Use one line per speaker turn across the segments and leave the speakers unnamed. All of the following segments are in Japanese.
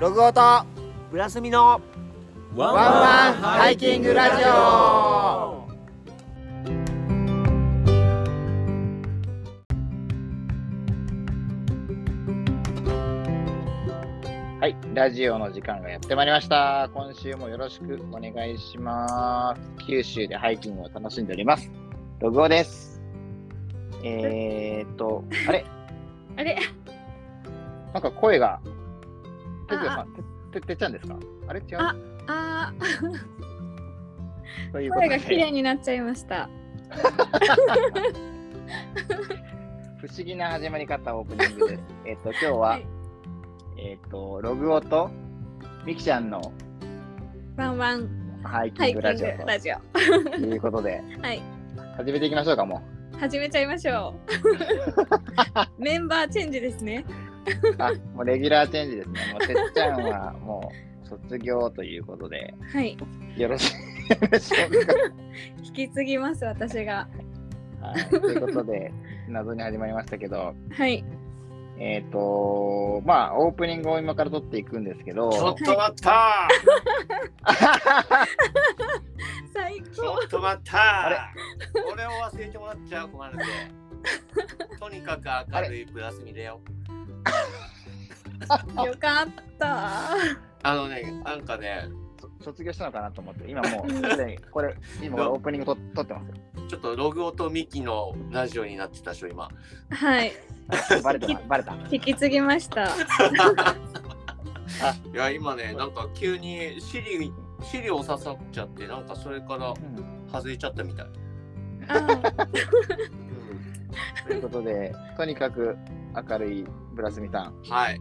ログオと
ブラスミの
ワンワンハイキングラジオはい、ラジオの時間がやってまいりました。今週もよろしくお願いします。九州でハイキングを楽しんでおります。ログオです。えーっ と、あれ
あれ
なんか声が、てっちゃんさ
あ
ん、てててっちゃんですかあれ違う
ああー
ということ
声
で
が綺麗になっちゃいました。
不思議な始まり方オープニング です。えっと今日は、
はい
えっとログオとミキちゃんの
ワンワン
ハイ
ハ
キン
イキ
グ
ング
ラ
ラ
ジ
ジ
オと
オ。
いうことで、
はい、
始めていきましょうかも
始めちゃいましょ う。メンバーチェンジですね。
う。あもうレギュラーチェンジですね。もうてっちゃんはもう卒業ということで
はい、
よろしいでしょうか。
引き継ぎます私が。
はい、ということで謎に始まりましたけど、
はい、
えっ、とまあオープニングを今から撮っていくんですけど、
ちょっと待った
最
ちょ
高。
っと待ったこれを忘れてもらっちゃ困るんでとにかく明るいブラスミだよ
よかった。
あのねなんかね
そ卒業したのかなと思って今もうすでにこれ今俺オープニングと撮ってますよ。
ちょっとログオとミキのラジオになってたでしょ今
はい、
バレたなバレた。
引き継ぎました。
いや今ねなんか急にシリ資料刺さっちゃってなんかそれから
うん
外れちゃったみたい、
あー
ということで、とにかく明るいブラスミタン。
はい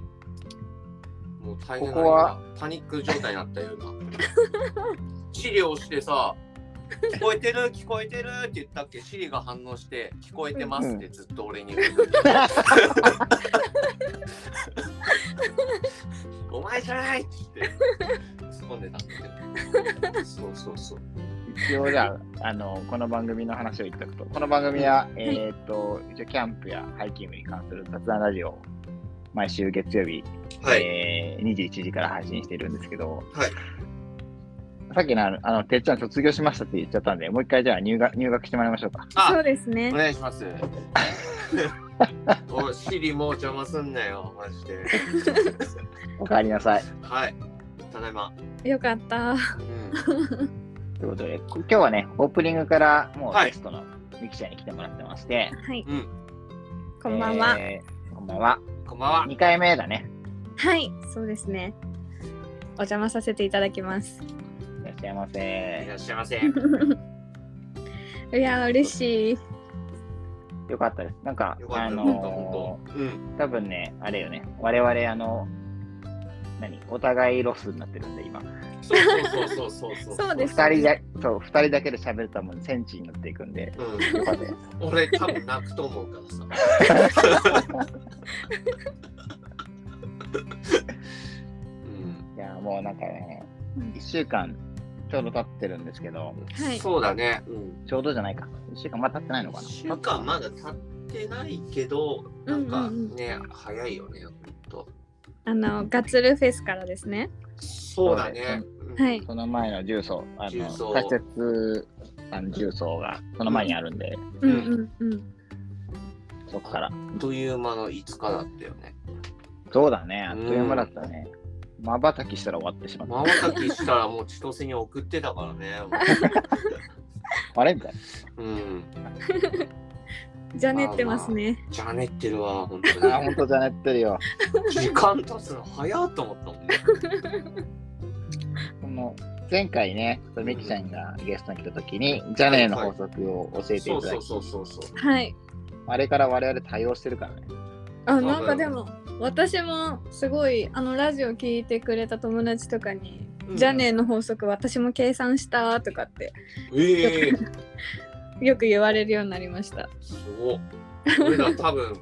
もう大変だ
ここは
今パニック状態にな ったよ今シリを押してさ聞こえてる聞こえてるって言ったっけシリが反応して聞こえてますってずっと俺に言うお前じゃないって言って突っ込んでたんだけどそうそうそう
一応じゃあ、あの、この番組の話を言っておくと、この番組は、えーっと、一応キャンプやハイキングに関する雑談ラジオを毎週月曜日、
はい、
えー21時から配信してるんですけど、
はい
さっきのあの、あのてっちゃん卒業しましたって言っちゃったんで、もう一回じゃあ入学入学してもらいましょうか。
あ
そうですね
お。願いします。 おシリもう邪魔すんなよ、マジで。
おかえりなさい。
はい、ただいま。
よかった。
うん、
ということで、今日はね、オープニングからもう
はい
ゲストのミキちゃんに来てもらってまして、
はい、
うん、
こんばんは。
えーこんばんは。
こんばんは。
2回目だね。
はい、そうですね。お邪魔させていただきます。
いらっしゃい
い
ま
ら
せ。
っしゃいませ。
いやー、嬉しい。
よかったです。なんか、
よか
あ
った、
の
ほんとほんと。うん、
ー多分ね、あれよね、我々、あの、何お互いロスになってるんで、今。
そうそうそうそうそう。
そうです
二人だそう二人だけで喋るともうセンチになっていくんで、よかったです。
うん、俺多分泣くと思うからさ。 うん
いや、もうなんかね
うん、
1週間ちょうど経ってるんですけど、
はい
そうだね。うん。
ちょうどじゃないか。1週間まだ経ってないのか
一
な。
週間まだ経ってないけど、なんかね、早いよね、ほんと。
あの、ガッツルフェスからですね。
そうだね。うん
はい
その前の重曹、あ
重
の、
曹
仮設あの重曹が、その前にあるんで、
うんうんうん。
そこから。
あっという間の5日だったよね。
そうだね、あっという間だったね。まばたきしたら終わってしまった。
まばたきしたらもう千歳に送ってたから ね。
あれみたいな。
うん。
じゃねってますね。
じゃねってるわ、本当
あー、ほんとじゃねってるよ。
に。時間経つの早っと思ったもんね。
この前回ね、ミキちゃんがゲストに来た時に、ジャネーの法則を教えて
そ
いうただ
そ
き
う、そうそうそう。
はい。
あれから我々対応してるからね。
あ、なんかでも、私もすごい、あのラジオ聞いてくれた友達とかに。じゃねえの法則、私も計算したとかって、
ええ
よく言われるようになりました。
すごっ。俺ら多分、
う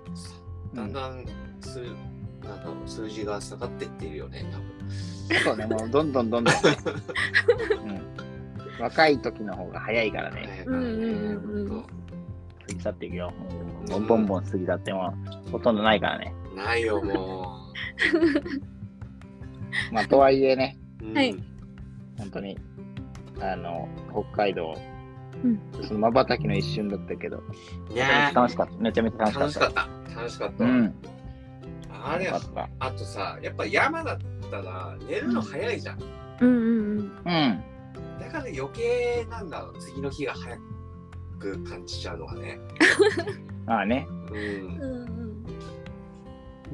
だん
ん、
だん数なんだろう数字が下がってってるよね、多分。
そうね、もうどんどんどん どん、うん。若い時の方が早いからね、
早いか
う
ら
ん
ね
うんうんうん
ほ
過ぎ去っていくよ。もうボンボン過ぎ去ってもほとんどないからね。
んとないよ、もう。
まあ、とはいえね、
うん
はい
本当に、あの、北海道、
うん
その瞬きの一瞬だったけど、
ねえ
楽しかった。めちゃめちゃ楽しか
楽した
っ。
かった楽しかった、
うん。
あれ
よかった。
あとさやっぱ山だったら寝るの早いじゃん、
うんうんうん。
うん。
だから余計なんだろう次の日が早く感じちゃうのはね
まあね、
うん
うん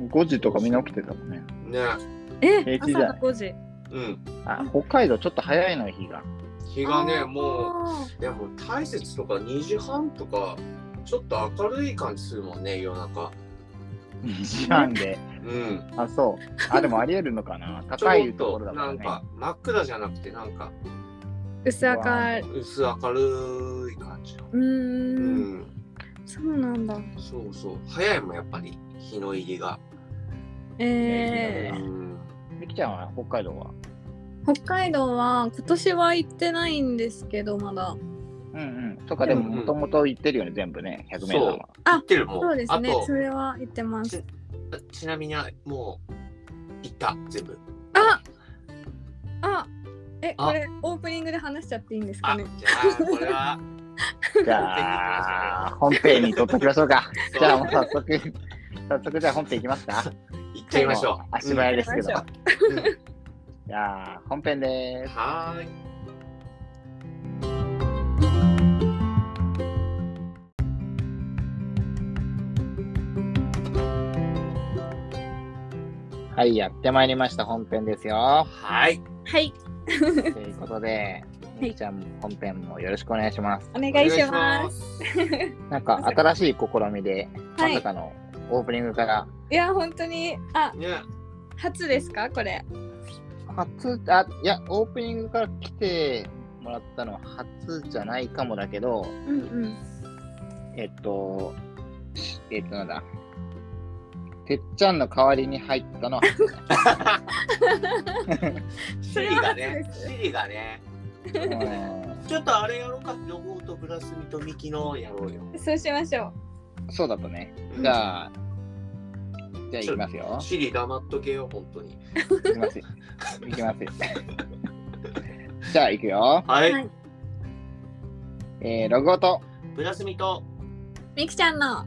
うん、
5時とかみんな起きてたもんね。
ね
え
平気じ
朝
ゃない
の5時。
うん
あ、北海道ちょっと早いのよ日が。
日が
あ
ね
ー
もういやもう大雪とか2時半とかちょっと明るい感じするもんね夜中
2時半で。
うん
あ、そう。あ、でもあり得るの かな。
ち
高
ょ
い
っ
とことろだか
な
ら
ん
ね。
か真っ暗じゃなくてなんか
薄明るい。
薄明るい感じのう
うーん。
ん
そうなんだ。
そうそう早いもんやっぱり日の入りがう
えー、
ん
みきちゃんは北海道は
北海道は今年は行ってないんですけどまだ。
うんうん。とかでも、
うんうん
もともと行ってるよね、全部ね、100メートルは。
行ってるもん
そうですね
あと。
それは行ってます。
ちなみにもう行った全部
ああえ
あ
これオープニングで話しちゃっていいんですか
あ
ね
じゃあこれは
じゃあ、 本編に撮っときましょうか。
そう
じゃあ、もう早速、早速じゃあ本編いきますか。
行っちゃいましょ
も
う
足早ですけど。
行っ
うんうん
じゃあ、本編でーす。
はーい。
はい、やってまいりました、本編ですよ
はい
はい
ということで、みきちゃん、本編もよろしくお願いします。
お願いします
す
なんか、新しい試みで、ま
はい
さかのオープニングから、
いや本当にあ
ね
初ですかこれ
初、あ、いや、オープニングから来てもらったのは初じゃないかもだけど、
うんうん
えっと、しえっと、なんだ。てっちゃんの代わりに入ったのは初だ。
シ
それ
リ
は
が
初で
ね
す
シリがね
うん
ちょっとあれやろうかロゴとブラスミとミキのやろうよ
そうしましょ
そうだったね。じゃあ、じゃあ、いきますよ。
シリ黙っとけよ本当に
いきますよ。いきますよ。 じゃあ、いくよ。
はい、
はい
えー、ロゴと、
ブラスミと
うみきちゃんの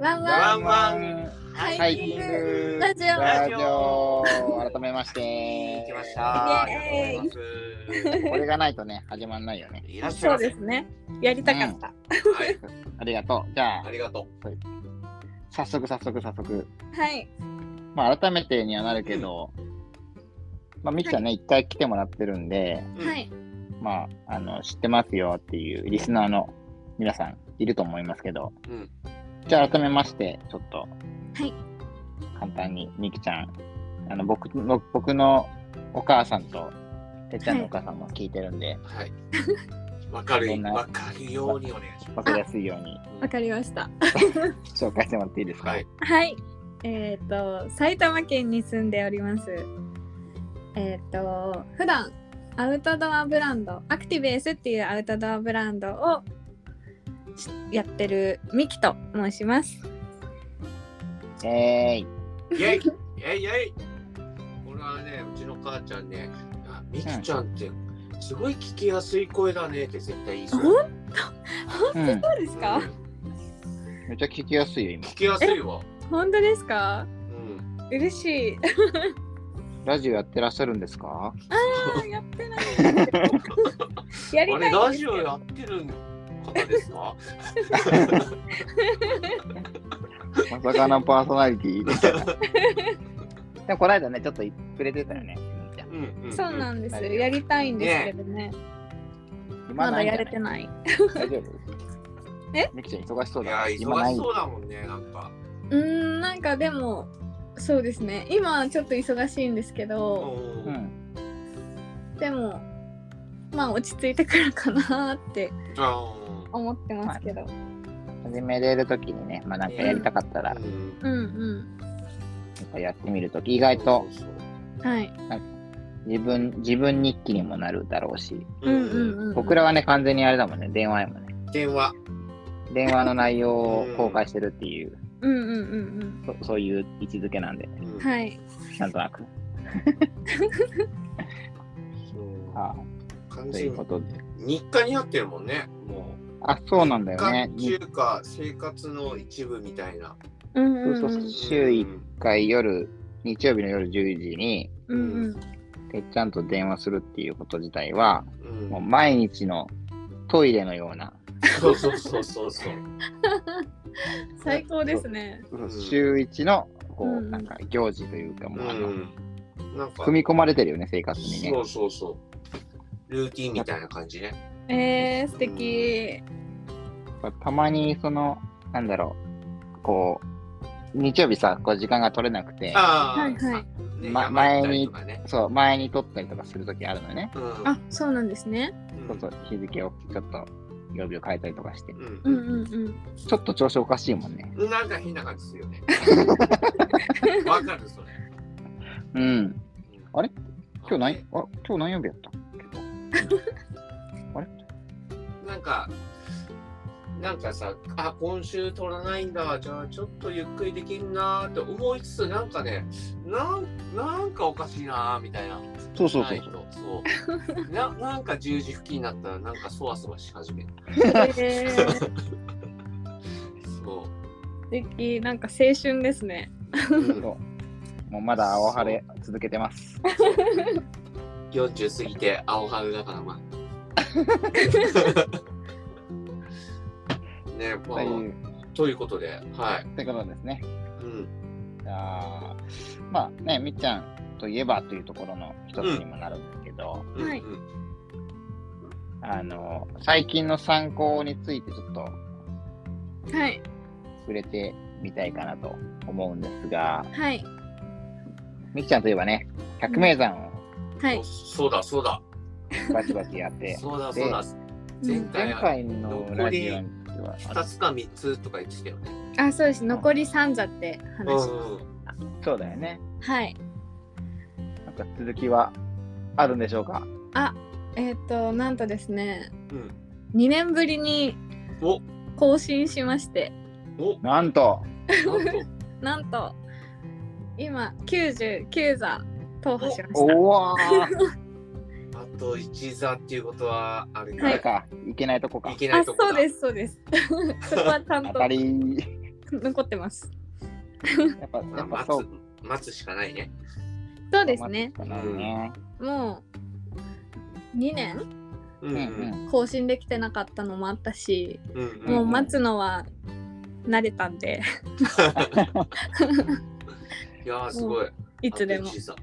ワンワン
ワンワン
ハ
ハイキング
ラジオ
ラジオ改めまして。
行きましたあ
イ
り
エーイ
がとうございま
これがないとね、始まんないよね。
すいらっしゃ
そ
いう
ですねやりたかった、
ませはい
ありがとう。じゃ
あ
あ、
りがと
早速、早速、早速。
はい
まあ、改めてにはなるけど、まあ、みっちゃんね、一回来てもらってるんで、
う、うん
はい
まあ、あの、知ってますよっていうリスナーの皆さんいると思いますけど、
うん
じゃあ改めまして、ちょっと、
い
簡単にみきちゃん、あの、僕の、僕のお母さんと、てっちゃんのお母さんも聞いてるんで、
はい。わかる
そんな
わかるようにお願いしま
わかりやすいように
す。
わかりました
紹介してもらっていいですか、
はい。
はい。えっ、と埼玉県に住んでおります。えっ、と普段アウトドアブランドアクティベースっていうアウトドアブランドをしやってるミキと申します。
えーい。
イェイイェイイェイこれはね、うちの母ちゃんね、あみきちゃんって、すごい聞きやすい声だねって絶対言いそう。
ほん
うん。
そうですか？
うん
めっちゃ聞きやすいよ、今。
聞きやすいわ。
本当ですか？
うん。
嬉し い。
ラジオやってらっしゃるんですか
ああやってない。 やり
あ
た
れ、
いん
ラ
ですけ
ジオや
ど。
ってる方ですか
まさかのパーソナリティでもこの間ね、ちょっとくれてたよね。みきち ゃん
うんうん。
そうなんです。やりたいんですけどね。ま
今な
だ
いんじゃな
やれ
い
てない。
大丈夫
え
みきちゃん忙しそう
い
だ
や、
な。今な
忙
い
しそうだもんね、なんか。
うーんなんかでもそうですね。今ちょっと忙しいんですけ
う。
ど。
うんん。
でもまあ落ち着いてくるかなって
あ
思ってますけど、
始めれるときにね、まあなんかやりたかったら、
ーうん
うんうん
なんかやってみるとき、意外と
そうそう
はい
自分、自分日記にもなるだろうし、
そう
うんうんうん
僕らはね、完全にあれだもんね、電話やもんね。
電話。
電話の内容を公開してるっていう、
うんうんうん
そそういう位置づけなんで、
うん
うんはい
なんとなく。
そう
は
感
い、と
じ
いうことで。
日課になってるもんね。も
あ、
う
そうなんだよね。
日課中華生活の一部みたいな。
うん
そうそ
うん
う
う
そ
ん
う週一回夜、日曜日の夜10時に、
うんうん
てっちゃんと電話するっていうこと自体は、
うん
もう毎日のトイレのような、
そうそうそうそうそう。
最高ですね。
うん
週一の、こ
う
う、
ん
なんか行事というか、もうあの、
うん。なんか、
組み込まれてるよね、生活にね
そ。うそうそう。ルーティンみたいな感じね。
えー、素敵。
たまに、その、なんだろう、こう、日曜日さ、こう時間が取れなくて、
ああ、
はいはい。
ね
ま
山行ったりとかね
そう、前に撮ったりとかするときあるのよね。
うん
あ、そうなんですね。
そうそう、日付をちょっと曜日を変えたりとかして、
うん
うんうんうん。
ちょっと調子おかしいもんね。
うん。なんか変な感じするよね。わかる、それ。
うん。あれ今日何
い
あ今日何曜日やった
なんか、なんかさ、あ、今週取らないんだ、じゃあちょっとゆっくりできるなーって思いつつ、なんかね、なんなんかおかしいなーみたいな。
そうそうそ
な
う
いとそうな。なんか10時付近になったら、なんかそわそわし始める。
えー、素
そ
敵。なんか青春ですね。
う。 う
そ
ん
うもうまだ青晴れ続けてます。
40過ぎて青春だからまあ。 ねま
という
あ、ということで、はい。
ということですね。
うん、
じゃあまあねみっちゃんといえばというところの一つにもなるんですけど、
うん
はい
うん
あの最近の参考についてちょっと
はい。
触れてみたいかなと思うんですが
はい。
みっちゃんといえばね百名山を
はい
お。そうだ、そうだ、
バチバチやっ て
そうだ、そうだ。前
うん
前
回
回の
残
ラ
り
ジオでは
2つか3つとか言ってたよね。
あ、そうです。残り三座って
う
話。
んうん
そうだよね
はい。
なんか続きはあるんでしょうか
えっ、と、なんとですね、
うん。
2年ぶりに
お
更新しまして、
お
なんと
なんと、
なんと、今、99座踏破しました。
おわー
あと1座っていうことはあれか、
あれか、いけないとこか
い、。けな
あ
いとこだ
そうですそうです そこはちゃん
当
と
たり、
残ってます
やっぱ、
ま
や
あ
っぱ
待
そう
つ。待つしかないね。
そうですね
かなね。
もう2年
う
うん
う
んうんん。
更新できてなかったのもあったし
うんうん
もう待つのは慣れたんで
いやーすごい。
いつでも
あと一座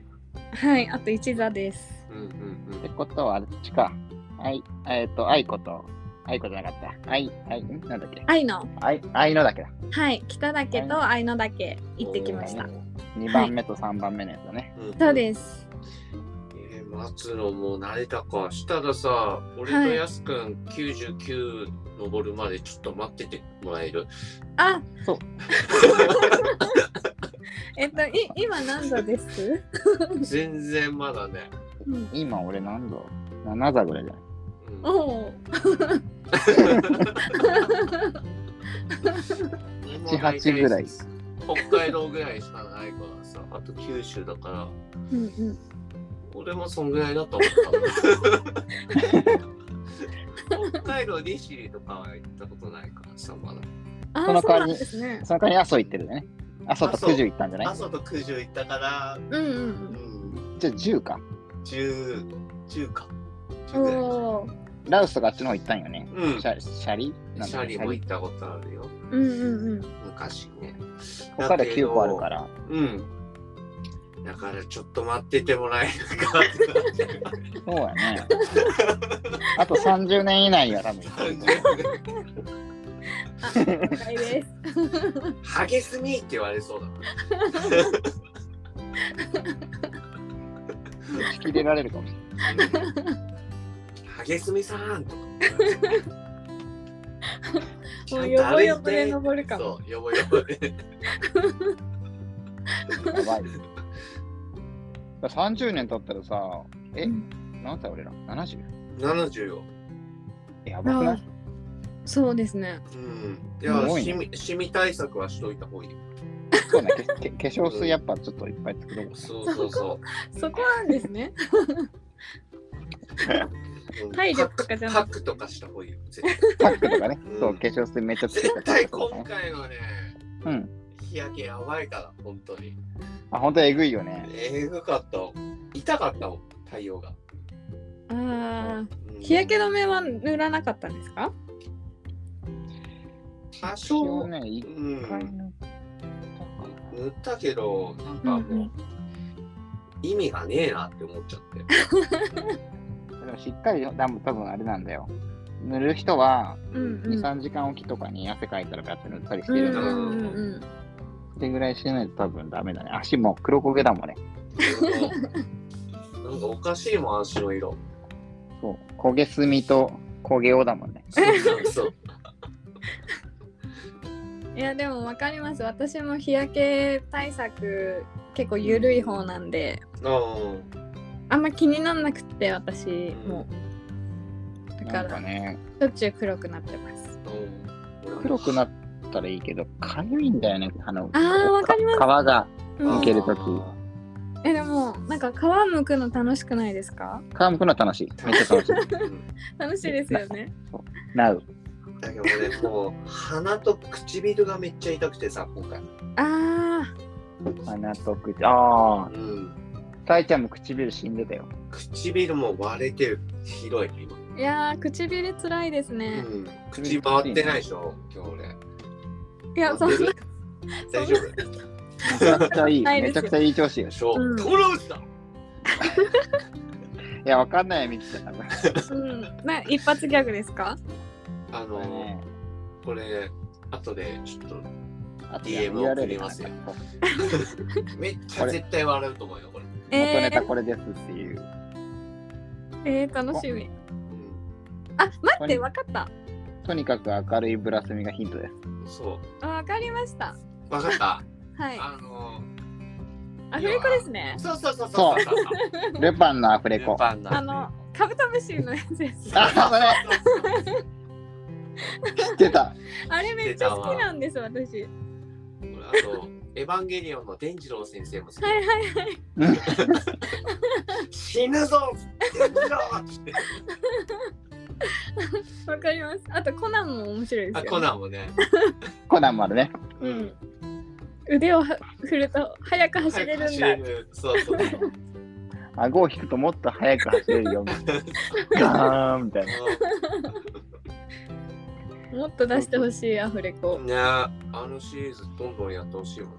はいあと1座です
うんうん
ってことは、あっちか。はい、えっと、愛子と、愛子じゃなかった。愛、愛、んなんだっけ。
愛の
愛、愛のだけだ。
はい北岳と愛の岳行ってきました
うん
二番目と三番目のやつだね。
ん
そうです
えー、待つのも慣れたか。したらさ、俺とやすくん99登るまでちょっと待っててもらえる。
あ
そう
えっとい今何座です、
全然まだね。
うん、
今、俺何度 ?7 座ぐらいじゃない。
うん
おお
7 8ぐらい。
北海道ぐらいしかないからさ、あと九州だから、
うんうん
俺もそんぐらいだと思った。北海道利尻とかは行ったことないからさ、まだ。
あ
そ
ー
の
そう
代わ
な
り
ん
に
ですね
その代わり、阿蘇行ってるね。阿蘇と九十行ったんじゃない
朝と九十行ったから、
うんう
うんん、
じゃあ10か。
十、十か。
う
10
ん
ぐらいか
おお
ラウスとかあっちの方行ったんよね。
うん
シャシャリなん
シ
だ
ャ
っけ
リも行ったことあるよ、
うんうんうん
昔ね。
ここから9個あるから。
うん。だからちょっと待っててもらえるか。
そうやね。 あと30年以内には多分行けると思う。
あ、了解です。
ハゲすぎって言われそうだな。
引き入れられるかもしれ
ハゲスミさんとか。
もうよぼよぼで登るかも。
そう、よぼよぼで。
ない。やばい。30年経ったらさ、え、
うん
何歳俺ら ?70?
70よ。
やばくない
そうですね。
うん。い
す
や、
ごいね
シミ、シミ対策はしといた方がいい。
そうね、けけ化粧水やっぱちょっといっぱい作ろう。
そうそうそ
そこなんですね。
う。うん
体力とかじゃなく
パックとかした方がいいよ。絶対
パックとかね、
うん
そう、化粧水めっちゃつけ
絶
てたり
対
とか
今
ね。
回のね、
うん。
日焼けやばいから、本当に。
あ、本当えぐいよね。
えぐかった。痛かったもん、太陽が。
ああ、
うん
日焼け止めは塗らなかったんですか？
多
今
少
日、ね、
う
一回
ん、
の。
塗ったけど、なんか
うんう、
もうん意味がねえなって思っちゃ って。
でもしっかり、多分多分あれなんだよ。塗る人は、
うんうん
2、3時間おきとかに汗かいたらガッて塗ったりして
うん
る
うん
だろう。
んうん
ってぐらいしないと多分ダメだね。足も黒焦げだもんね。
なんかおかしいもん、足の 色。
そう。焦げすみと焦げおだもんね。
そうそうそう。
うん。いやでもわかります。私も日焼け対策結構緩い方なんで、
う
あんま気になんなくって私もだか
なんからね、
しょっちゅう黒くなってます。
んうん。
黒くなったらいいけど、かゆいんだよね。あの、
あーわかります
皮が。
うん
抜ける時
えでもなんか皮むくの楽しくないですか？
皮むくのは楽しい。めっちゃ楽しい。
うん
楽しいですよね。
なう。
だけどね、もう鼻と唇がめっちゃ痛くてさ、今回。
あ
鼻と口。ああ。
うん。
さえちゃんも唇死んでたよ。
唇も割れてる。ひどいね、今。
あ、いやー唇つらいですね。
うん。口回ってないでしょ、今日俺。
いやそんな
大丈夫
めちゃくちゃいい。
ない
め
です
ちゃくちゃいい調子よ
で。しょ
うん
この内だ
いや、わかんないよ、みきちゃん。
うん、な一発ギャグですか？
あのー、これ、後でちょっと、
あと
DM を送りますよ
元
めっちゃ絶対笑うと思うよ、これ。
ネタ
ー、
これですっていう。
えー、楽しみ。
うん
あ、待って、わかった。
とにかく明るいブラスミがヒントです。
そ
あわかりました。
う。わかった。
はい。
あの
アフレコですね
ー、。そうそうそうそうそう。
ルパンのアフレ
ル
コ。
パンな
あ
んで
のカブトムシのや つです。
あ、それ知ってた。
あれめっちゃ好きなんです私。は
あと、エヴァンゲリオンの伝次郎先生も好き
いはいはい。
うん
死ぬぞ伝次郎って。
わかります。あとコナンも面白いで
あ、
す
コ
よ、
ナンもね。
コナンもあるね。
うん。腕をは振ると早く走れるんだ。
る。そうそう。
顎を引くともっと早く走 れるよ。ガーンみたいな。
もっと出してほしいアフレコ。
ねあのシリーズどんどんやってほしいもんね。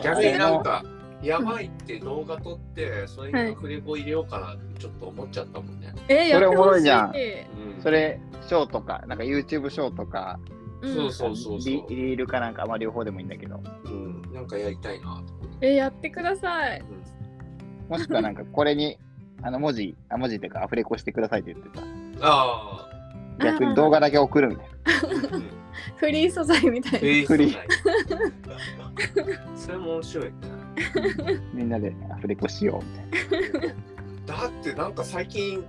あ
逆に
れ
なん
の
か、やばいって動画撮って、それにアフレコ入れようかなってちょっと思っちゃったもんね。
えー、やって
それおも
ほ
ろ
し
い
い。
じゃ
う
ん
ん
そ、れ、ショーとか、なんか YouTube ショーとか、
うん
そうそうそうそう
リリールかなんか、まあ両方でもいいんだけど、
うん、なんかやりたいなと思って。
えーやってください。
うん
もしくはな んかこれに、あの文字、あ文字っていうかアフレコしてくださいって言ってた。
あ
逆に動画だけ送るみたいな。
あ、うん
フリー素材みたいな。
えー
フリ
それも面白いね。
みんなでアフレコしようみたいな。
だってなんか最近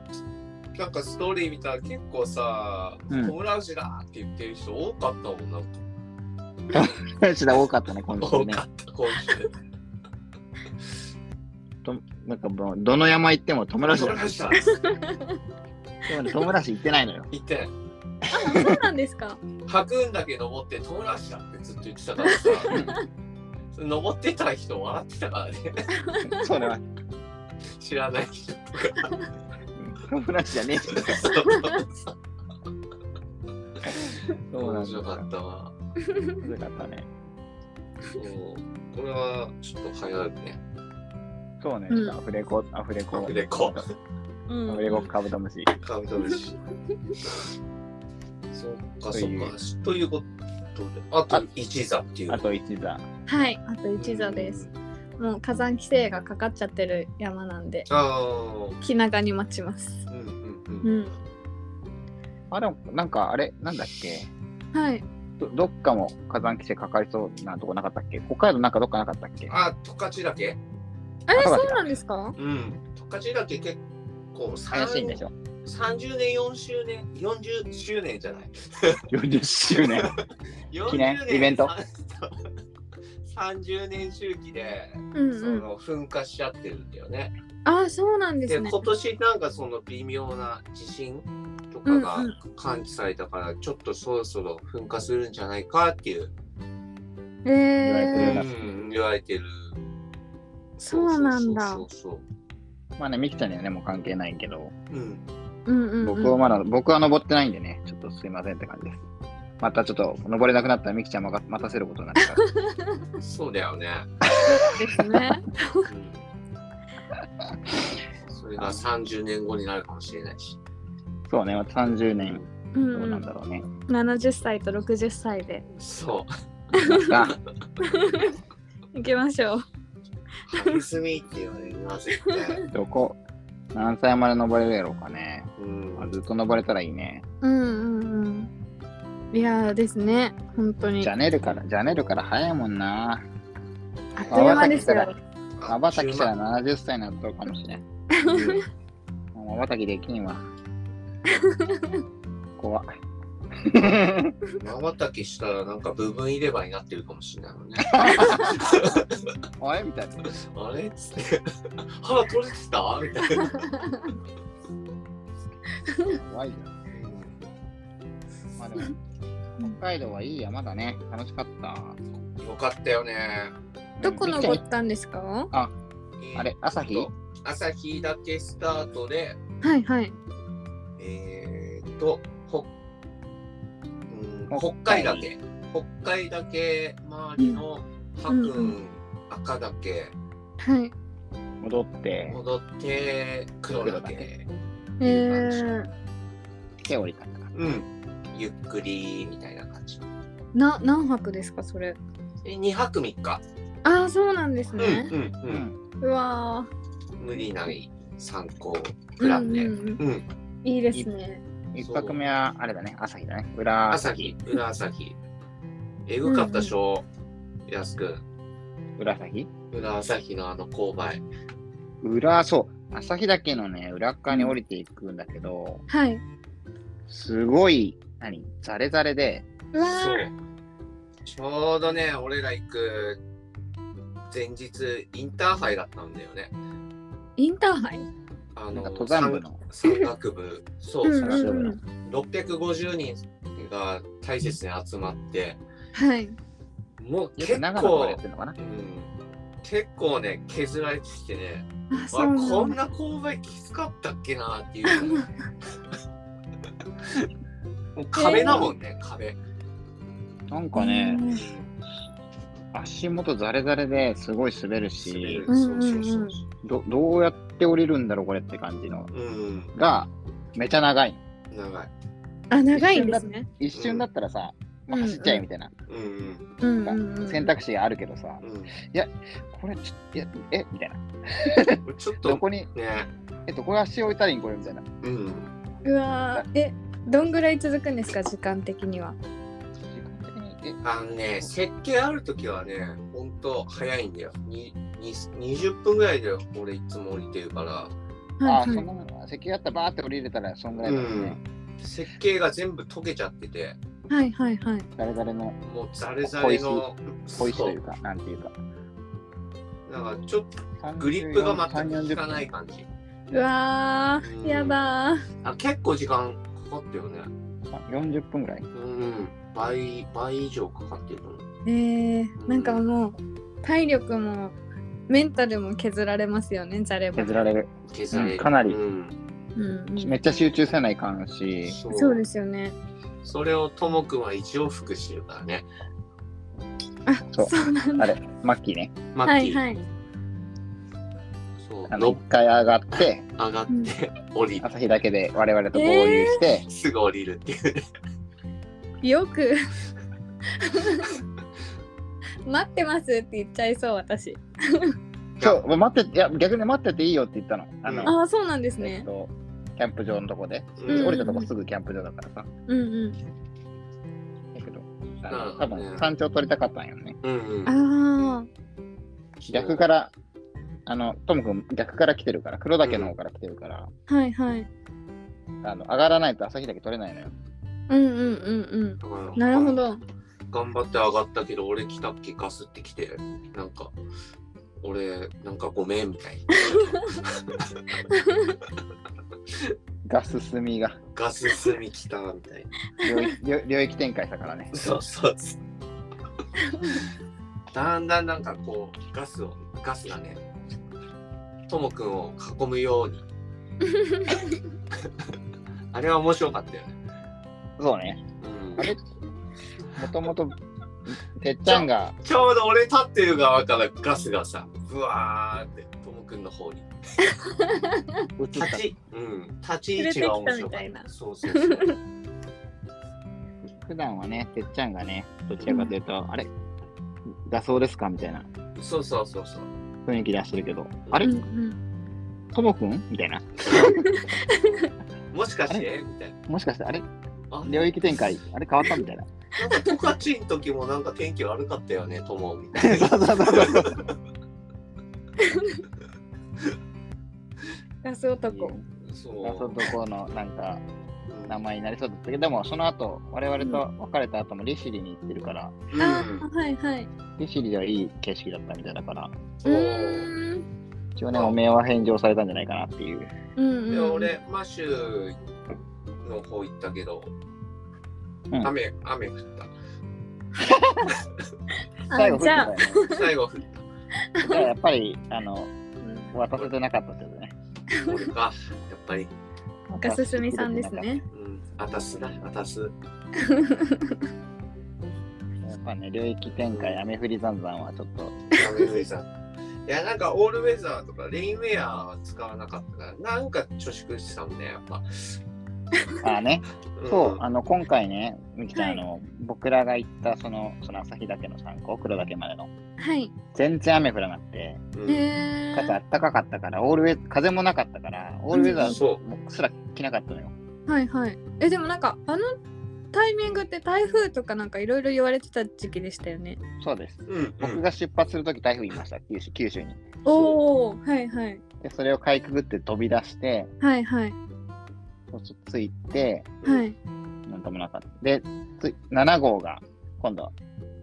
なんかストーリー見たら結構さ「
うん
コムラウジだ!」って言ってる人多かったもんなんか
吉田多かったね、今週
多
ね
か。った今週
となんかもう、どの山行っても友
コ
達
ム
だ。
ラウジだ
でもね、友達行ってないのよ。
言って
あ、そうなんですか。
吐くんだけ登って「コムラウジだ!」ってずっと言ってたからさそれ登ってた人笑ってたからね
それは、
知らない人とか
友達じゃねえし。
そう
そうなん
面
だ
白かったわ
よかったね。
そうこれはちょっと流行るね
そうね、
うん
アフレコ、アフレコ。
アフレコ
うん
アフレコカブトムシ。
カブトム シ。そっか
と
そ
い
っ
う
か。ということで、あと
あ
一座っていう。
あと一座。
はい、あと一座です。。もう火山規制がかかっちゃってる山なんで、
あ
気長に待ちます。
あ。うんうん
う
うん。
ん。
あ、でも、なんかあれ、なんだっけ
はい。
どどっかも火山規制かかりそうなとこなかったっけ北海道なんかどっかなかったっけ
あ、十勝岳。
あれ、
あそうだ
そうなんですか
うん。十勝岳結構
怪しいんでしょ
三十年四周年四十周年じゃない。
40周年。
40
記念
年
イベント。
三30年周期で、
うん
そ
うん。
の噴火しちゃってるんだよね。
ああ、そうなんです
で
ね。
今年なんかその微妙な地震とかが
うんうん
感知されたから、ちょっとそろそろ噴火するんじゃないかっていう、
え
われてる
う
な
え
ん、言われてる。
そうなんだ
そうそうそう
まあね、ミキちゃんにはね、もう関係ないけど、
そう。うん。
うんうんうん。
僕はまだ、僕は登ってないんでね、ちょっとすいませんって感じです。またちょっと登れなくなったらミキちゃんが待たせることになるから。
そうだよね。
ですね。
うんそれが30年後になるかもしれないし。
そうね、また30年、
う
どうん
う
なん
ん
だ。ろうね。
70歳と60歳で
そ
あ
行きましょう。
う。ハリスミって言われるな、絶対。
どこ、何歳まで登れるやろうかね。
うん
まあ、ずっと登れたらいいね。
うんうんうん。いやーですね。本当に。
じゃ
あ
ねるから、じゃねるから早いもんな。
っという間です
まばた
よ。
まばたきしたら70歳になっとるかもしれん。もうまばたきできんわ。怖っ。
まばたきしたらなんか部分入れ歯になってるかもしれないもんね。
あれみたいな。
あれっつって。歯取れてたみたいな。
怖いよ。まあでも、北海道はいい山だね。楽しかった。
よかったよね。
どこ
うんみきちゃ
登
ん
ったんですかは
え
あれ、朝日
朝日だけスタートで、
いはい。
えーっと、ほうん、
北
北海岳。北海岳周りの白
う
雲、赤岳、
はい。
戻って、
戻って黒岳。
えー、
手降りたんだ。
うん。ゆっくりみたいな感じ。
な何泊ですかそれ。
え2泊3日。
ああ、そうなんです
うん
ね。
うんうん。
うわー
無理ない参考プランで、
う
うんん
うんいいですね。
一泊目は、あれだね、朝日だね。裏
朝日、裏朝日。えぐかったでしょ、やすく
裏朝日
ん。裏朝日のあの勾配。
裏、そう。朝日岳のね、裏っ側に降りていくんだけど、
はい。
すごい、何ザレザレで、
うわー
そう。ちょうどね、俺ら行く前日、インターハイだったんだよね。
インターハイ。
あ
なん
の
か登山部の。
山山岳 部、そう、
うん
う
うんん
う
うんん。
650人が大切に集まって、
はい。
もう
よ
結
く長野とか
構
でやって、るのかな
うん、結構ね、削られてきてね、
あ、
あ
そ
れこ
うなん
ん
だ。
な勾配きつかったっけなっていう ぐらいもう壁だもんね、壁
なんかね、
うん
足元ザレザレですごい滑
滑
るし
る、
うん
そうそうそう
どどうやって降りるんだろうこれって感じの
そううん
がめちゃ長い
長い
あ、長いんですね。
一瞬だったらさ、
うん
まあ走っちゃえみたいな、
うんうん
うんうんうん。
選択肢があるけどさ
うん
これちょっといやえみたいな
こ れちょっ
ど
と
こに
ね
えどこに足置いたらいいんこれみたいな
うん
うわーえ、どんぐらい続くんですか時間的には。
時間的に
あのね設計ある時はねほんと早いんだよにに20分ぐらいで俺いつも降りてるから
えあ
はい
そん
はい。
なの席があったらバーって降りれたらそんぐらいだもんね、
設計が全部溶けちゃってて
はいはいはい。
誰々の
もうザレザレの
小石
そ
という
う
かなんていうか
だからちょっとグリップが全く効かないい感じ
うわ
う
ー
ん
やだー。
あ結構時間かかったよね。
40分ぐらい
うん、倍倍以上かかってると思う。
えー、なんかもう体力もメンタルも削られますよね、じゃれば。
削られる
削られる
うんかなり
うん、
うんうん
めっちゃ集中せないかんし
そう
そうですよね。
それをともくんは一応服してるからね。
あ、
そう
そうなん
あ
だ。
れマッキーね
マ
は
ッキ
い
ー、
はい。
そう
あ
の
の一回上がって
上がって、降り
朝日だけで我々と合流して、
すぐ降りるっていう、ね。
よく 待ってますって言っちゃいそう私
そう待っていや逆に待ってていいよって言ったのあの、
ああそうなんです
えっ
ね
とキャンプ場のとこで、
うん
降りたとこすぐキャンプ場だからさ
うんうん
だけどあの
うん
多分山頂取りたかったんよね
うんうん
あ
逆からあのトム君逆から来てるから黒岳の方から来てるから、
あはいはい
あの上がらないと朝日岳取れないのよ
うんうんうんうん
だから
なるほど
頑張って上がったけど、俺来たっけガスって来て、なんか、俺、なんかごめんみたいな。
ガス炭が
ガス済み来たみたいな。
領域領 領域展開したからね。
そうそうそう。だんだんなんかこう、ガスを、ガスがね、ともくんを囲むよう に。あれは面白かったよね。
そうね。
うん
あれもともと、てっちゃんが、
ちょうど俺立ってる側からガスがさ、ブワーって、ともくんの方に。
映った
立ち、うん、立ち位置が面白か
連れてきたみたい
っ
な
た。そうそうそう。
普段はね、てっちゃんがね、どちらかというと、あれ画像ですかみたいな
そうそうそうそう。
雰囲気出してるけど、あれ
うんうん
ともくんみたいな。
もしかしてみたいな。
もしかして、あれ
あ
領域展開、あれ変わったみたいな。
なんかトカチン時もなんか天気悪かったよね、ともみたいな。
そうそうそうそう。
ガス男。
そう。
謎とこのなんか
うん
名前になりそうだったけど、でもその後、我々と別れた後も利尻に行ってるから、
あ
うん
ーはいはい。
利尻ではいい景色だったみたいだから、
そうう。
ーん
一応ね、おめえは返上されたんじゃないかなっていう。
うん
で、
うん。
俺、マシューの方行ったけど、
うん
雨、雨降っ
最後、
あじゃあ
降ってたよね
た。最後降った。
じゃあやっぱり、あの、
うん
渡せてなかったけどね。
俺か、やっぱり。
ガスすみさんですね。
うん、あたすだ、あたす。
やっぱね、領域展開、雨降り残々はちょっ と、
雨降りさん。いや、なんかオールウェザーとかレインウェアは使わなかったから、なんか貯蓄してたもんね、やっぱ。
ああね、
ん
そう、あの、今回ね、みきちゃん、
はい
あの、僕らが行った、その、その旭岳の山高、黒岳までの、
はい。
全然雨降らなくて、
うん
え
かつあったかかったから、オールウェ風もなかったから、オールウェザー
そ
僕すら着なかったのよ。
はいはい。え、でもなんか、あのタイミングって台風とかなんかいろいろ言われてた時期でしたよね。
そうです。
う。うん、う
僕
ん。
が出発するとき台風いました、九州九州に。
おお、はいはい。
で、それをかいくぐって飛び出して、
はいはい。
そうそうついて、
はい。
なんともなかった。で、つい7号が今度、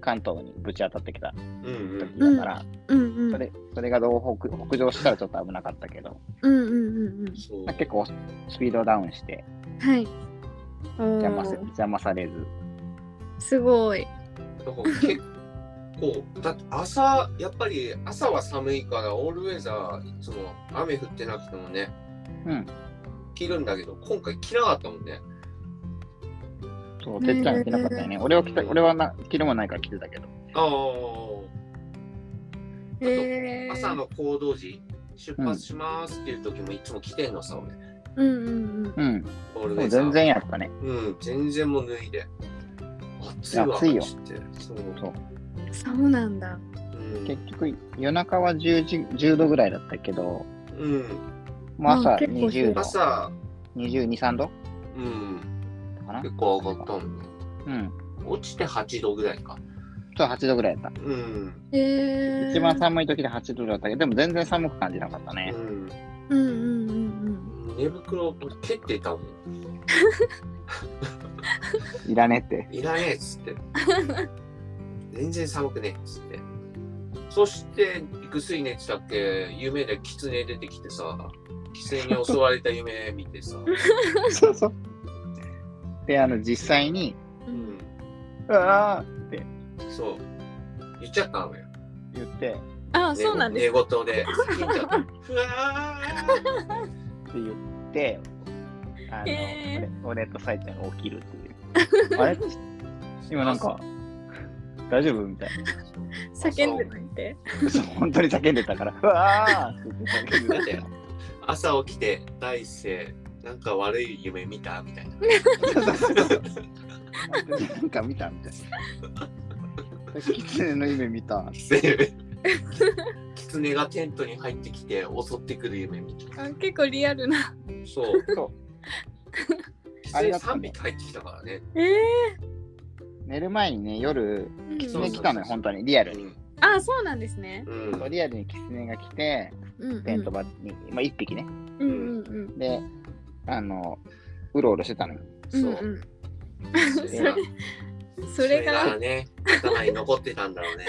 関東にぶち当たってきた
うん、
時だから、
うんう
そ
ん。
れそれがどう北北上したらちょっと危なかったけど、
うんうんうんうん
うん。。そう
まあ。結構スピードダウンして
はい。
邪
お
魔せ
ー
邪魔されず、
すごい。
だから結構、だって朝、やっぱり朝は寒いから、オールウェザー、いつも雨降ってなくてもね、
うん、
着るんだけど、今回着なかったもんね。
そう、てっちゃんが着なかったよね。俺は着た俺はな着るもんないから着てたけど、
あ
え
あ、
ー、
朝の行動時、出発しますっていう時もいつも着てんのさ、俺。
うんうんうん。
うん、
オールウ
もう
ェザー。
全然やっぱね、
うん、全然もう脱いで。暑いわ、
暑いよ
マジでそう。
そう
そうなんだ。
うん。
結局夜中は10時10度ぐらいだったけど、
うん、
まあ、朝
あ結構
20度、
朝、
22、3度
うん、
かな
結構上がったもんね。
うん。
落ちて8度ぐらいか。
そう、8度ぐらいだっ
うん。
た。
えー、
一番寒い時で8度だったけど、でも全然寒く感じなかった
う
ね。
ん
うんうんうん
寝袋を蹴ってたもん。
いらねって。
いらねえっつって。全然寒くねえっつって。そして、ぐすい寝てたっけ、夢で狐出てきてさ、狐に襲われた夢見てさ、
そうそう。で、あの、実際に、
う。
うんん、
ああって
そう、言っちゃったのよ。
言って、って
あ、そうなんで
寝
す。
言で、叫んじゃった。ふわ
言って、あの、
へ
俺俺とさいちゃんが起きるっていう。あれ
ー
今なんか、大丈夫みたい
叫んでないって。
な。そう本当に叫んでたから、うわあって言って叫ん
だっ
で
て
た。
朝起きて、大勢、なんか悪い夢見たみたいな。
なんか見たみたいな。キツネの夢見た。
狐狐がテントに入ってきて襲ってくる夢見た。
あ結構リアルな。
そう。
そう あ
狐
れだった
3
ね
匹入ってきたからね。
えー
寝る前にね、夜、
うん
キツ
そう
ネ
そう
来たのよ、本当に、リアルに。
あ、そうなんですね。
うん。うん。
リアルにキツネが来て、
うんうん
テント場に、まあ、1匹ね。
うんうんうん。
で、あの、うろうろしてたのよ。
そう
う。んうん
狐が
それ
それ
が
がね、頭に残ってたんだろうね、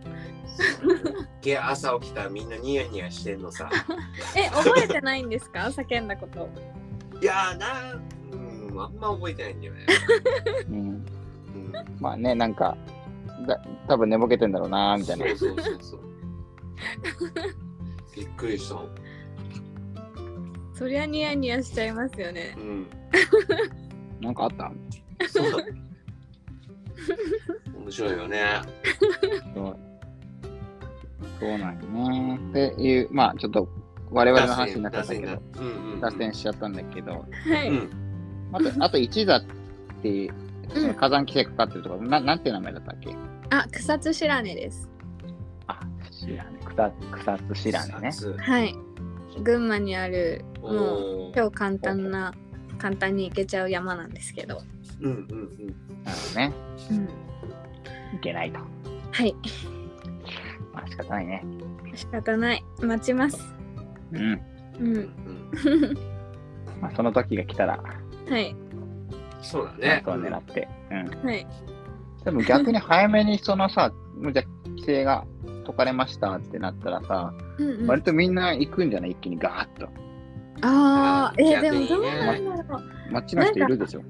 俺。すっげえ朝起きたらみんなニヤニヤしてんの さ。
え覚えてないんですか 叫んだこと
いやーなうん、あんま覚えてないんだよね。
うん、
うん、
まあね、なんか、だ多分寝ぼけてんだろうな、みたいな。
そうそうそう そう。びっくりした。
そりゃニヤニヤしちゃいますよね
うん。
なんかあった
そうだ。面白いよ ね。
そうそうなんよね。っていう、まあちょっと我々の話になっちゃ
脱
った
線
けど、
脱線うんうんうん。
脱線しちゃったんだけど、
はい、
うん。
あと、あと一座っていう、その火山規制かかってるところ、ななんていう名前だったっけ
あ草津白根です
あ、知らね。草草津知らね。
脱線
はい群馬にあるもう
おー
超簡単な簡単に行けちゃう山なんですけど、
うんうんうん。
なるほどね。
うん、
いけないと。
はい
まあ仕方ないね。
仕方ない待ちます
うん。
う
うんん
まあその時が来たら、
はい
うん。そうだ
ね
ね、。
そう狙って。うん。
はい
でも逆に早めにそのさ、もうじゃあ規制が解かれましたってなったらさ、
うんうん、
割とみんな行くんじゃない一気にガーッと。
ああえー、
逆
で
に
も
ね
どうなんだろう
街の人いるでしょ。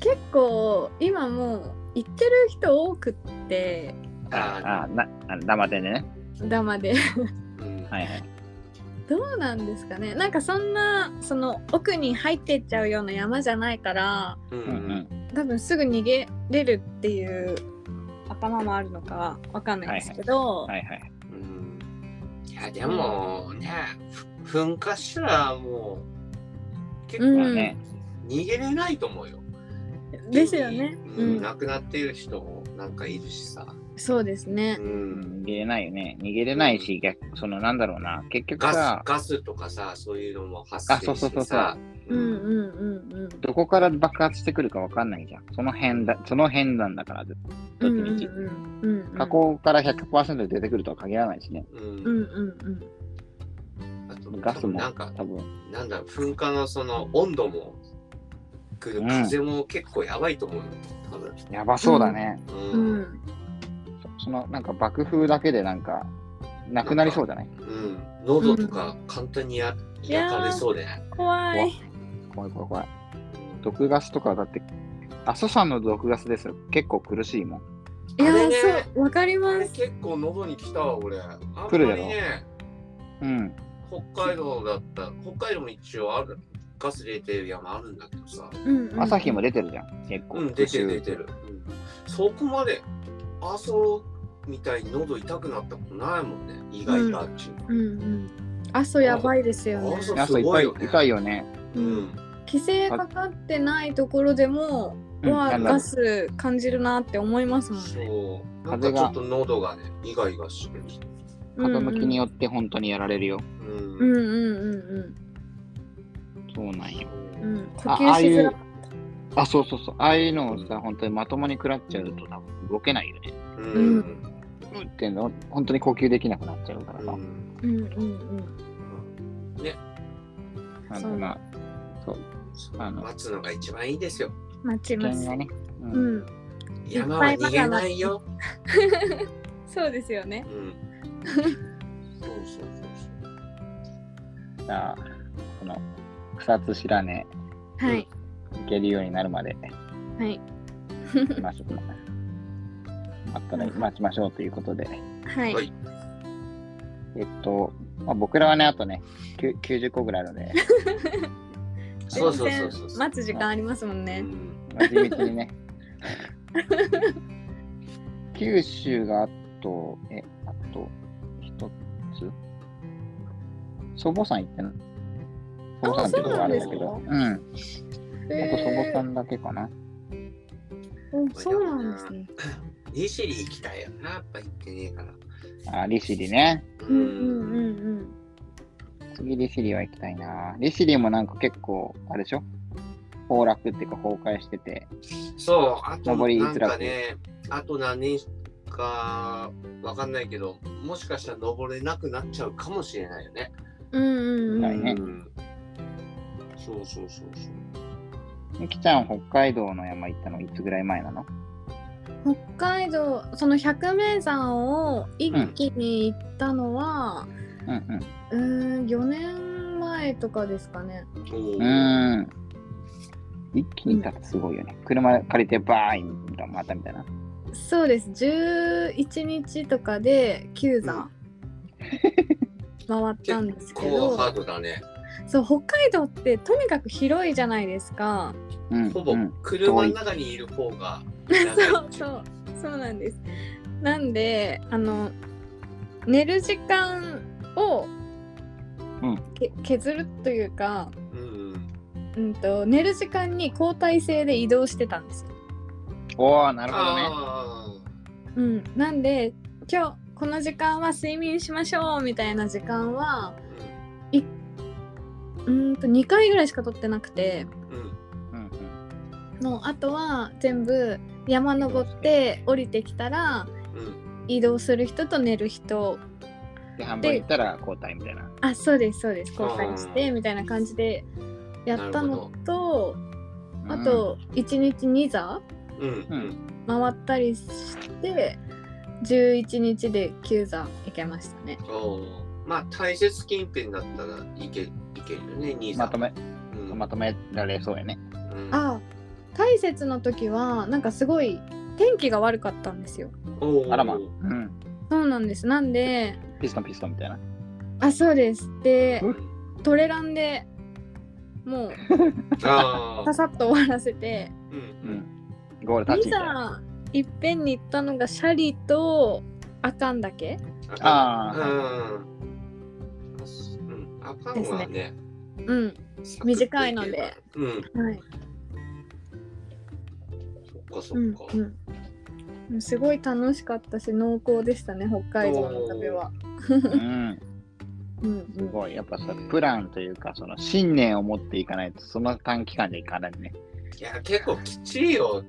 結構今もう行ってる人多くって
あ
あ、な、あの生でね。
ダマで
ーうん
はいはい。
どうなんですかねなんかそんなその奥に入ってっちゃうような山じゃないから
うん
うんうん。
多分すぐ逃げれるっていう頭もあるのかわかんないですけど、
はいはい。
うんいやでもね、ふ噴火したらもう結
だか
うん
ら
構
ね。
逃げれないと思うよ。
ですよね、
う
うんん、
亡くなっている人もなんかいるしさ。
そうですね
う
うんん逃げれないよね。逃げれないし、逆そのなんだろうな。結局
ガ
さ
ス、ガスとかさ、そういうのも発生してさ。
あそうそうそうそう
うんうん
ん
うんうん
どこから爆発してくるかわかんないじゃん。その辺だ、その辺なんだから、どっち
うん
みち。
うんうんうん
火口から100%で出てくるとは限らないしね。
うん
うんうん
あと
ガスも
なんか、
多分。
なんだろう、噴火のその温度も、くる
うん
風も結構やばいと思うよ、多分。
やばそうだね。
う
うんん。
そのなんか爆風だけでなんか、なくなりそうじゃない
うん。喉とか簡単にや焼かれそうで。
うん怖い
怖い怖い怖い。毒ガスとかだって、阿蘇山の毒ガスですよ。結構苦しいもん。
いや
あれ
ー
ね
そうわかりま
あれ
す
結構喉に来たわ、俺。あんま
来るや
り
ろ
ね、
うん。
北海道だった。北海道も一応ある、ガス出てる山あるんだけどさ。
うんうん
朝日も出てるじゃん。結構。
うん、出てる出てる。うん、そこまで、あそうみたいに喉痛くなったことないもんね、意外がっちゅ
うんうん阿蘇やばいですよね
阿蘇
あ
す
そういっ
ご
ぱ
い
い
よね
痛いよね。
う。うん。
規制かかってないところでも、
うん
わあ
なんだ
ガス感じるなって思いますもんね。
そう。なん
風
か
が
ちょっと喉がね、イガイガしてる。
風向きに
よ
よって本当にやられるよ。
う。
うんんうんうん
そうなんよ。
うんうん。呼
あああ
吸
い
しづ
う
ら。
あ、そうそうそう。ああいうのをさ、本当にまともに食らっちゃうと多分動けないよね。
う。
うん
うんっていうの、本当に呼吸できなくなっちゃうから
う
さ。
ん。
うんうん
なんだろうな。あの
待つのが一番いいですよ。
うん。待ち
危
ま
険
す
が。ね。う
うんん。
山は逃げないよ。
そうですよね
う。ん。そうそうそう
じゃあ、この草津白根
はい
行けるようになるまで
はい
待ちましょう。待ったら
うん
待ちましょうということで。
は。
そう。はいい。
えっと、まあ、僕らはね、あとね、きゅ90個ぐらいあるので、
そうそうそうそう。
待つ時間ありますもんね
う。ん
地道にね。 九州があと、え、あと一つ祖母さん行ってな祖母さんっていうのがあるんだけ
あ
ど
そ、
うん。あと祖母
へ
さんだけかな。
ーうんそうなんですね。
利尻行きたいよな、やっぱ行ってねえから。
あ、利尻ね。
うんうんうん
次利尻は行きたいな。利尻もなんか結構、あれでしょ崩落っていうか崩壊してて、
そう、あと
登り
なん
づらく
かね、あと何年かわかんないけど、もしかしたら登れなくなっちゃうかもしれないよね。
うん。うんうんう
ない
ん。
ね
うんそうそうそうそう。
ゆきちゃん、北海道の山行ったのいつぐらい前なの
北海道その百名山を一気に行ったのは、
うんうん。
うーん4年前とかですかね
おー
うーん。一気に行ったらすごいよね。車借りてバーイみたいな、またみたいな。
そうです11日とかで9山回ったんです
結
け
構
ど
ハードだね。
そう北海道ってとにかく広いじゃないですか
うん、
ほぼ
うん、
車の中にいる方が
そう
長い。
そうそうなんですなんであの寝る時間を、
うん
け削るというか、
うん。
うん、と寝る時間に交代制で移動してたんですよ、
おー、なるほどね。
あ
うん、なんで今日この時間は睡眠しましょうみたいな時間は
あ。
うーんと2回ぐらいしか取ってなくて
うん。
うん
もうあとは全部山登って降りてきたら
うん。
移動する人と寝る人
うん。で、半分行ったら交代みたいな。
あそうですそうです
あー
交換してみたいな感じでやったのとあ
うん、
と1日2座
うん。うん。
回ったりして11日で9座行けましたね
おーまあ、大切近辺だったらいけ、いけるよね、兄さん。
まとめ、
うん。
まとめられそうやね。
うん、
あ大雪の時はなんかすごい天気が悪かったんですよ
おー
あらま。うん。
そうなんですなんで
ピストンピストンみたいな。
あそうですで
うん
トレランでもう
あ
ささっと終わらせて
ー。うん。
ゴールタッチみ
2
たいな。
座いっぺんに行ったのがシャリとアカンだけ
あー
うん。うん。あかんはね。
うん
サクッとけば
短いので。
うん。
はい
そっかそっ
うん
か。
うん、すごい楽しかったし濃厚でしたね北海道の旅は。
うん。
うん
すごい。やっぱさ、プランというか、その信念を持っていかないと、その短期間でいかないね。
いや、結構きっちりよ。う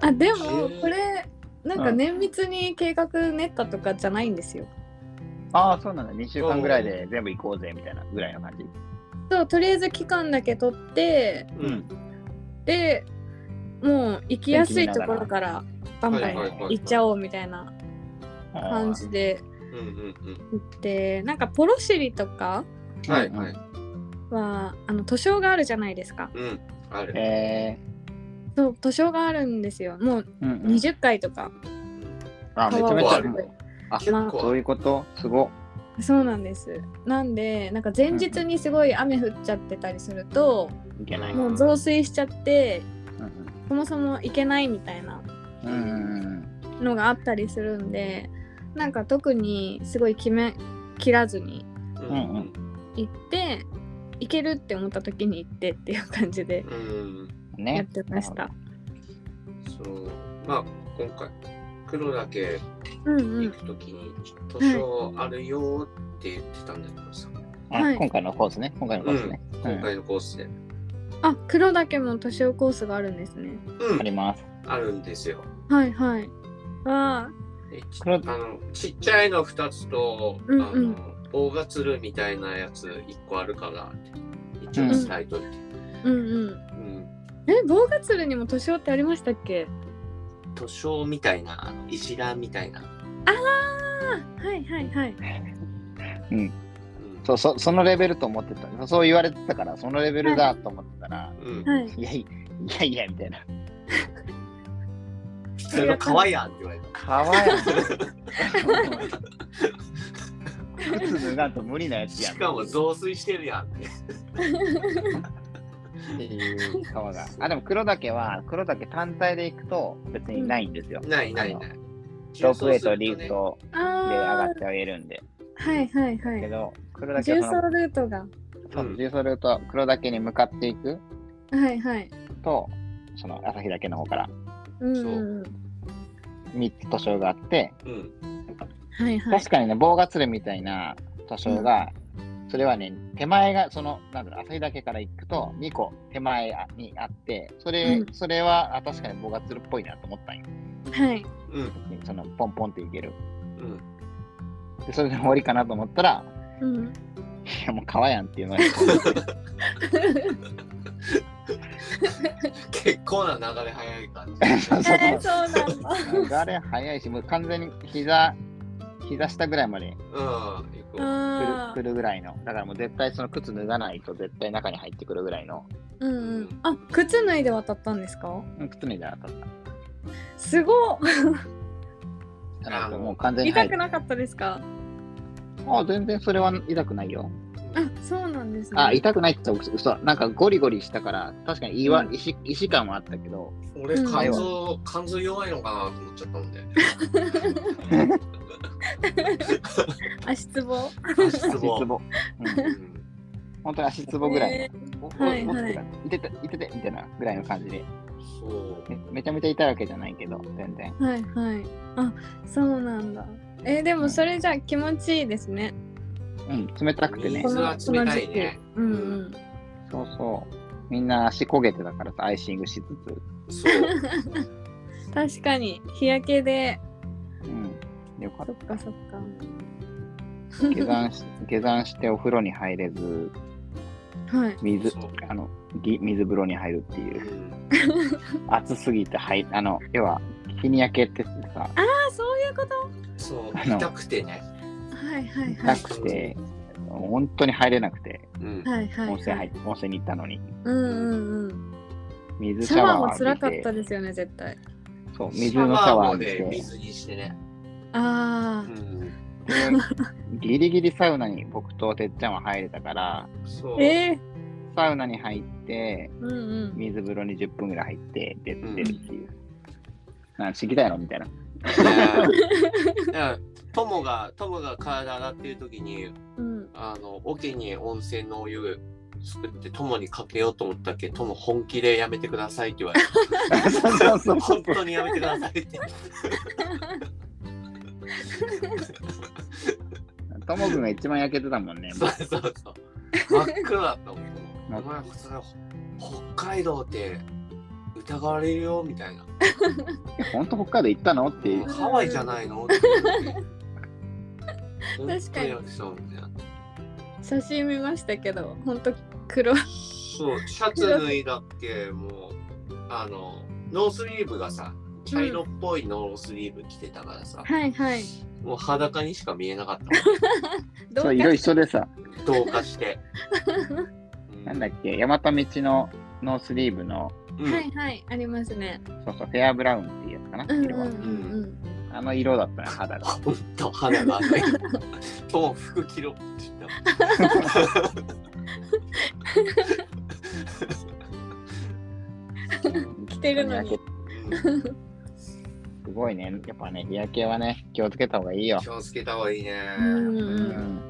あで
へ
も
ー
これなんか綿密に計画練ったとかじゃないんですよ。
ああ、そうなんだ。2週間ぐらいで全部行こうぜ、みたいなぐらいの感じ。
そうとりあえず期間だけ取って
ん。うん。
でもう行きやすいところからバンバン
はいはい
はい
行っちゃおうみたいな感じで
うんうん
行ってなんかポロシリとか
うん。はいはい。
はあの図書があるじゃないですか。
うん。ある。
え
そう図書があるんですよ。もう
ー、うんうん。
20回とか
あ、めちゃ
結構
めち
あ
ゃ
る。
あ
結構
そういうことすご。
そうなんです。なんで、なんか前日にすごい雨降っちゃってたりすると、
いけない。
うん
う
も
ん
う増水しちゃって、
うん
そもそも行けないみたいな
うんうん
のがあったりするんで、なんか特にすごい決め切らずに
うん
うんう
行って、行けるって思った時に行ってっていう感じで
うん。
うん
やっ
ね。
てました。
そう。まあ、今回、黒だけ
うんう
行
ん。
くときに、図書あるよって言ってたんだけどさ、
あ
はい
今回のコースね。今回のコースね。
今回のコースで。
あ、黒岳も年をコースがあるんですね。
う
あり
ん。
ます。
あるんですよ。
はいはい。あ
えち
これ
あのちっちゃいの2つと、
うん
あ
うん
の棒がつるみたいなやつ1個あるから一応伝えといて、
あ、うんうん。
うん
え、棒がつるにも年をってありましたっけ
図書みたいなあの石段みたいな、
あ、はいはいはい。
うん
そう、そそのレベルと思ってた。そうそう言われてたから、そのレベルだと思ってたら、
うん、
はい。
いやいやいや、みたいな。
普通の川やんって言われた
かわいい。 靴脱がんと無理なやつや
し
ん。
かも増水してるやんって
っていう川が。あ、でも黒岳は、黒岳単体で行くと別にないんですよ。
ないないない
ロープウェイとリフトで上
あ
が
あ
っ、てはいるんで。
はいはいは
け
い。
ど、黒岳
重
はそ
曹
の
ルートが。
そう
うん
重曹ルート、黒岳に向かっていく
はいはい。
と、その朝日岳の方から
うんうんうん。
3つ図書があって、
うん
はいはい
確。かにね、棒がつるみたいな図書が、それはね、手前が、その、なんだろう、朝日岳から行くと、2個手前にあって、それ、
うん
それは、あ、確かに棒がつるっぽいなと思ったんよ。
はい。
うん
その、ポンポンっていける。
うん
で、それで終わりかなと思ったら、
うん。
いや、もう川やんっていうのが、
結構な流れ早い感じ。
そうそう
えー、そうなんだ。
流れ早いし、もう完全に膝、膝下ぐらいまで
うん、行く。
くる
あ
くるぐらいの、だからもう絶対その靴脱がないと絶対中に入ってくるぐらいの、
ーうんうん。あ、靴脱いで渡ったんですか。
うん靴脱いだら当たっ
すごっ。
た。なんかもう完全に入
痛
って
く。なかったですか。
あ全然それは痛くないよ。
あ、そうなんですね。
あ、痛くないって言ったら嘘だ。なんかゴリゴリしたから、確かに違和、
う
石石感はあったけど、
俺、
うん
肝臓、肝臓弱いのかなと思っちゃったんで。
足つぼ。
足
足
つ
つ
ぼ。
ぼ。うん
うん
本当に足つぼぐらい
え
の。おお
はい
お
はい
いてて、いてて、みたいなぐらいの感じで。
そう。
めめちゃめちゃ痛いわけじゃないけど、全然。
ーはいはい。あ、そうなんだ。えーでもそれじゃあ気持ちいいですね。
うん、冷たくてね
こ。
水
の
は
この
冷た
時
い
期
ね。
うんうん。
そうそう。みんな足焦げてたからさ、アイシングしつつ。
そう。
確かに日焼けで。
うん。よかっ
そっかそっか。
た。下山し、下山してお風呂に入れず、
はい。
水
そう、
あの、ぎ水風呂に入るっていうう。
ん
暑すぎて入、あの、要は、日に焼けってさ、
あ、そういうこと。
そう。
あの
痛くてね。
はいはいは。
ないくて、本当に入れなくて、
うん。
はいはい、
温泉
は
入
い。
温泉に行ったのに。
うんうんうん。
水シ
シ
ャ
ャワー
ワ
も
ーを
辛
浴
かっ
び
た
て、
ですよね、絶対。
そう、水のシャワーを浴び
シャワーもね
て、
水にしてね。
あ
うん。
でギリギリサウナに僕とてっちゃんは入れたから、
そう
あ。。え
サウナに入って、
ー、うんうん。
水風呂に10分ぐらい入って、出てるっていう。なん、知りたいのみたいな。
いやトモが、トモが体洗ってる時に、
うん、
あの、桶に温泉のお湯作って、トモにかけようと思ったっけ、トモ本気でやめてくださいって言われて、
そうそうそう
本当にやめてくださいって。
ともくんが一番焼けてたもんね。
そうそうそう。真っ黒だったもん。
真
お
っ
前、それ、北海道って疑われるよみたいな。
本当北海道行ったのっていう。
ハワイじゃないのって言われて
確かに
本当にそうみたいな
写真見ましたけど、ほんと黒い。
そう、シャツ脱いだっけ、もう、あの、ノースリーブがさ、茶色っぽいノースリーブ着てたからさ、
はいはい。
もう裸にしか見えなかった
ど
そうう、色一緒でさ、
もん、同 化して。う
なんだっけ、大和道のノースリーブの、
うん
はいはい、ありますね。
そうそう、フェアブラウンっていうやつかな、
うんうん
色は
うん
あの色だったね、肌が。
ほんと肌が赤い。もう服着ろって言ったもん。
うん。着てるのに。
すごいね、やっぱね、日焼けはね、気をつけた方がいいよ。
気をつけた方がいいね。
うんう
うんん。
うん。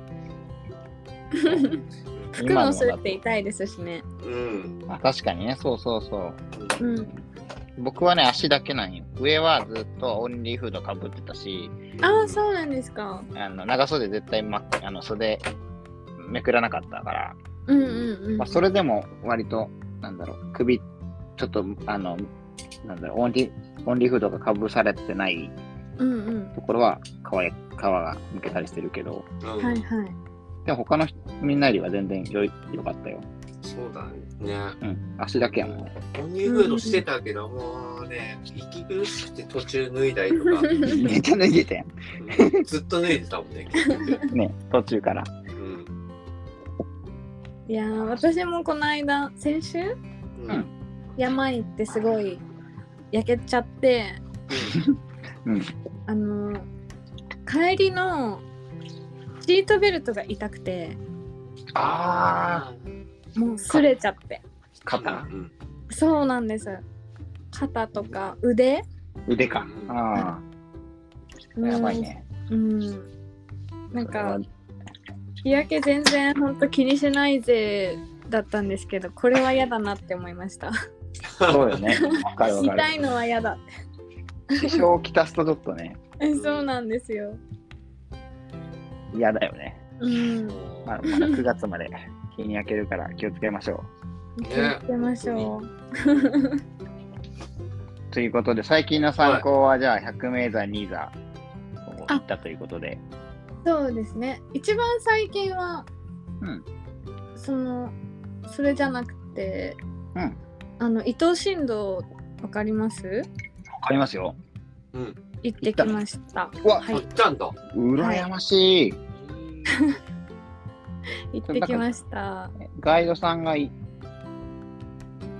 服
今の
も
は
吸って痛いですしね。
うん。
あ確かにね、そうそうそう。
うん。
僕はね、足だけなんよ。上はずっとオンリーフードかぶってたし、
ああ、そうなんですか。
あの長袖絶対、ま、あの袖めくらなかったから、
うんうんうん。
まあ、それでも割と、なんだろう、首、ちょっと、あの、なんだろう、オンリー、オンリーフードがかぶされてない
うんうん。
ところは皮や、皮がむけたりしてるけど、
うん
はいはい。
でも他の人みんなよりは全然よいよかったよ。
そうだね。
うん、足だけや もんね。
オンリーフードしてたけど、もうね、息苦しくて途中脱いだりとか、
めっちゃ脱いでたや
うんずっと脱いでたもんね。結局
ん。ね、途中から。
うん。
いやー、私もこの間、先週、
うん。
う
うん
ん
山行ってすごい焼けちゃって、
うん。
あのー帰りのシートベルトが痛くて
あ
もう擦れちゃって
ー、肩
うん
そうなんです肩とか腕
腕か。ああ、やばいね。
うんなんか日焼け全然ほんと気にしないぜだったんですけどこれは嫌だなって思いました
そうよね。わかるわか
痛 い
る。
のは嫌だ
支障をきたすとちょっとね、
えそうなんですよ
嫌だよね。
うん
まあ、まだ9月まで日に焼けるから気をつけましょ
気をつけましょう
う。ということで、最近の参考は、じゃあ、百名山、ニーザを行ったということで。
そうですね一番最近は
うん。
そのそれじゃなくて
うん。
あの伊藤新道わかります
わかりますよ。
うん。
行ってきました
うわ
は
行っ
い
たんだ。
羨ましい。
行ってきました
ガイドさんがい、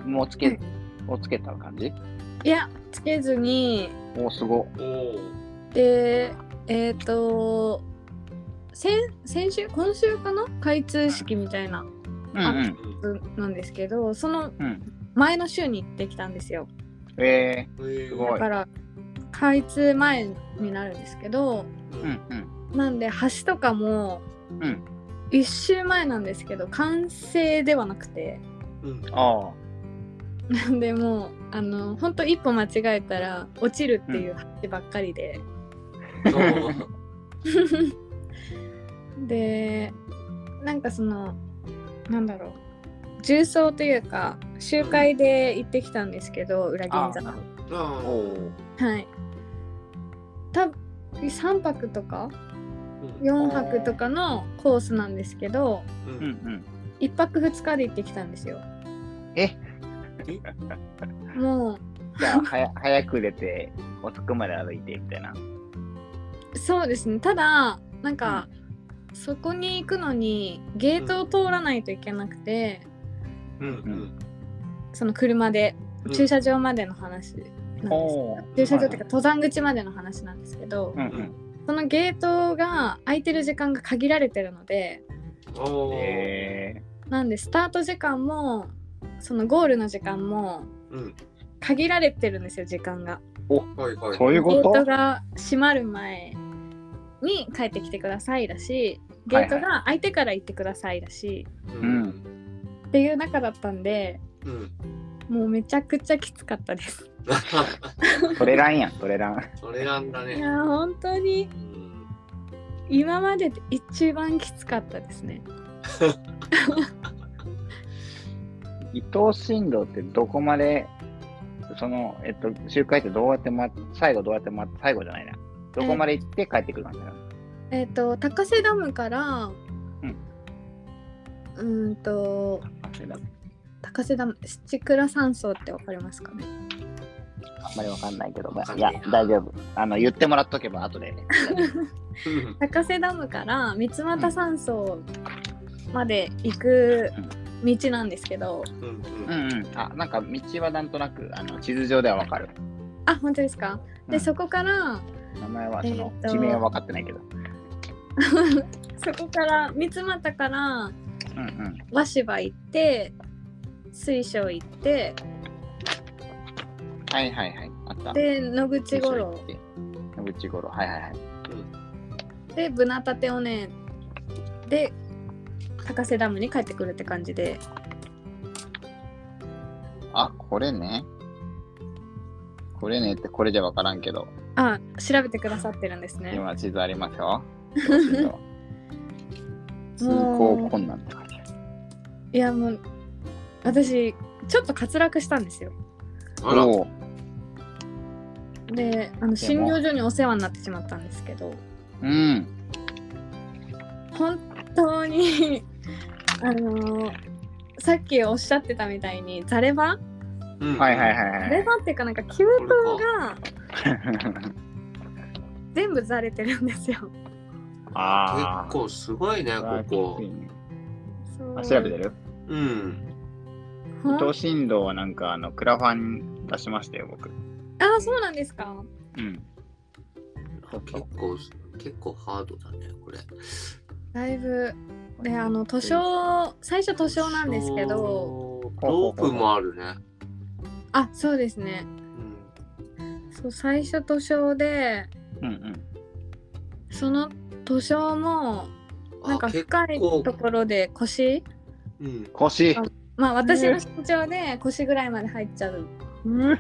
もうつけ、をつけた感じ
いやつけずに
おー、すご。
おお。
でえっ、と先先週今週かな開通式みたいな
うんうん。
なんですけどそ
う
の
ん。
前の週に行ってきたんですよ
え
す
すご
だ
い
から開通前になるんですけど
ー、うんうん。
なんで橋とかも
うん
一周前なんですけど完成ではなくて
うん。
あ
なんでもうあの本当一歩間違えたら落ちるっていう橋ばっかりで、でなんかそのなんだろう重曹というか集会で行ってきたんですけど裏
あ。
銀座
あ
の
あ。
お
おー
はい多分3泊とか
うん。
4泊とかのコースなんですけど
う。
うんん
1泊2日で行ってきたんですよ
え
もう
うん。じゃあ、はや 早く出て、遅くまで歩いて、みたいな。
そうですねただなんか、そこに行くのにゲートを通らないといけなくて、
うん。
その車で
うん
駐車場までの話なんです、
おー
駐車場っていうか登山口までの話なんですけど、
うんうん。
そのゲートが空いてる時間が限られてるので
おお。
え
なんでスタート時間もそのゴールの時間も
うん。
限られてるんですよ時間が。
はいは
ー、
い。
そういうこ
ゲート
と
が閉まる前に帰ってきてくださいだしゲートが空いてから行ってくださいだし、
う
っていう中だったんで
うん。
もうめちゃくちゃきつかったです。
トレランやん、トレラン。
それなんだ
い
ね。
やー本当に今までで一番きつかったですね。
伊藤新道ってどこまで、その、えっと、集会ってどうやってま、最後どうやってま、最後じゃないな。どこまで行って帰ってくる感じなの
えっ、と高瀬ダムから
うん
うーんと
あそれだ
高瀬ダム七倉山荘ってわかりますかね
あんまりわかんないけど、ま
わか
あ
ん
いや
ないな、
大丈夫。あの、言ってもらっとけば後
う
で。
ん。
高瀬ダムから三俣山荘まで行く道なんですけど、
うん。
うんうん。あ、なんか道はなんとなく、あの、地図上ではわかる。
あ本当ですか、
うん
でそこから
名前は、その
えー、と
地名は分かってないけど。
そこから三俣から
うんうん。
和芝行って水晶行って
はいはいはい。あった。
で野口五
行
郎
って。野口五郎。はいはいはい。
でブナタテオネで高瀬ダムに帰ってくるって感じで
あ、これね。これねって、これじゃわからんけど。
あ調べてくださってるんですね
今、地図あります よ。地図を通行困難って感じ。
いやもう私ちょっと滑落したんですよ
あら。
おー
であの診療所にお世話になってしまったんですけど
うん。
本当にあのさっきおっしゃってたみたいにザレ
は
バ
いはいはい
ザ
は
レ
い。
バっていうかなんか球根が 全部ザれてるんですよ。
あ
結
ー
構すごいね、こ
あ
こ
きつ。いね
そう
あ調べてる
うん。
ほん
伊藤新道はなんかあのクラファン出しましたよ、僕。
あそうなんですか
うん。
結構、結構ハードだね、これ。
だいぶであの図書最初図書なんですけど。
ロープもあるね。
あそうですね
うん。
そう最初図書で
うんうん。
その図書もなんか
あ
深いところで腰
うん。
腰。
まあ私の身長で腰ぐらいまで入っちゃう
うんうん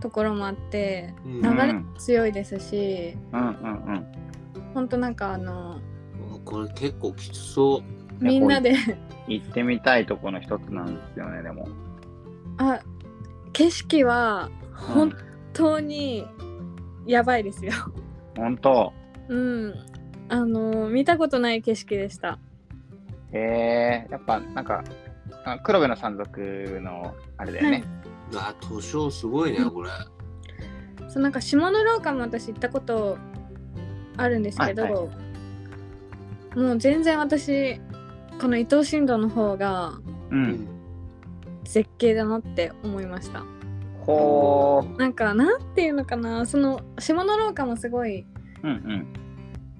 ところもあって
うん
流れも強いですし、
うん。
ほんとなんかあの
これ結構きつそ
みんなで
行ってみたいとこの一つなんですよね、でも。
あ景色は本当にやばいですよ。
本当。
うん、あの見たことない景色でした。
へえ、やっぱなんかあ黒部の山賊のあれだよね。
あ、図書すごいね、これ。
そうなんか下の廊下も私行ったことあるんですけど、
はいは
もう全然私この伊藤新道の方が
うん。
絶景だなって思いました
ほー。
なんかなんていうのかなその下の廊下もすごい、
うんうん。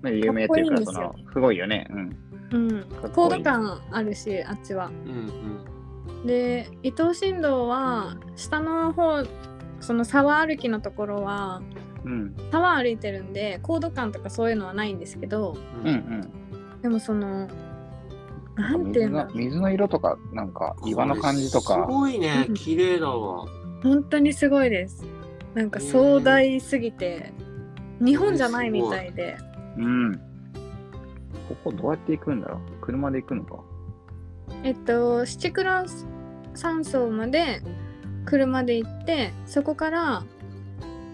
まあ有名という
かっこいいん
か、
で
そ
す
の
よ、
すごいよね。うん。
うん
こいい、
高度感あるしあっちは
うんうん。
で伊東新道は下の方その沢歩きのところは
うん。
沢歩いてるんで高度感とかそういうのはないんですけど
うんうん。
でもそのなんてい
水
うの
の水の色とか、なんか、岩の感じと
これ
か
す。ごいね
う、ん
綺麗だわ。
本当にすごいですなんか壮大すぎて日本じゃないみたいで
うん。ここどうやって行くんだろう車で行くのか。
えっと七倉山荘まで車で行ってそこから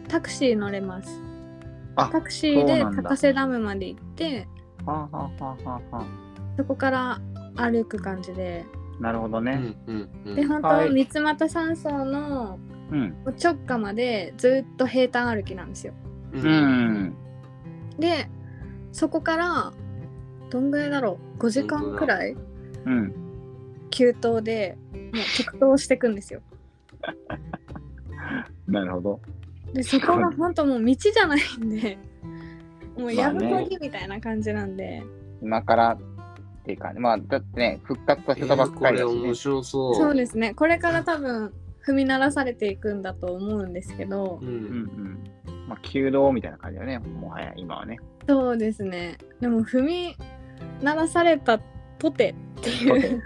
タクシー乗れます
あ
タクシー
そう
で
なんだ
高瀬ダムまで行って
はあ、はあはあはあは
そこから歩く感じで
あ、なるほど
う
ね。
んうんう
で
ん。
本当、
はい
三俣山荘の
うん。
直下までずっと平坦歩きなんですよ
う
うん。うん
でそこからどんぐらいだろう5時間くらい
うん。
急登でもう直登していくんですよ
なるほど。
でそこが本当もう道じゃないんでもうやぶ
まあ
こぎ
ね
みたいな感じなんで、
今からっていう感じ。まあ、だってね、復活さ
え
せたばっ
ーこ
かり
れ
だし、ね
面白そう。
そうですねこれから多分踏み鳴らされていくんだと思うんですけど、
う。
うんうんん。まあ、弓道みたいな感じだよね。もはや、今はね。
そうですねでも踏み鳴らされたとてっていう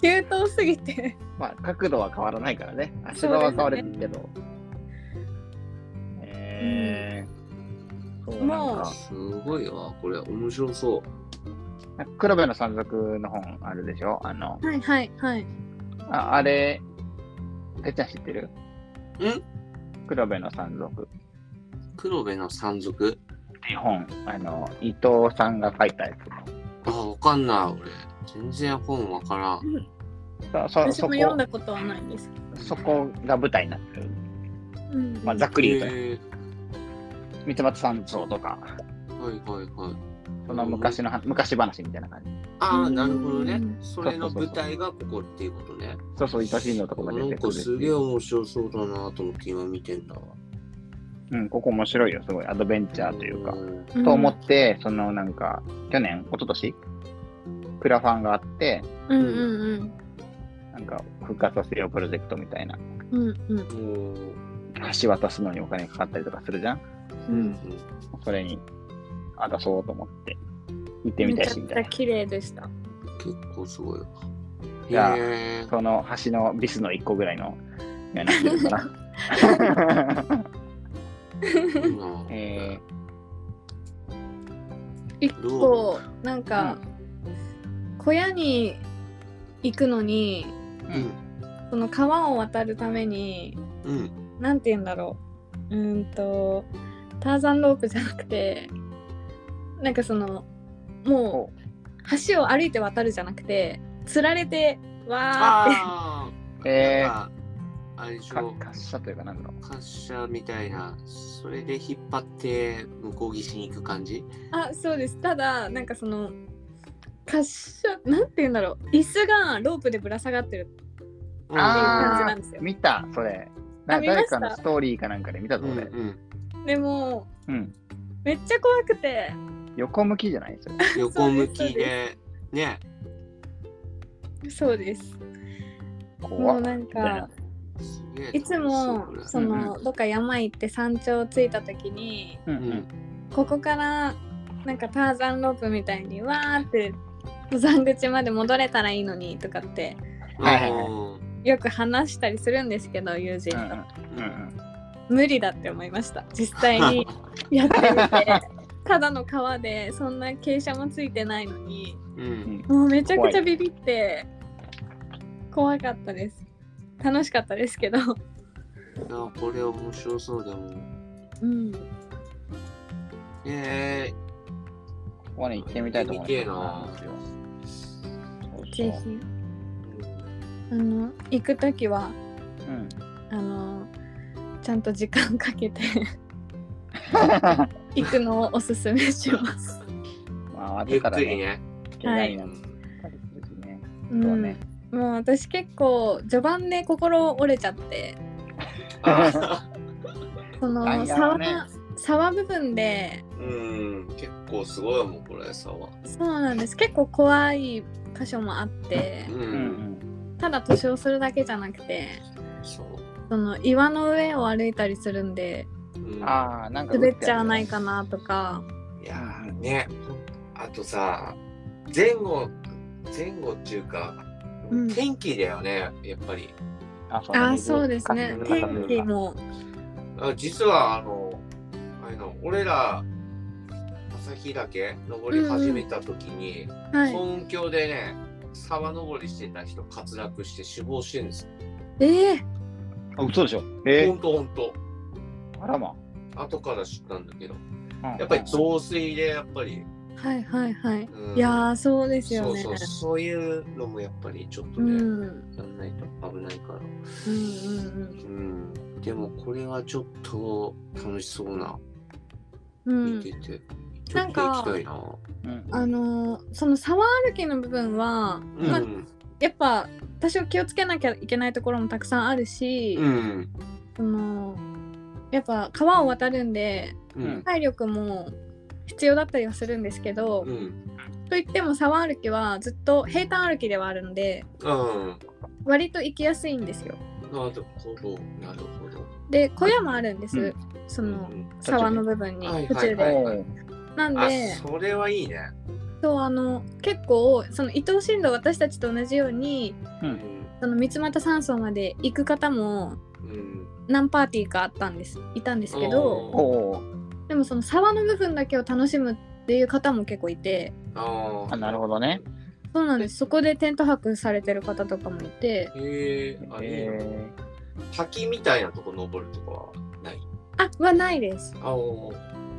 急登すぎて
まあ、角度は変わらないからね。足場は変わるけど。えーそうなんだ。
すごいわ、これ面白そう。
なんか黒部の山賊の本あるでしょあの、
はいはいはい
ああれ、てっちゃん知ってる
ん
黒部の山賊
黒部の山賊
っていう本、あの、伊藤さんが書いたや
あ、わかんない、俺。全然本わからん。
つ。そそ
私
そ
も
こ
読んだことはないです、
そこが舞台になってる。
うん
まあ、ざっくり言うとね、
え
三俣山荘とか、
ー、はいはいはい。
その昔のは、昔話みたいな感じ。
ああ、
うん
なるほどね。それの舞台がここっていうことね。
そうそう、愛しいのとこが出
な
て
ん
くる
か
って
すげ
い
え
う。
面白そうだなと思って今見てんだわ。
うん、ここ面白いよ、すごい。アドベンチャーというか。
ん
うん
と思って、そのなんか、去年、一昨年クラファンがあって、
うんうん
なんか、復活させようプロジェクトみたいな、
うんうんうん
もう
橋渡すのにお金かかったりとかするじゃん。
う
うん
うんん
それに、あ出そうと思って、行ってみ
め
た
ち
い
ゃ
し、み
く
た
ち
い
ゃ
な。
綺麗でした
結構すごいわ。
いや
へえ。
その橋のビスの一個ぐらいの、いやなんていうの か な。
いいな
え
一個なんか、小屋に行くのに
ー、
その川を渡るために
うん。うん。
なんて言うんだろううーんとターザンロープじゃなくてなんかそのもう橋を歩いて渡るじゃなくてつられてわーって
あ
うん、
あ。なんかあ
え
れでし
ー、
ょ
か滑車というか、なんだろ
滑車みたいな、それで引っ張って向こう岸に行く感じ
あそうですただなんかその滑車なんて言うんだろう椅子がロープでぶら下がってる
う。
感じ
あ
なんです
ー、
よ
見た、それ。な
あ見ま
誰
した
かのストーリーかなんかで見た
う
ぞ、
んう
俺。
ん、
でも
うん。
めっちゃ怖くて
横向きじゃないそれ。
横向 きで、ね、
そうです
怖
も
っ
うなんか
すげえ
いつも
楽し
そ
そうこれ
のどっか山行って山頂着いた時に
うん
う
うんん。
ここからなんかターザンロープみたいにわーって登山口まで戻れたらいいのにとかって
はいはいはい
よく話したりするんですけど友
う
人と、
んうんうんうん
無理だって思いました実 際にやってみてただの川でそんな傾斜もついてないのに
うんうん
もうめちゃくちゃビビって怖かったです楽しかったですけど、
いやこれ面白そうでも
うん、
え
ここね、行ってみたいと思います。
行ってみてえな
そうそう
ぜひあの行く時は
うん。
あのちゃんと時間かけて行くのをおすすめします。
まあ、
ゆ
後
っ
から
くり
ね、
ね。
怪我になったりするしね。
うん
そうね
もう私結構序盤で心折れちゃって
あ
その
ライアー
沢,、
はね
沢部分で
うん、結構すごいもん、これ、さは。
そうなんです結構怖い箇所もあって
うん、
うんうん。
ただ年をするだけじゃなくて
そう。
その岩の上を歩いたりするんで
うん、
ああ、なんか
滑っちゃわないかなとか
いやーね、あとさ、前後、前後っていうか、
うん
天気だよね、やっぱり。
あ
あーそうですね
うん
天気も
あ実は、あの、あれの、俺ら、朝日岳登り始めた時に、
はい
本境でね、沢登りしてた人滑落して死亡してるんですよ。
ええ
あ、嘘でしょ。え
ほんとほんと。
あらま。
後から知ったんだけど、
うん
やっぱり増水で、やっぱり。
はいはいはい、
うん
いやーそうですよ
そう
ね
そう、そういうのもやっぱりちょっと
うん
ね、
うんうん
やんないと危ないから。
うん
うん、でもこれはちょっと楽しそうな、
うん
見てて。ちょ
な
っ
ん
と
か
行きたいな。
うん
あのーその沢歩きの部分は、
う
まあ、
ん。
やっぱ多少気をつけなきゃいけないところもたくさんあるし、
うん。
そのやっぱ川を渡るんで
うん。
体力も必要だったりはするんですけど、
うん。うん。
といっても沢歩きはずっと平坦歩きではあるので
な
割と行きやすいんですよ。
るほど。なるほど。
で小屋もあるんです、
うん
そうの
ん
沢の部分に
はい
途中
は
で。
い
おう
なん
あ
で、
それはいいね。
そうあの結構その伊藤新道私たちと同じように
う。
うんん。
その三俣山荘まで行く方も
うん。
何パーティーかあったんですいたんですけど
おー
おう
でもその沢の部分だけを楽しむっていう方も結構いて
あ
あ、なるほどね。
そうなんですそこでテント泊されてる方とかもいて
ど。へえ。あいいね
え
滝みたいなとこ登るとかはない。
あはないです
あおー。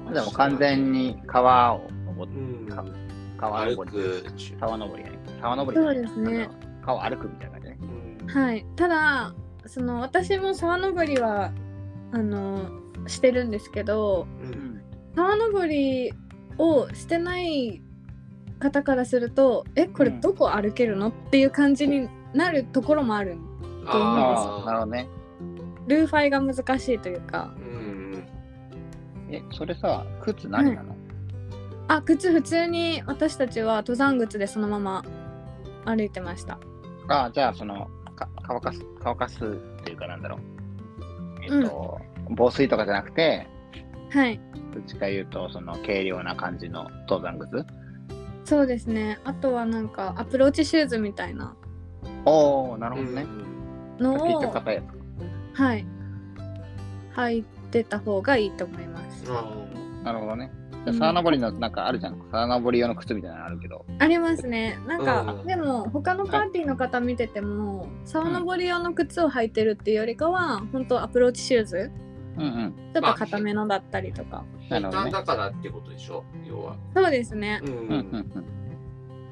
ーでも完全に川を登っ
うん。
川
歩
登り。
く。
沢登りやね。沢登り
そう
じゃ
で
ない
すね
あの川歩くみたいな感じね。
うん
はいただその私も沢登りはあのしてるんですけど
うん。
沢登りをしてない方からするとえこれどこ歩けるのっていう感じになるところもある
ああ、な
あ
るほどね。
ルーファイが難しいというか
あ。うん。
え、それさ、靴何なの
あ靴普通に私たちは登山靴でそのまま歩いてました
ああ、じゃあ、その、か乾かす、乾かすっていうかなんだろう。えっと、防水とかじゃなくて、
はい
どっちか言うと、その軽量な感じの登山靴
そうですねあとはなんかアプローチシューズみたいな
おおなるほど
う
ね。
ん
ピ
の
ッと
を
硬いやつか。
はい履いてた方がいいと思います
あー
なるほどね。
う
で
ん
沢登りの、なんかあるじゃん。沢登り用の靴みたいなのあるけど。
ありますねなんか、
うん
でも他のパーティーの方見てても沢登り用の靴を履いてるっていうよりかは本当アプローチシューズ
うんうん。
ちょっと硬めのだったりとか、
な
簡
るほど
単
ね。
だからってことでしょ要は。
そうですね
うん
うんうん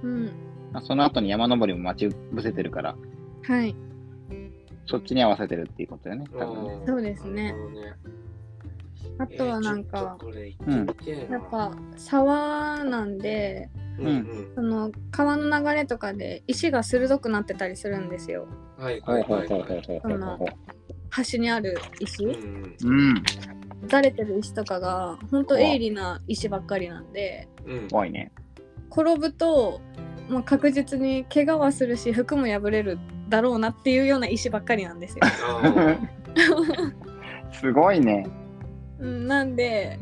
うん
うん
あ。その後に山登りも待ち伏せてるから、
はい
そっちに合わせてるっていうことだよね。多分ね。
そうです
な
ね
るほどね
あとはなん
えーちょ
か
っとこれ行ってみてえな
やっぱ沢なんで
うんうん
その川の流れとかで石が鋭くなってたりするんですよ
はい
ほ
は
う
い
ほう
はい
ほ
は
うほう
い。
ほうほうほう。
端にある石
うん
うん。
垂れてる石とかが本当鋭利な石ばっかりなんで
うん
怖いね。
転ぶと、まあ、確実に怪我はするし服も破れるだろうなっていうような石ばっかりなんですよ。
あー
すごいね。
うん、なんで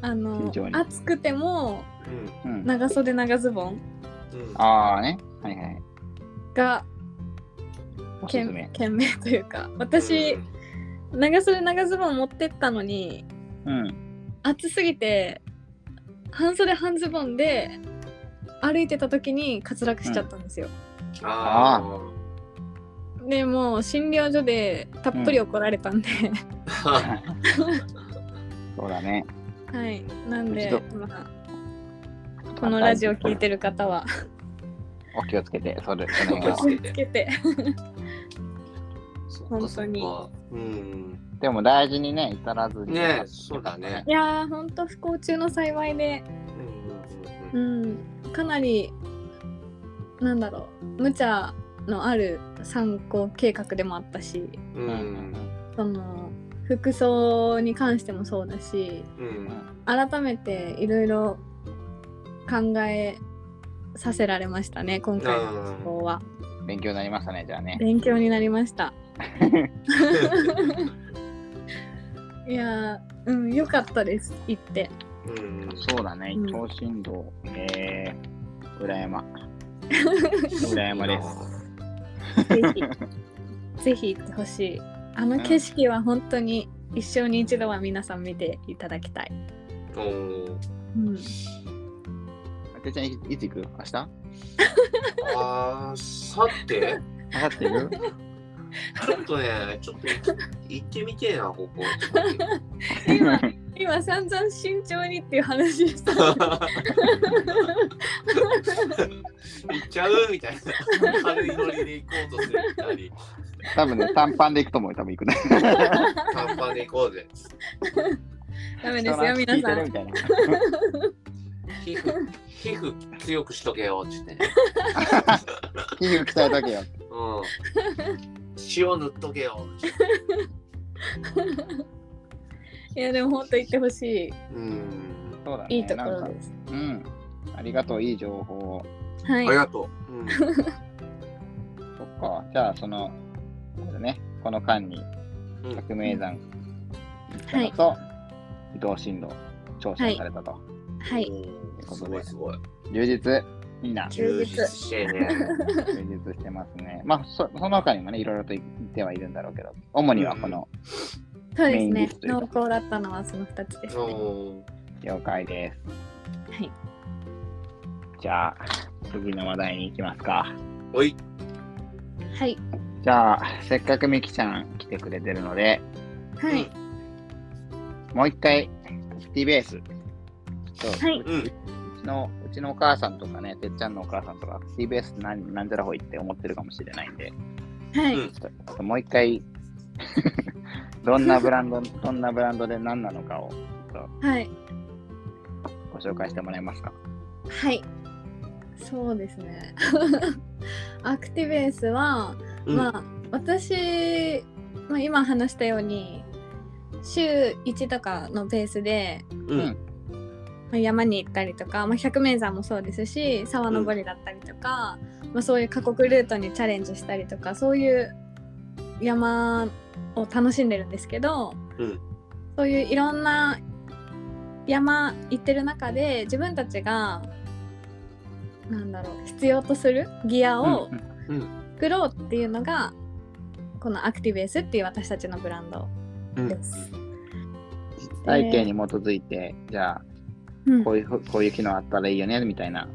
あの
慎重に
暑くても
うん
うん。
長袖長ズボン
うん
ああね。はいはい。
が
おす
け
す
ん
め。
賢明というか私
うん
長袖長ズボン持ってったのに
うん。
暑すぎて半袖半ズボンで歩いてた時に滑落しちゃったんですよ。
あ
でもう診療所でたっぷり怒られたんで、
ー
そうだね。
はいなんで
一、
まあ、このラジオ聞いてる方は
お気をつけて、それ、その
気
辺
を
は
つ。けて
気をつけて本当に。
そっかうん。
でも大事にね、至らずに。
ねえそうだね。
いやー、本当不幸中の幸いで、
うんうんう
うんん、かなり、なんだろう、無茶のある参考計画でもあったし、
う
うんん。
その、服装に関してもそうだし、
うん
改めていろいろ考えさせられましたね、今回の旅行は。
勉強になりましたね、じゃあね。
勉強になりました。いやー、うん、良かったです、行って。
うん
そうだね、伊
うん
藤新道。えー、裏 山。裏山です。
ぜひぜひ行ってほしい。あの景色は本当に一生に一度は皆さん見ていただきたい。
おー
うん、
あてっちゃん、いいつ行く明日
あーさて
明後日行く
ちょっとねちょっと行ってみてえなここ
今今散々慎重にっていう話でした。
行っちゃうみたいな軽いノリで行こうとする二人
多分ね、短パンで行くと思うよ、多分行くね。
短パンで行こうぜ
ダメですよ皆
人
さ
の話聞いてる
ん。
みたいな。
皮膚皮膚強くしとけよっつってね
皮膚鍛えとけよ。
うん塩塗っとけよっつって
いやでも本当行ってほし
うん
そうだね。
い。いいところ
なんか
です。
うん。ありがとう、いい情報。
は
あ
い
り。がとう、うん
そっか。じゃあ、その、そうだね、この間に、
うん
百名山
は
の
い。
と、移動進路、挑戦されたと。
はい。
おーすごいすごい。
充実、いいな、充
充実
してね。
実してますね。まあ、そその他にもね、いろいろと言ってはいるんだろうけど、主にはこの、
そうです
メイン
ね
ディッシュ。とい
濃
うか
厚だったのはその2つですね。
お
了解です。
はい。
じゃあ、次の話題に行きますか。
ーおい。
はい。
じゃあ、せっかくみきちゃん来てくれてるので、
はい。
もう一回、ティベース。そう
はいう
うん。
ちのうちのお母さんとかね、てっちゃんのお母さんとか、ティベースって何なんじゃらほいって思ってるかもしれないんで、
は
うん
い。
ちょっともう一回、 どんなブランド、どんなブランドで何なのかを
はい。
ご紹介してもらえますか。
はい。そうですね。 アクティベースは、
うん
まあ私、まあ、今話したように週1とかのペースで、
うん。
まあ、山に行ったりとか、まあ、百名山もそうですし沢登りだったりとか、まあ、そういう過酷ルートにチャレンジしたりとかそういう山を楽しんでるんですけど、
うん
そういういろんな山行ってる中で自分たちがなんだろう必要とするギアを、
うんうん
作ろうっていうのがこのアクティベースっていう私たちのブランドです。
体系に基づいて、じゃあ、
うん
こういうふこういう機能あったらいいよね、みたいな、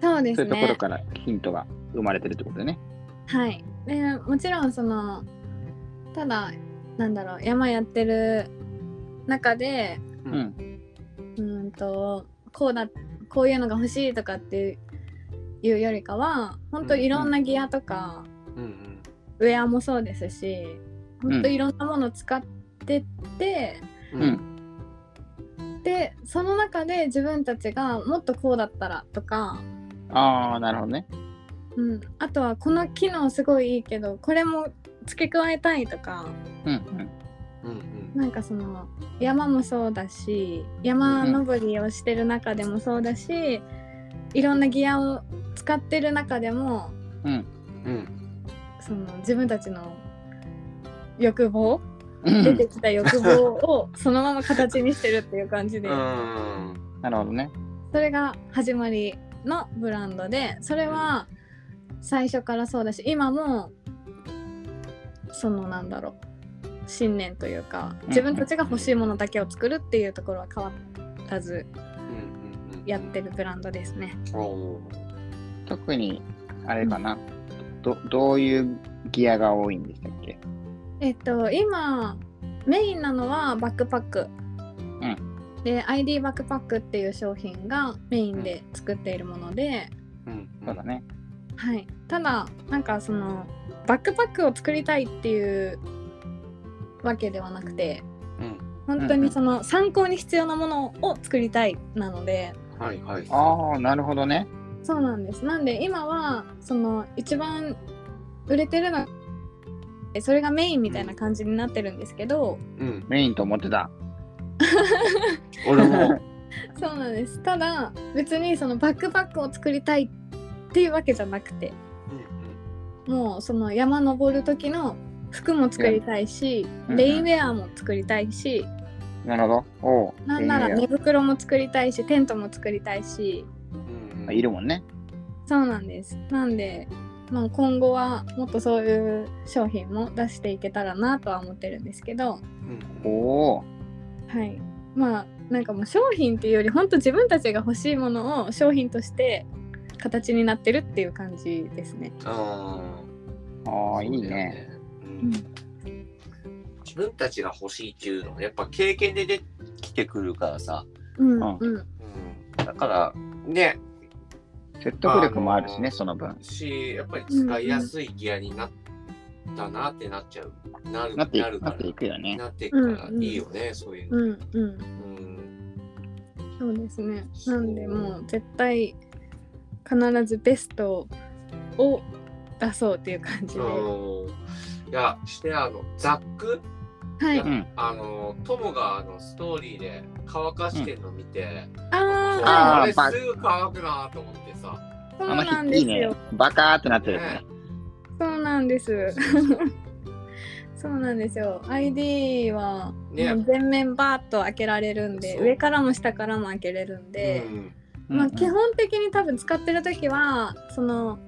そうで
そ
す
ういうところ
ね。
からヒントが生まれてるってことでね。
はい。でもちろんそのただなんだろう山やってる中で
う
うんん。
うーんとこうだこういうのが欲しいとかっていうよりかは本当いろんなギアとか、
うん。
ウェアもそうですし本当いろんなもの使ってって。
う。
うんん。
でその中で自分たちがもっとこうだったらとか、
ああ、なるほどね。
うん、あとはこの機能すごいいいけどこれも付け加えたいとか
うん。うん。
うん。
なんかその山もそうだし山登りをしてる中でもそうだし、いろんなギアを使ってる中でも
うん。
その自分たちの欲望
うん
出てきた欲望をそのまま形にしてるっていう感じ で、
うん。
なるほどね。
それが始まりのブランドでそれは最初からそうだし今もそのなんだろう信念というか
ん
自分たちが欲しいものだけを作るっていうところは変わらず
うん。
やってるブランドですね。
おー。
特に、あれかな、ど、どういうギアが多いんでしたっけ
えっと今メインなのはバックパック、で ID バックパックっていう商品がメインで作っているもので、
うん。
そうだね。
はいただなんかそのバックパックを作りたいっていうわけではなくて
うん。
本当にその参考に必要なものを作りたいなので
はいはい。
ああ、なるほどね。
そうなんですなんで今はその一番売れてるのそれがメインみたいな感じになってるんですけど、
うん。
メインと思ってた。
俺も。
そうなんですただ別にそのバックパックを作りたいっていうわけじゃなくて
うん
もうその山登る時の服も作りたいし、
うん
レインウェアも作りたいし、
なるほど。おお。
なんなら
え
寝袋も作りたいしテントも作りたいし
うん
ーいるもんね。
そうなんですなんで、まあ、今後はもっとそういう商品も出していけたらなとは思ってるんですけど
お
う
お。
はいまあなんかもう商品っていうより本当自分たちが欲しいものを商品として形になってるっていう感じですね。
ん。ああ。
ああ、いい
そうだよ
ね。。
うん自分たちが欲しいっていうのはやっぱ経験で出てきてくるからさ。
うん、
うん
うん
だからね
説得力もあるし
あ
ね、
の
その分。
しやっぱり使いやすいギアになったなってなっちゃう。なる
なってい
る
く、
か
な
ら
っていくよね。
なっていくからいいよね、そういうの。
うんうん
うん
そうですね。
そ
な
うん
でもう絶対必ずベストを出そうっていう感じで。は
うんいやしてあのザック
い。
うん。
あのトモがあのストーリーで乾かしてんの見て、
あ
あ
あ
れ
ー
すぐ乾くなと思ってさ、
あ、そう
あの
なん
日、
で
い
す
いね
よ。。
バカーってなってるよ
ね
ね。
そうなんです。そうなんですよ。ID は
ね
もう全面バーッと開けられるんで、
そう
上からも下からも開けれるんで、
うん
まあ
うん
基本的に多分使ってる時はその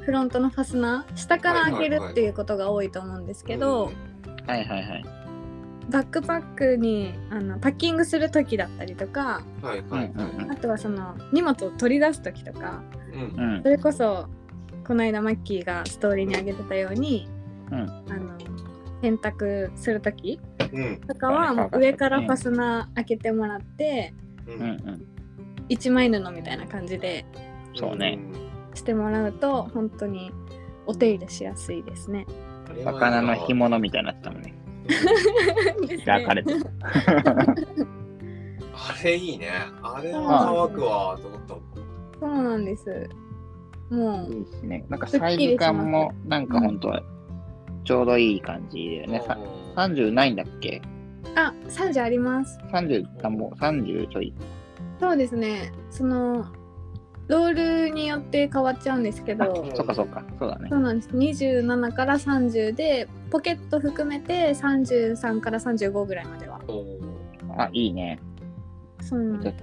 フロントのファスナー下から開けるっていうことが多いと思うんですけど。
はいはいはい。
バックパックにあのパッキングする時だったりとか
うんはい
うん
は
う
いはい、
あ
ん
とはその荷物を取り出す時とか
うん
うん。
それこそこの間マッキーがストーリーにあげてたように、
うん
あの洗濯する時
うん
とかはもう上からファスナー開けてもらって
う
うんうんん。
一枚布みたいな感じで
そうね。
してもらうと本当にお手入れしやすいですね。
バカなの干
も
物みたいになってたもんね。
です
開
ね
かれてる。
あれいいねあれは乾くわと思ったもん
そうなんです。も
いういですね。なんかサイズ感も、なんかほんと、ちょうどいい感じでね。さ
うん
30ないんだっけ
あ30あります。
?30 なんぼ、30ちょい。
そうですね。そのロールによって変わっちゃうんですけ
あ
ど、
そっかそっか。そうだね
そ。うなんです。27から30でポケット含めて33から35ぐらいまでは。
あ、いいね。
そうなんで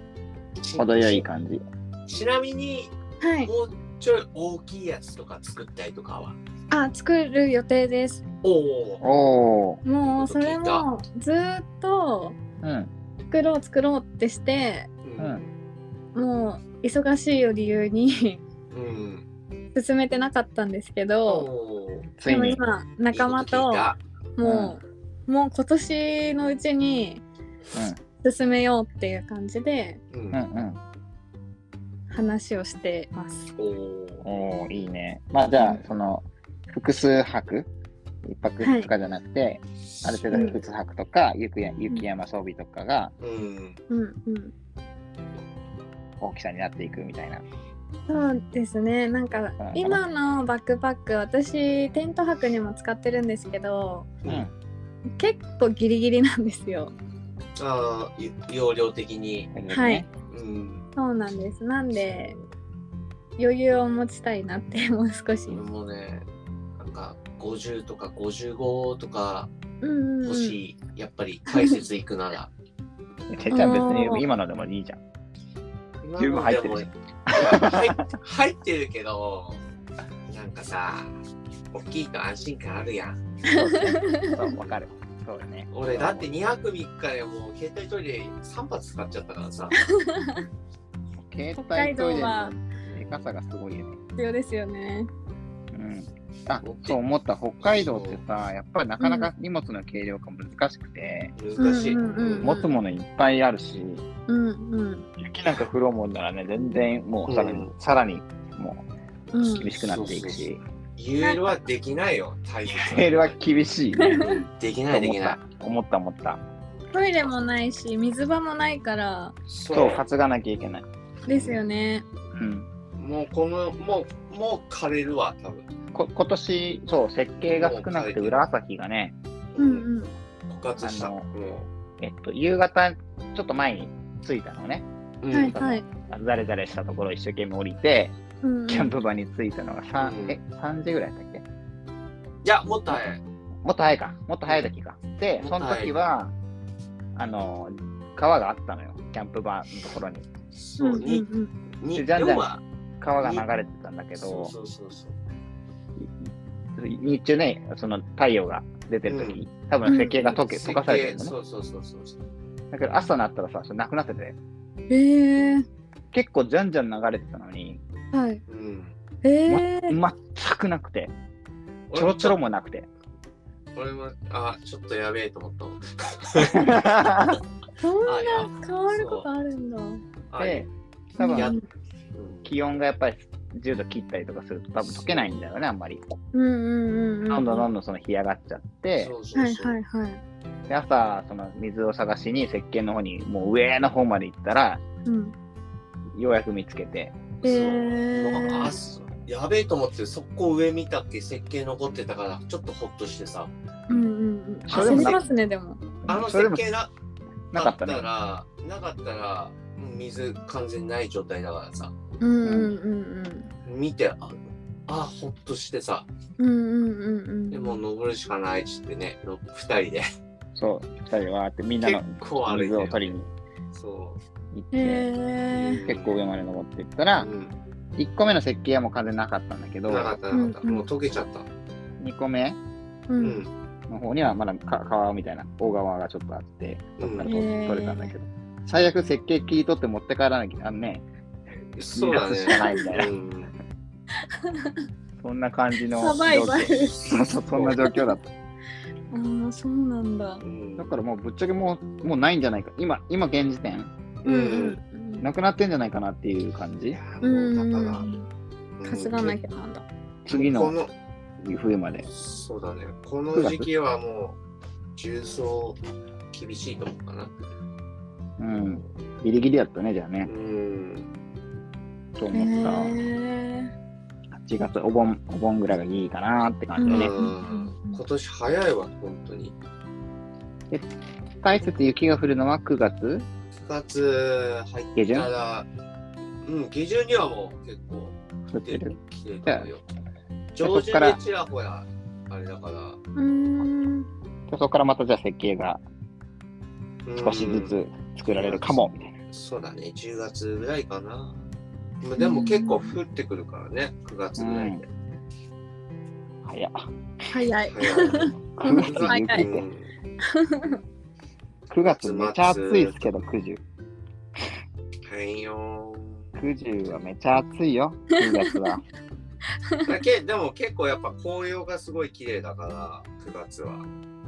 す
程よい感じ。
ちなみに
はい。
もうちょい大きいやつとか作ったりとかは
あ、作る予定です。
おお
おー。
もうそれもずーっと
うん。
作ろう作ろうってして、
うん
もう忙しいを理由に
うん
進めてなかったんですけ
お
ど、
お
つ
で
い
も
に。
今仲間ともう、もう今年のうちに進めようっていう感じで
う
うんうんん
話をしてます。
おお
うん。おー、いいね。まあじゃあ、その、複数泊一泊二日じゃなくて、ある程度複数泊とか、雪や雪山装備とかが
うん
うんうん。
大きさになっていくみたいな。
そうですね。なんか
ん
今のバックパック私テント泊にも使ってるんですけど、
うん。
結構ギリギリなんですよ。
ああ容量的に
そうですね
はい。
うん
そうなんです。なんで余裕を持ちたいなって もう少し。
俺もねなんか50とか55とか
うんうん。
欲しい、やっぱり解説行くなら
てっちゃん別に今のでもいいじゃん。 十分入ってるし。
今のでも入っ入ってるけどなんかさ大きいと安心感あるやん
そう、わかる。そうだね。
俺だって2泊3日でもう携帯トイレ3発使っちゃったからさ
携
北
帯
海
トイ
道
レ
は
のでかさがすごいよね。
必要ですよね。
うん。あ、そう思った。北海道ってさ、やっぱりなかなか荷物の軽量化難しくて、
難しい、
うんうんうん
持つものいっぱいあるし、
うんうん。
雪なんか降ろうもんならね、全然もうさらに、
う
さらにもう
うん
厳しくなっていくし、
UL はできないよ、体育。
メールは厳しいね。
できない、できない。
思った思った。
トイレもないし水場もないから
そう、担がなきゃいけない。
ですよね
うん。
もうこの、もう、もう枯れるわ、多分。
こ今年、そう、設計が少なくて、裏旭がね、
うんうん
枯渇した。
あの
も
えっと、夕方、ちょっと前に着いたのね。
う。うん
はいはい
ザレザレしたところを一生懸命降りて、
うんうん
キャンプ場に着いたのが
うん
3、え、3時ぐらいだったっけ
いや、もっと早い。
もっと早いか。もっと早い時か。で、その時は、あの、川があったのよ。キャンプ場のところに。
そうう、
ん
に、
うん
に、
じゃんじゃん
要は
川が流れてたんだけ
そ
ど
う、そうそうそう。
日中ね、その太陽が出てる時、多分石計が溶け、溶かされてるのね
そうそうそうそうそう。
だけど朝になったらさ、それなくなってて、
えー、
結構じゃんじゃん流れてたのに、
はい
うん。
え
ま
ー、
全くなくて、ちょろちょろもなくて。
俺も、あ、ちょっとやべえと思ったもん。
そん
あいや
な変わることあるんだ
あ
で、
う
多
ん
やう
分
ん
気温がやっぱり10度切ったりとかすると、多分溶けないんだよね、あんまり。
うんうんうんうん
どんどんどんどんその干上がっちゃって
そ、うそう
はい
そう。
はいはい
で朝、その水を探しに石鹸の方に、もう上の方まで行ったら、
うん
ようやく見つけて、
え
そう
ー
あそうやべえと思って、そこ上見たっけ、設計残ってたから、ちょっとほっとしてさ。
うんうんうん
そ
れで
焦
も
り
な
ますねでも
あの
そ
設
れでも
計な
なかったね
ら、。なかったら、もう水完全にない状態だからさ。
うんうんうんうん
見て、あ、あほっとしてさ。
うんうんうん
で
うん
もう登るしかないっつってね、の二人で。
そう、二人でわーってみんな
結
の
構歩い
水を
て
取
る。
りに
そ
行って、
えー
う。
結構上まで登っていったら、
うん
1個目の石鹸はもう風なかったんだけど、
なかったなかっ
う
た。
んうん
もう溶けちゃった。
2個目
う
うんん。
の方にはまだか川みたいな大川がちょっとあって、そこから取
へー
取れたんだけど、最悪石鹸切り取って持って帰らなきゃ、あのね、
そうだ
離脱しかないみたいな
ね。うん
そんな感じの
サバイバル
状況そうそう、そんな状況だった。
ああそうなんだ
うん
だからもうぶっちゃけもうもうないんじゃないか、今、今現時点、
うん
うん
なくなってんじゃないかなっていう感
い
じ
や。
うん
もうだからうん
担がなきゃなんだ
次
こ
の
の
冬まで。
そうだね。この時期はもう、重曹厳しいと思うかな。
うん。ギリギリだったね、じゃあね
う。ん。
と
へ
思った。
え
8月、お盆、お盆ぐらいがいいかなって感じでね。
うん今年早いわ、本当に。
大雪雪が降るのは9月
9月入ったら、うん、下旬にはもう結構
降
来
って
て
る
る。来てると思うよ。
こ
上
っか
旬
ら
でちらほら、あれだから。
うん
そこからまたじゃあ設計が
うん
少しずつ作られるかも、みたいな。
そうだね、10月ぐらいかな。まあでも結構降ってくるからね、9月ぐらいで。
早っ。
早い
早 い
9月雪
早
っ
い
て。
うん
9月めちゃ暑いですけど、9
はいよ
0 90はめちゃ暑いよ、9 月は。
ーだけでも結構やっぱ紅葉がすごい綺麗だから9月は
うん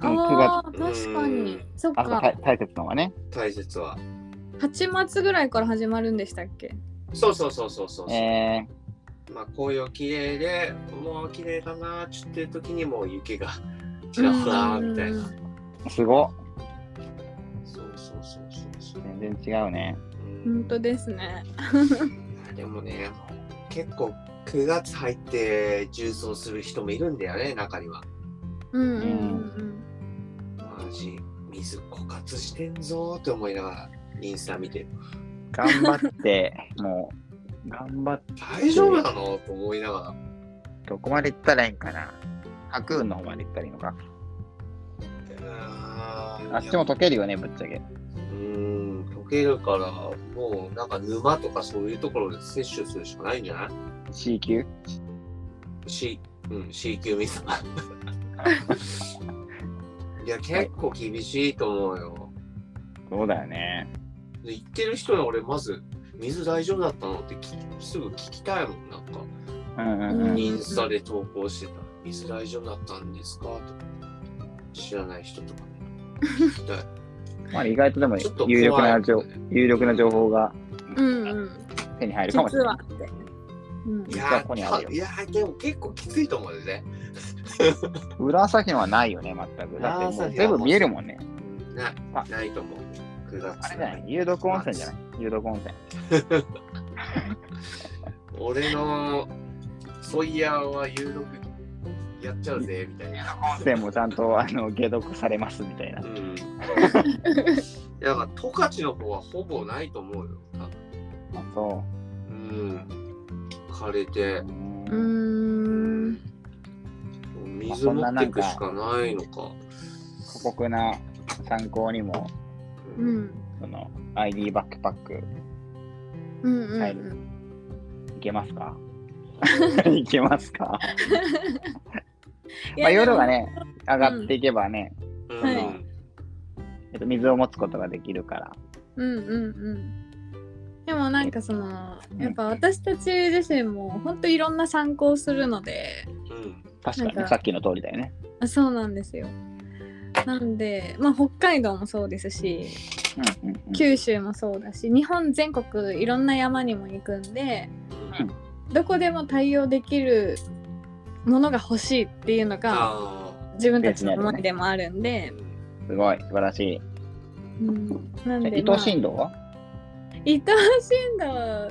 9
ああ確かに
うん
そっ
あと
か
大雪のはね、
大切は
8月ぐらいから始まるんでしたっけ
そうそうそうそうそう、
え
まあ紅葉綺麗でもう綺麗だなーっつってる時にもう雪がちらほらーみたいな
ー、すごっ。
そうそうそうそうそう
全然違うね。
う
本
ん
当ですね
でもね結構9月入って重曹する人もいるんだよね中には
うんうん
マジ水枯渇してんぞーって思いながらインスタ見て
頑張って、もう、頑張って、
大丈夫なのと思いながら
どこまで行ったらいいんかな。白雲の方まで行ったらいいのか。あ
あ
っちも溶けるよね、ぶっちゃけ。
うーん、溶けるから、もうなんか沼とかそういうところで摂取するしかないんじゃない
C 級
?C、うん、C 級水。 いや、結構厳しいと思うよ。
そうだよね。
で、行ってる人に俺、まず、水大丈夫だったのってきすぐ聞きたいもん、なんか。
うんうん
う
うんん。
インスタで投稿してた。水大丈夫だったんですかとか。知らない人とかね。聞きたい。
まあ、意外とでも
ちょっと怖い
有力な情有力な情報が
うんうん
手に入るかもし
実
れ
は
ない
っ。てうん
い
実は
や
ここにあるよ
ーいやーでも結構きついと思うんですね。
裏朝日はないよね、全く。だってもう全部見えるもんね。
ない
あ、
ないと思う。9
あれ
月
じゃない有毒温泉じゃない有毒温泉。
俺のソイヤーは有毒やっちゃうぜ、みたいな。
温泉もちゃんと、あの、 解毒されますみたいな
う。ん。だから、十勝の方はほぼないと思うよ。多分
あそ
うん。枯れて
う。、
うーん
水持ってくしかないのか。
過酷な参考にも、
う。ん
その、ID バックパック、
うんうん
はい
うん
いけます かいけますか
い
まあ、
や
夜はね、上がっていけばね、
うん。
はい
えっと、水を持つことができるから。
うんうんうんでもなんかその
うん
やっぱ私たち自身も本当いろんな参考するので
うん。
確かに、
なんか
さっきの通りだよね。
あそうなんですよなんでまあ北海道もそうですし
うんうんうん、
九州もそうだし日本全国いろんな山にも行くんで
うん
どこでも対応できるものが欲しいっていうのが
あ
自分たちの思いでもあるん
あ
で、。
すごい、素晴らしい。
うん、なん
じゃあ
で、
伊
まあ
藤新道は
伊藤新道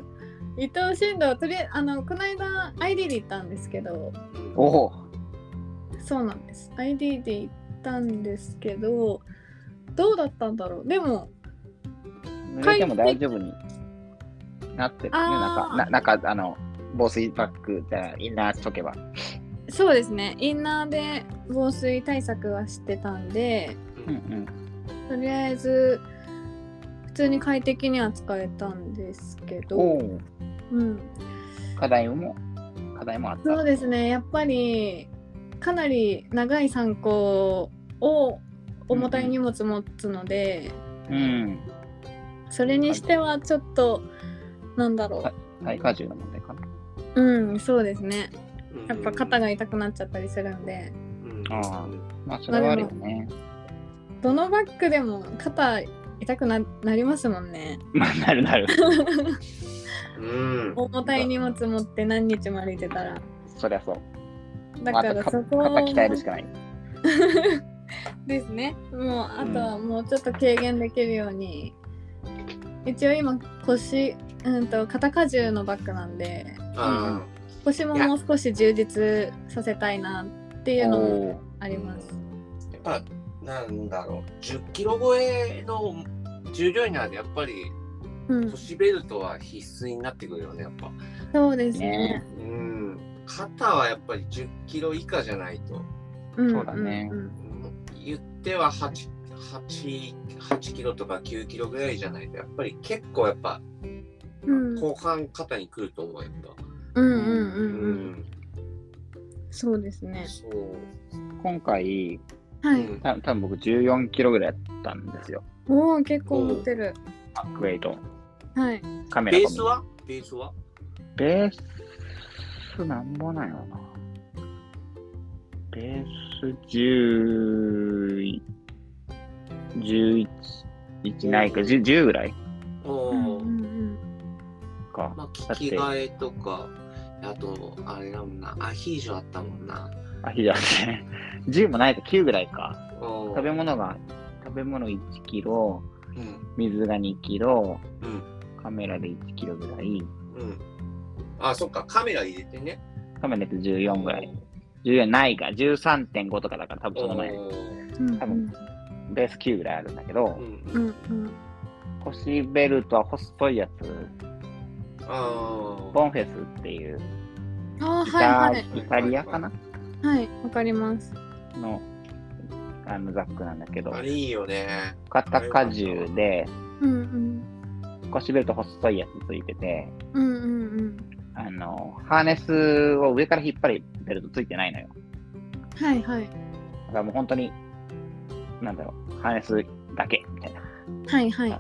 伊藤新道とりあえずあのこの間 ID で行ったんですけど
うん
おお
そうなんです ID で行ったんですけどどうだったんだろうでも
濡れても大丈夫になってるね、
あ
な
ー
んか、ななんかあの、防水バッグじゃあインナーしとけば。
そうですねインナーで防水対策はしてたんで
うんうん。
とりあえず普通に快適には使えたんですけ
お
ど、
お
うん、
課題も、課題もあった。
そうですねやっぱりかなり長い参考を重たい荷物持つので、
うん。
それにしてはちょっとなんだろ
耐荷重の問題かな。
ううんそうですねやっぱ肩
が。
が痛くなっちゃったりするんで
うん
あまあ、それはあるよね。
どのバッグでも肩痛くななりますもんね
まあ、なるなる。
うん。
重たい荷物持って何日も歩いてたら
そりゃそう。
だ
まあ
か
あと
ら
か
そこ
肩鍛えるしかない。
ですねもうあとはもうちょっと軽減できるように、一応今腰うんと肩荷重のバッグなんで
ああ。
腰も
いや
もう少し充実させたいなっていうのも
お
あります
やっぱなんだろう10キロ超えの重量になるとやっぱり
うん
腰ベルトは必須になってくるよねやっぱ
そうですね
ね
うん肩はやっぱり10キロ以下じゃないと、
うん
そうだね
うんうん
うん言っては 8, 8, 8キロとか9キロぐらいじゃないとやっぱり結構やっぱ
うん
後半肩にくると思うやっぱ
うんうん
うん
ううん、そうですね。
そう、
今回、
は
う
い。
ん
た多分僕14キロぐらいやったんですよ。
おお、結構持ってる。
バックウェイト。
はい。
カメラ
ベ
込
ー
み
スはベースは
ベースなんぼなんやろな。ベース10、11、1ないか、10, 10ぐらい
お
う
ー
んうん
か。
まあ、
だっ
聞き
て、
替えとか、あと、あれだもんな、アヒージョあったもんな。
あ、ひ だね。10もないか、9ぐらいか。
食
食べ物が、食べ物1キロ、
うん、
水が2キロ、
うん、
カメラで1キロぐらい、
うん。あ、そっか、カメラ入れてね。
カメラで14ぐらい。14ないか、13.5とかだから多分その前、
おー
うん。
多分ベース9ぐらいあるんだけど
う、。
うんんうん。
腰ベルトは細いやつ
あ
ボンフェスっていう
ああ、
イタ,、
はいはい。
イタリアかな
はい、わかります。
のあのザックなんだけど
あ。あれいいよね。
肩荷重で
うん
腰ベルト細いやつついてて
うん。うんうんうん。
あのハーネスを上から引っ張るベルトついてないのよ
はいはい。
だからもう本当になんだろうハーネスだけみたいな
はいはい。
うん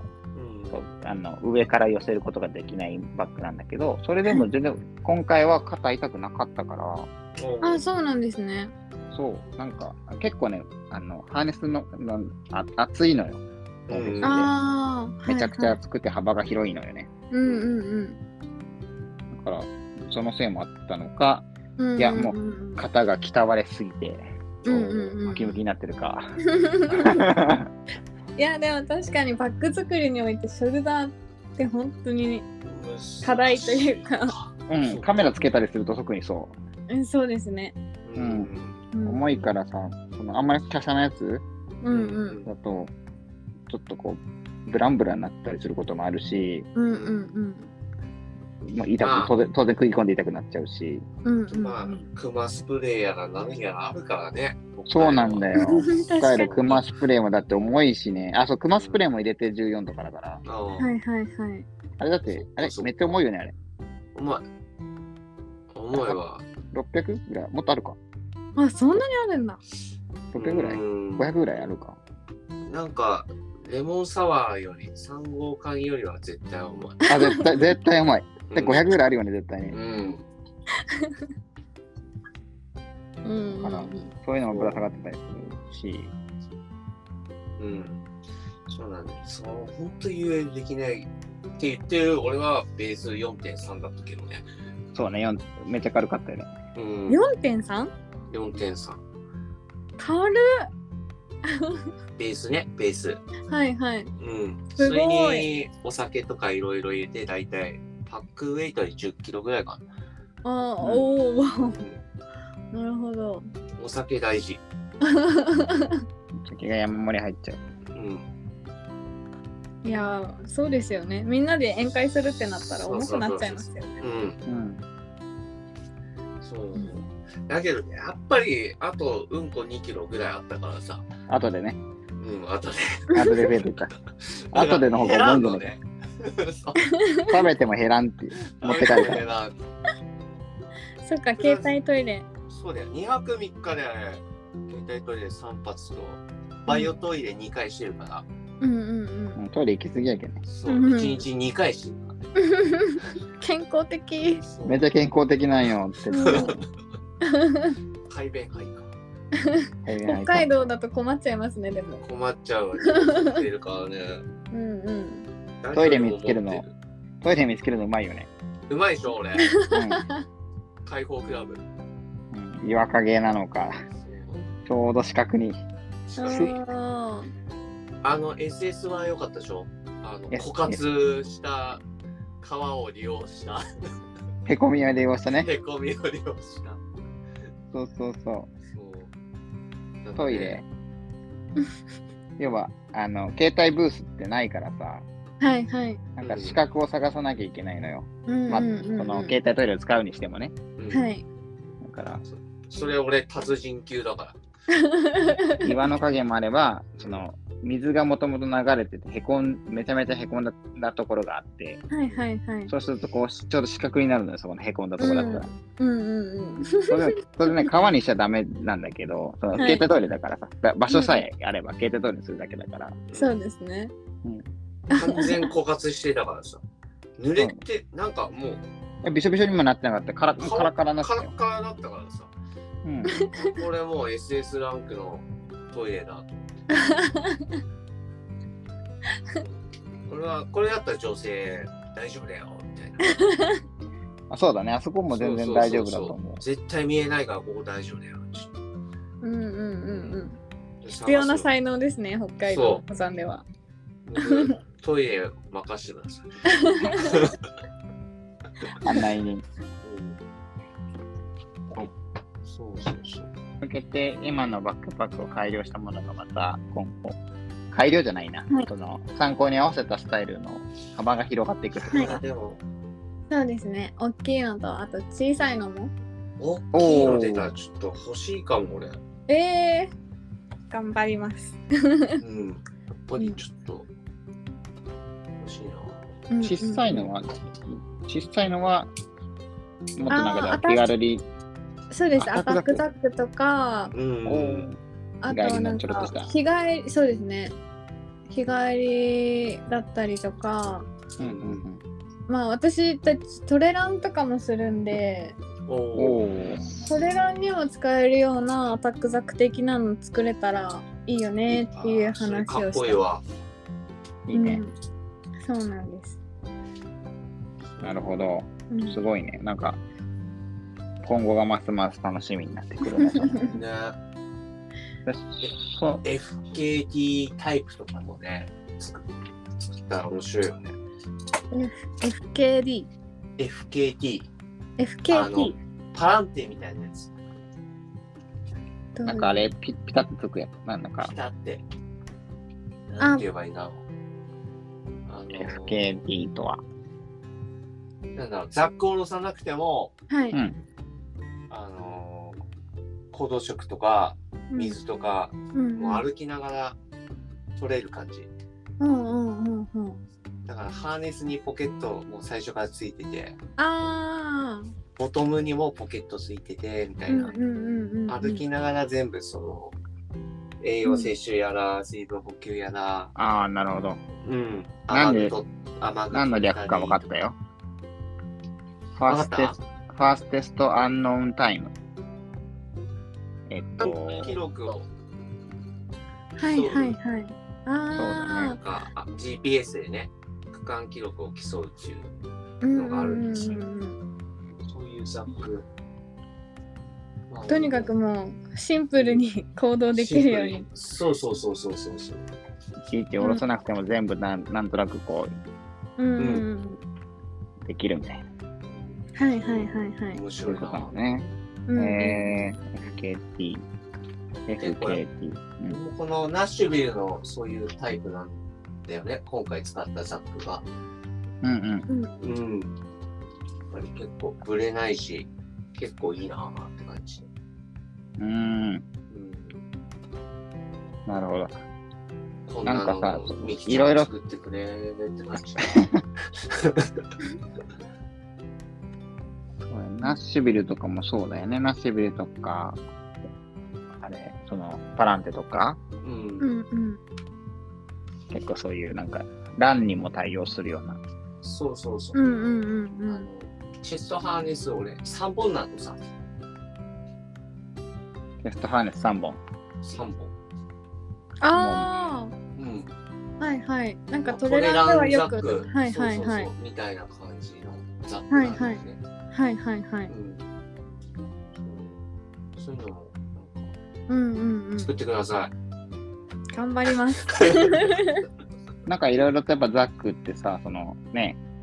そうあの上から寄せることができないバッグなんだけどそれでも全然今回は肩痛くなかったから
あ、そうなんですね。
そうなんか結構ねあのハーネスのなんあ厚いのよボンフェスっ
う
て
ん
ああ。
めちゃくちゃ
はいはい。
厚くて幅が広いのよね。
うんうんうん。
だから、そのせいもあったのか、
うん
いやもう
うん
肩がきたわれすぎて、
うんうんうん
ムキムキになってる か。
いやでも確かにバッグ作りにおいてショルダーって本当に課題というか
うん、カメラつけたりすると特にそ
うんそうですね、
う
うん
ん
う
う。
ん、
重いからさ、そのあんまり華奢なやつ
うんうん
だと、ちょっとこう、ブランブラになったりすることもあるし、
うんうんうん
もう痛
ああ
く当然当然食い込んで痛くなっちゃうし、
うんうんうん
まあ、クマスプレーやら何やらあるからね。
そうなんだよ。
確
使
か
え
に
るクマスプレーもだって重いしね、あ、そう、クマスプレーも入れて14とかだから、
あの。
はいはいはい
あれだって、あ
そ
れ
うそう
めっちゃ重いよね、あれ。
うまい。重いわ。
600ぐらいもっとあるか。
あそんなにあるんだ
600ぐらい
うん
?500 ぐらいある か。
なんか、レモンサワーより、3号館よりは絶対重い。
あ、絶対、絶対重い。で
うん
500ぐらいあるよね、絶対
う
に。
ん。
うんうんう
あら
ん
そういうのもぶら下がってたりするし。
うん。そうなんだよ。そう、ほんと遊泳できないって言ってる俺はベース4.3だったけどね。
そうね、四めっちゃ軽かったよね。
うん。
4.3?
4.3。
軽る
ベースね、ベース。
はいはい
うん。
す
そ
ごい
れに、お酒とかいろいろ入れて、だいたい、パックウェイトで10キロぐらいかな。
う
あー
ん
おおなるほど
お酒大事。
酒が山盛り入っちゃう。
うん。
いやーそうですよねみんなで宴会するってなったら重くなっちゃいますよね
うん。
うん。
そう。だけどね、やっぱり、あと、うんこ2キロぐらいあったからさ。
後で ね、
うん、あとね。
後で増えていくから後での方が
減ら
重い
ん
んじゃ
の
ないか。
ね。そう
食べても減らんっていう。 持って帰るから。
減らん
そっか携帯トイレ
そうだよ。2泊3日で、携帯トイレ3発と、バイオトイレ2回してるから、
うんうんうん
うんトイレ行き過ぎやけんね。
そう、
うん
1日2回してるからね。
健康的
そう
めっちゃ健康的なんよって。
排便入るか
北海道だと困っちゃいますねでも
ら。困っちゃうわ。困ってるからね。
うんうん
トイレ見つけるの
大丈夫思って
トイレ見つけるのうまいよね。
る。うまいでしょ、俺。
う
開放クラブ。
んうん。岩陰なのか、ちょうど四角に。
あー
あの SS は良かったでしょあの
S-
枯渇した川を利用した、
へこみを利用し たね。
へこみを利用した。
そうそうそ
そう
う。トイレ。要は、あの、携帯ブースってないからさ、
はいはい
なんか資格を探さなきゃいけないのよ。
うん
まあ、
う
そ
んうんうん
の携帯トイレを使うにしてもね。
うん
はい
だから、
それ俺達人級だから。
岩の影もあれば、その水がもともと流れててへこん、めちゃめちゃへこんだところがあって、
はいはいはい
そうするとこうしちょうど四角になるのよ、そこのへこんだところだったら。
うんうんうん
それをそれね、川にしちゃダメなんだけど、その
はい
携帯トイレだからさ、だ場所さえあれば携帯トイレにするだけだから、
そうですね
完全枯渇してたからさ。濡れて、なんかもう
えびしょびしょにもなってなかった、から
そう
カラカラになって
カ
た
ラ
よ。
ッカラだったから さ。
うん、
これもう SS ランクのトイレ だと思って。これは、これだったら女性大丈夫だよ、みたいな。
あそうだね、あそこも全然大丈夫だ
そ
と
うそう
思
そうそう絶対見えないからここ大丈夫だよ
うんうんうんうん必要な才能ですね北海道さんでは
能トイレ任せてください、
う。案内に
はいそうそうそう
向けて、今のバックパックを改良したものがまた今後、改良じゃないな、
はい
その参考に合わせたスタイルの幅が広がっていく。
まあでも
そうですね大きいのとあと小さいのも
大きいの出たらちょっと欲しいかも俺
えー頑張ります
うんやっぱりちょっと欲しいな
うんうん
小さいのは、小さいのは、もっとなん
あー
かで気軽に、
そうです
あ
アタックザックとか
うん
おー
あ
日帰り
と
の
なん
ちょろっと
か
した
日帰りそうですね日帰りだったりとか
うんうん
まあ私たちトレランとかもするんで
うん、
お
お
お
ー
トレランにも使えるようなアタックザク的なの作れたらいいよねっていう話
か
を
っ
し
こ
て
いいわ
いいね、
うんそうなんです
なるほど。
うん
すごいね。なんか、今後がますます楽しみになってくる ね。
ね
そう
FKT タイプとかもね作作ったら面白いよね
FKD。
FKT あの
FKT。
パランテみたいなやつ
なんかあれ、ピピタッとつくやつ。なんだか
ピ、タってなんて言えばいいなあの
FKD とは。
なんだろう雑魚を下ろさなくても
は
う
い。
ん。
あの行動食とか水とか、
うん。
もう歩きながら取れる感じ
うんうんうんうん。
だからハーネスにポケットもう最初からついてて
ああ。
ボトムにもポケットついててみた
う
い
ん
な、
うんうんうん。
歩きながら全部その栄養摂取やら水分補給やら、
ああ、なるほど。
うん、
なんで
雨と雨が
何の略か分かったよ。ファーステスト、ファーステストアンノーンタイム。えっと、
記録を
はいはいはい。あ
かあ GPS でね区間記録を競うっていう
あ。う
のがあるんですよ
うんうんうん
そういうザック、まあ
とにかくもうシンプルに行動できるよう
シン
に
プル。そうそうそうそうそうそう
いちいち下ろさなくても全部なんなんとなくこ
うんうんうん。
う、できるみたいな。
はいはいはいはい。
面
そう
白
いう
い
ことなの
な
ね。
うんうん
えー、FKT。
これ
FKT。うん
このナッシュビルのそういうタイプなんだよね今回使ったザックが
うんうん。
うんやっぱり結構ブレないし結構いいなーって感じ
うん。
うん
なるほど。
こんな
なんかさ
のミキ
い
ち
ろ
ゃ
い
ん
ろ
作ってくれーって感じ
そうだねナッシュビルとかもそうだよね。ナッシュビルとか、あれ、その、パランテとか、
うん
うんうん。
結構そういうなんか、ランにも対応するような。
そうそうそうう、
んうんう
あ
ん
のチェストハーネス俺3本なのさ
テストハーネス3本。
3本
うん。あ
うん
あ。はいはい。なんかトレランではよく。
トレランザック
はいはいは
そうそう
い
そ。うみたいな感じのザックなんだよね、
はいはいはい。
うんそういうのもなんか
うんうんうん。
作ってください
頑張ります。
なんかいろいろとやっぱザックってさ、そのね、
うん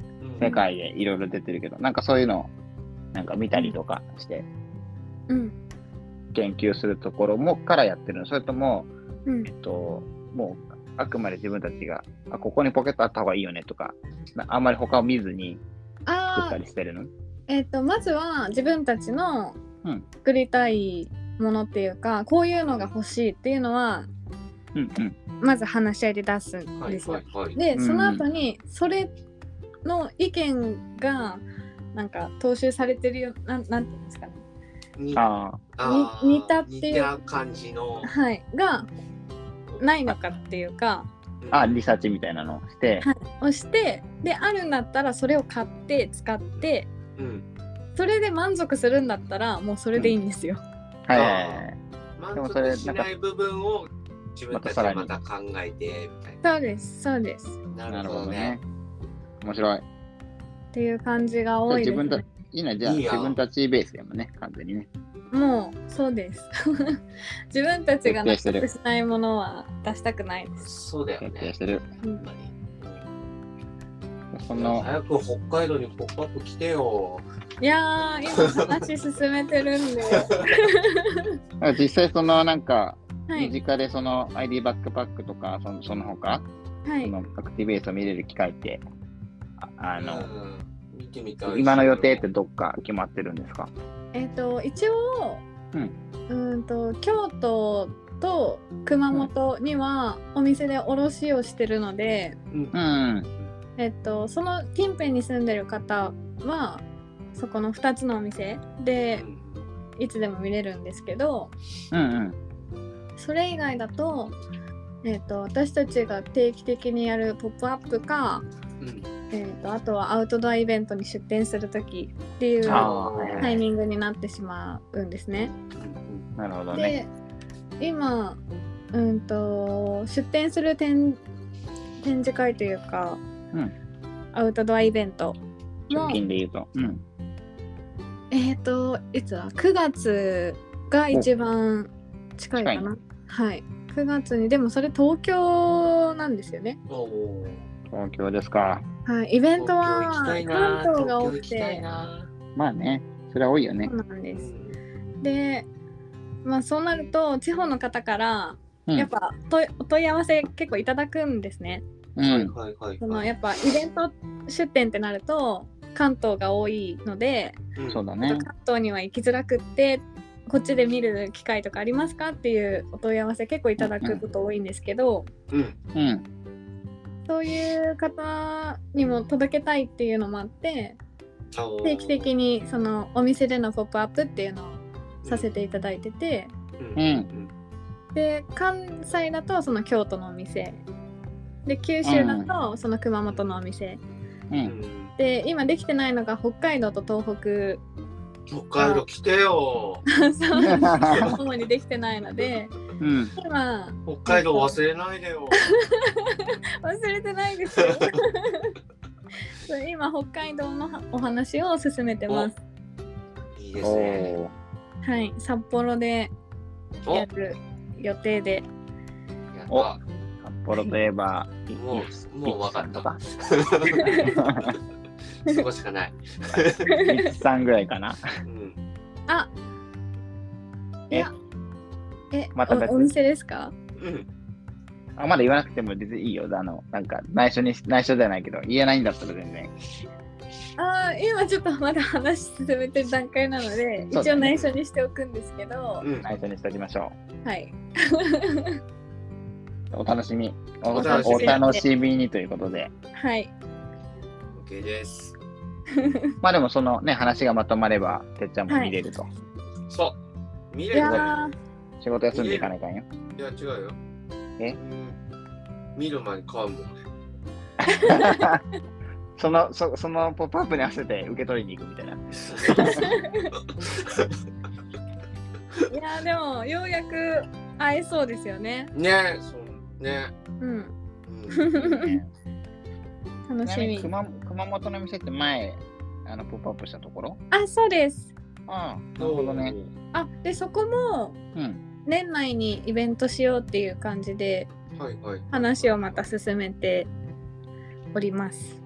世界でいろいろ出てるけど、なんかそういうの、なんか見たりとかして、
うん
研究するところもからやってるのそれとも、
うん
えっと、もう、あくまで自分たちが、あ、ここにポケットあった方がいいよねとか、なあんまり他を見ずに作っ
あ
た
あ
りしてるの
えっ、とまずは自分たちの
うん
作りたいものっていうか、こういうのが欲しいっていうのは
うんうん。
まず話し合いで出すん
はい
ですよ。
はいはい
で
うん
その後にそれの意見がなんか踏襲されてるよなんなんていうんですかね。
に
ああ。
あー
に似たっていう
似た感じの
はいが ないのかっていうか
あ、リサーチみたいなのをして、
をしてであるんだったらそれを買って使って
うん
それで満足するんだったらもうそれでいいんですよ。
はいはいはいはい。
満
でもそれ
足しない部分を自分たちでまた考えてみたい
そうですそうです。
な
な
な
る
る
ほ
ほ
ど
ど
ね
ね。
面白い。
っていう感じが多い
自
です、
分た
ね
ち、、いいね、じゃあ
いいや
自分たちベースでもね、完全にね。
もうそうです 自分たちが納
徹底して
得
る
しないものは出したくないです
そうだよ
徹底
ね
してる。
ほんまにうん
その、
早く北海道にポップアップ来てよ
いやー今話進めてるんで
実際そのなんか、
は
身
い
近でその ID バックパックとか、そのその他、
は
そ
い
のアクティベースを見れる機会って、ああ
う
の、
ん見てみたい
今の予定ってどっか決まってるんですか
えっ、と一応
う
うんーんと京都と熊本にはお店で卸をしてるので、
うん
うん。
えっ、とその近辺に住んでる方はそこの2つのお店でいつでも見れるんですけど、
うんうん。
それ以外だと,、えー、と私たちが定期的にやる「ポップアップか、
うん
えー、とあとはアウトドアイベントに出店する時っていう
あ
タ
あ、はいはい
イミングになってしまうんですね。
うん
なるほどね。
で今うんと出店する展展示会というか、
うん
アウトドアイベント
直近で言うと。うん。
えっ、ー、といつだ9月が一番近いかなはい9月にでもそれ東京なんですよね
おお。
東京ですか。
はいイベントは
東京行きたい
関
な
東が多
東京
く
行きたい
て
な
まあね、それは多いよね
そう。なん
う
です
ん
でまあそうなると地方の方から
うん
やっぱとお問い合わせ結構いただくんですね
う
はい
ん。
はいはい
そ
は
の
い。
やっぱイベント出店ってなると関東が多いので
うん
そうだね。
関東には行きづらくってこっちで見る機会とかありますかっていうお問い合わせ結構いただくこと多いんですけど、
うん。
うん。
そういう方にも届けたいっていうのもあって定期的
に
にそのお店での「ポップアップっていうのをさせていただいてて
うん
う
で関西だとその京都のお店で九州だとその熊本のお店、
う。
うんん
で今できてないのが北海道と東北
北海道来て よ。
主にできてないので
うん。
今
北海道忘れないでよ。
忘れてないですよそう今北海道のお話を進めてます
いいですね。
おー
はい札幌で
お、や
やる予定で
っ
お
た。
札幌といえば、い
もう、もう分かった。そこしかない。
いつさんぐらいかな。
うん。
あ
え
いやえ、
また別
おお店ですか
うん。
あまだ言わなくても別にいいよ。あの、なんか、内緒にし、内緒じゃないけど、言えないんだったら全然。
あー今ちょっとまだ話進めてる段階なので、
そう
一
だ
応
ね
内緒にしておくんですけど、
うん。
内緒にしておきましょ
はい、
う。お楽しみ。お
お楽しみ
お楽しみにということで。
はい、
OK です。
まあでも、そのね、話がまとまれば、てっちゃんも見れると。
そう。見
い
れる
や
よ。
ー
仕事休んでいかないかんよ。
いや、違うよ。
え
うん見る前に買うもんね。
その、そそのポップアップに合わせて受け取りに行くみたいな。
いやーでもようやく会えそうですよね
ねえ、そう。ね
うん
うん。
ね
楽
ち
し
なみ
み
に熊熊本の店って前、あのポップアップしたところ
あそうです
ああ、なるほどね。
あでそこも
うん。
年内にイベントしようっていう感じで
はいはい。
話をまた進めております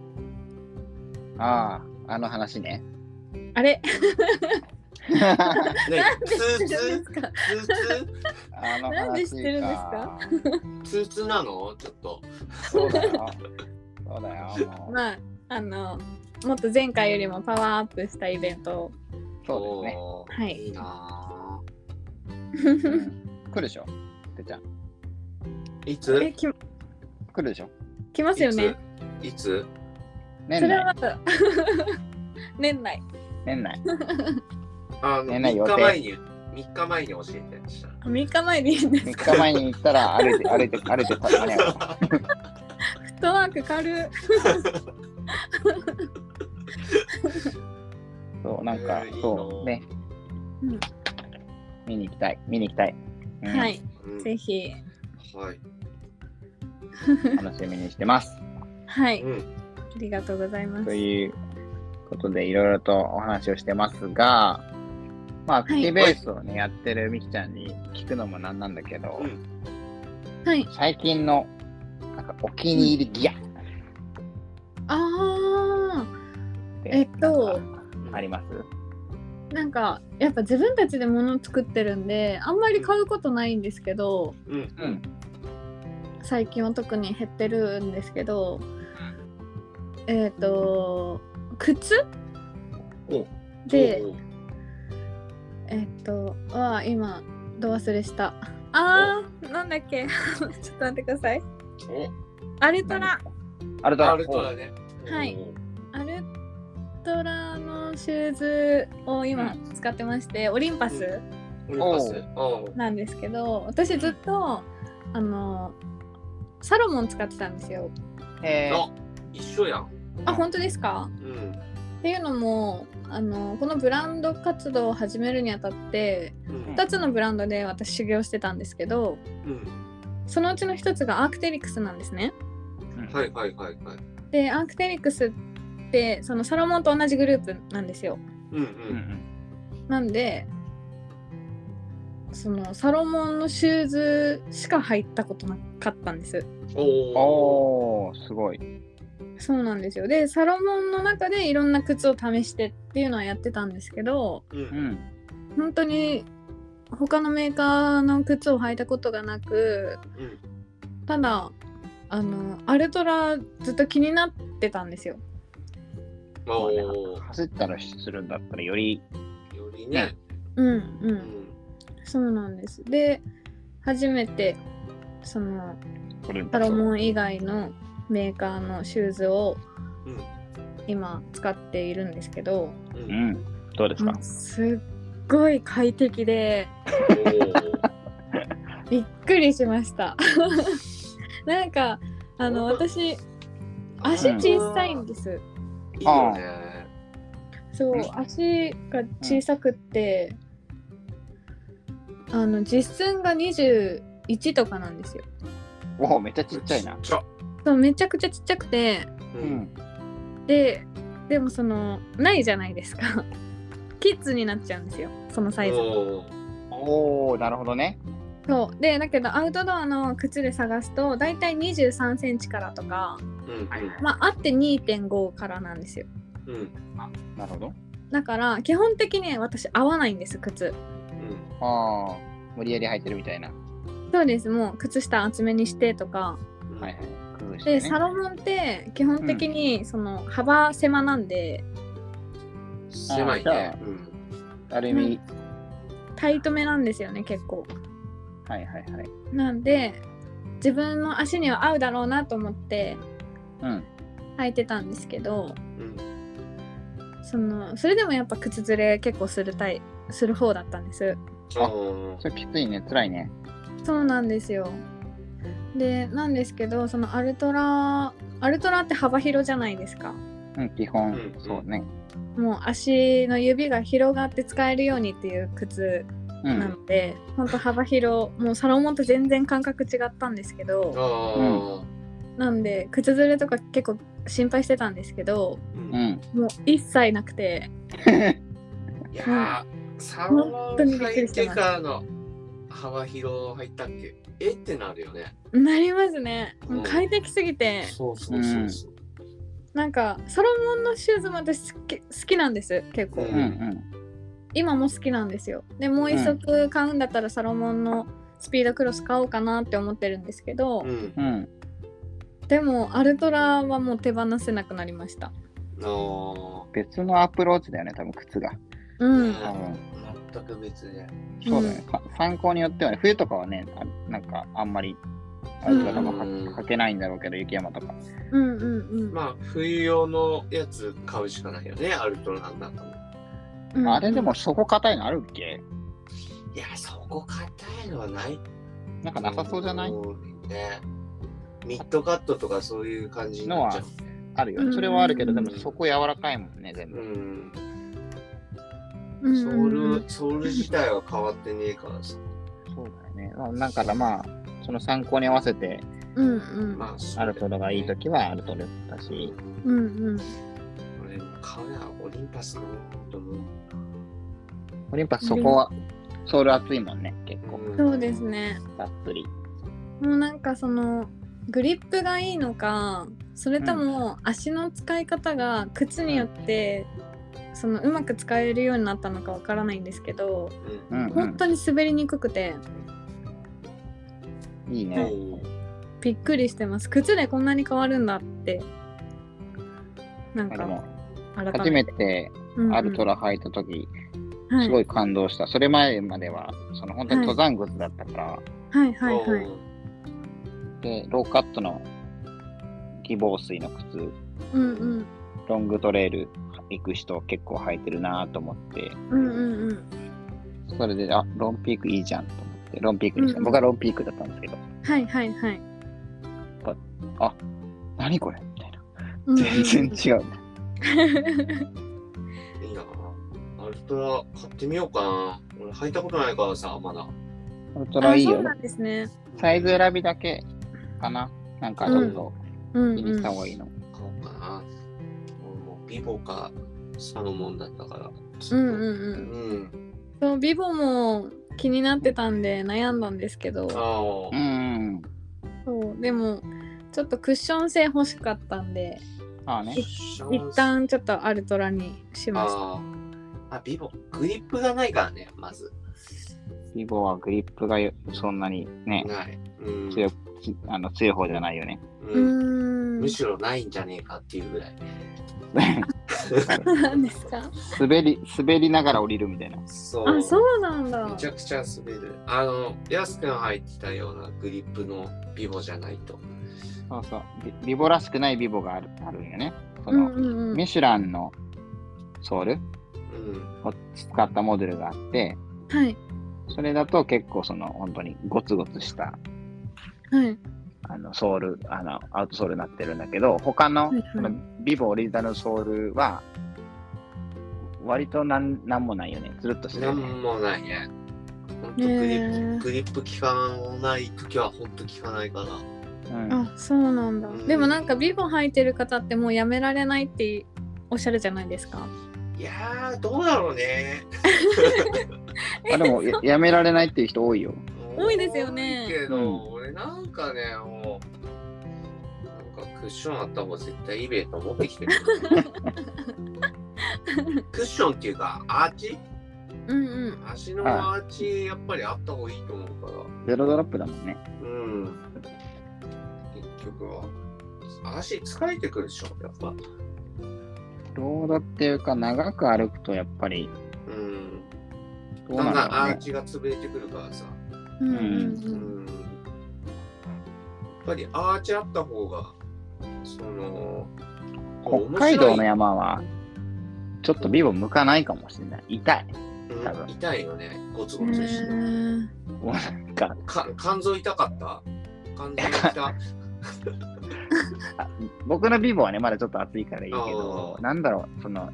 ああ、あの話ね。
あれ
ねえ、
知って
通
るんです
通
か
通通
あの話
なんで知ってるんですか
通通なのちょっと。
そうだよ。そうだよ。もう
まああのもっと前回よりもパワーアップしたイベントを
そうですね
おー
はい
いいな
うん。来るでしょてっちゃん。
ぁ。いつ
えき
来るでしょ
来ますよね
いつ
年
それ
内。
は 年内
年内。
あの
ねえねえ
3
予定
日前に3日前に教えてしたら
3日前でいいんです
3日前に行ったら歩い て、歩いて、歩いて、間に合う。
フットワーク軽っ
そう、なんか
えーいい、な
そう、ね。
うん
見に行きたい。見に行きたい。うん
は。い
うん
ぜひ
はい
楽しみにして ます。
はい
うん
ありがとうございます
ということで、いろいろとお話をしてますが、まあ、アクティベースをね、やってるみきちゃんに聞くのもなんなんだけど、
うん
はい
最近の、なんか、お気に入りギアっ
あ
て、
えっと
なんかあります
ーなんかやっぱ自分たちで物を作ってるんであんまり買うことないんですけど
うん
うん。
最近は特に減ってるんですけどえっ、と靴
お
で
おう
えっと、あー今、ど忘れした。あー、なんだっけ。 ちょっと待ってください。アルトラ。
アル
お
トラ。
アルトラね
はい
おう
アルトラのシューズを今使ってまして、オリンパス
オリンパスおう
なんですけど、私ずっと、あの、サロモン使ってたんですよ。
えー
あ一緒やん
あ、本当ですか
うん
っていうのも、あの、このブランド活動を始めるにあたって、
うん
2つのブランドで私修行してたんですけど、
うん
そのうちの1つがアークテリクスなんですね。
うん
はいはいはいはい
でアークテリクスっってそのサロモンと同じグループなんですよ
うんう。
うんうんん
なんでそのサロモンのシューズしか入ったことなかったんです
おお。
おー、すごい。
そうなんですよでサロモンの中でいろんな靴を試してっていうのはやってたんですけど
う。
うんん。
本当に他のメーカーの靴を履いたことがなく
うん。
ただあのアルトラずっと気になってたんですよ
お
まあ
お。
ね
よ
走ったらするんだったらより。
りね。
うんう
うん
そうなんですで初めてその
これ
サロモン以外のメーカーのシューズを今使っているんですけど
う。
うんん。どうですか
もうすっごい快適でびっくりしました なんかあの私足小さいんです
いいよね。
そう
うん
足が小さくってあの実寸が21とかなんですよ
おー、めっちゃちっちゃいな。
ちっちゃ。
そうめちゃくちゃちっちゃくて
う。。
うん
ででもそのないじゃないですか キッズになっちゃうんですよそのサイズ
おー
おおなるほどね。
そうでだけどアウトドアの靴で探すとだいたい2 3センチからとか
うん
まああって2.5からなんですよ
うんうん
なるほど。
だから基本的に私合わないんです靴
うん
ああ、無理やり入ってるみたいな。は
そうですもう靴下厚めにしてとか
うん。
いはい。工夫してね
でサロモンって基本的にその幅狭なんで、
狭いね。うん
ある意味、
タイトめなんですよね結構
はいはいはい。
なんで自分の足には合うだろうなと思って
うん。
履いてたんですけど
うん。
そのそれでもやっぱ靴ずれ結構するタイする方だったんです
お
それきついね、辛いね。
そうなんですよでなんですけどそのアルトラアルトラって幅広じゃないですか
うん、基本、
うん
そうね。
もう足の指が広がって使えるようにっていう靴
う。
なんので、ほんと幅広もうサロモンと全然感覚違ったんですけ
ー
ど
あ
なんで靴ずれとか結構心配してたんですけど
ー。うん
うん。
もう一切なくて
いやー、サロモン入ってからの幅広入ったっけえってなるよね。
なりますね
うん
もう快適すぎて
そうそうそうそう。
なんかサロモンのシューズも私好き好きなんです結構、
うんうん。
今も好きなんですよでもう一足買うんだったらサロモンのスピードクロス買おうかなって思ってるんですけど、
うん。
うん。
でもアルトラはもう手放せなくなりました
あー
別のアプローチだよね、多分靴が。
うん
多分。
全く別で。
そうだね、さ参考によってはね、冬とかはね、あなんかあんまり、あれとかも
うん
かけないんだろうけど、雪山とか。
うんうんうん、
まあ、冬用のやつ買うしかないよね、アルトラなんだも。
うん
あれでも、そこ硬いのあるっけ
いや、そこ硬いのはない。
なんかなさそうじゃない
ね。ミッドカットとかそういう感じになっちゃう。
あるよね。それはあるけど、
う
で
ん
もそこ柔らかいもんね、全
う
部。
ん。
うんうん
ソ
う
ー
ん
ル、ソール自体は変わってねえからさ。
そうだよね。まあだからまあ、その参考に合わせて、
うんうん
まあ、そうだ
ア
よ
ル
ね
トロがいいときはアルトロだ
う
し、
ん
うんうん
俺も買うな、オリンパスのと思う。
オリンパスそこは、ソール厚いもんね、結構、
ん
そうです。ね
がっつり。
もうなんかそのグリップがいいのかそれとも足の使い方が靴によってそのうまく使えるようになったのかわからないんですけど
う、
うん
本当に滑りにくくて
うん。いい
ん。
ね。
おー
びっくりしてます靴でこんなに変わるんだってなん
まあで
か
も、
改めて
初めてアルト
ラ
ラ履いたとき、すごい感動した。それ前までは、その本当に登山靴だったから、
はいはいはいはい
で、ローカットの希望水の靴、
うんうん
ロングトレイル行く人結構履いてるなと思って、
うんうんうん
それで、あ、ロンピークいいじゃんと思って、ロンピークにした。
うん
僕はロンピークだったんですけど、
はいはいはい
何これみたいな。
うんうんうん
全然違う。
いいな。アルトラ買ってみようかな。俺履いたことないからさ、まだ。
アルトラいい
あそ
よ
う。なんですね。
サイズ選びだけかな。なんかちょっと
うん
気
う
にし
ん
た。方がいいの。
買おうかな。俺もうピビボかサロモンだったから。
うんうんう。
うんん。
そうビボも気になってたんで悩んだんですけど、
あ
う
あ。
ん。
そうでもちょっとクッション性欲しかったんで、
まあね。
一旦ちょっとアルトラにしました。
ああ。あ、ビボ。グリップがないからね、まず。
リボはグリップがよそんなにね、
ない。うん。
強くきあの強い方じゃないよね。
うー
うん
ん。
むしろないんじゃねえかっていうぐらい。
そうなんですか。
滑り、滑りながら降りるみたいな。
そう。
あ、そうなんだ
め。ちゃくちゃ滑る。あの、ヤスくん入ってたようなグリップのビボじゃないと。
そうそう。リリボらしくないビボがあるあるんよね。そ
うん
の、
うんうん
ミ。シュランのソール
うん。
を使ったモデルがあって、
はい
それだと結構その本当にゴツゴツした
はい。
あのソールあのアウトソールになってるんだけど他の
はいはい
このビボオリジナルソールは割となんなんもないよねつるっとして
な
る、
ん
ね、
もないね。ほんとグリップ、
ねえ
グリップ効かないときはほんと効かないから。
うん
あ、そうなんだ
う。ん
でもなんかビボ履いてる方ってもうやめられないっておっしゃるじゃないですか。
いやー、どうだろうね。
あでもや やめられないっていう人多いよ
多いですよね
多いけど、
うん
俺なんかね、もう、なんかクッションあった方が絶対いいべと思ってき てる。クッションっていうか、アーチ
うんうん。
足のアーチ、やっぱりあった方がいいと思うから。
ゼロドロップだもんね
うん。結局は。足疲れてくるでしょ、やっぱ。
ロードっていうか長く歩くとやっぱり
うん。
どう
だ
なん
んだ
だ
ん
ろ
ア
う
ー
ね
チが潰れてくるからさ。
うんうん
う
うん。
ん。やっぱりアーチあった方が、その、
北海道の
や
山はちょっとビボ向かないかもしれない痛い多分
痛いよね、ゴツ
へ
ゴツして。
ー
もうなんか
か肝臓痛かった肝臓痛。
あ僕のビボはねまだちょっと暑いからいいけど
あー
なんだろうその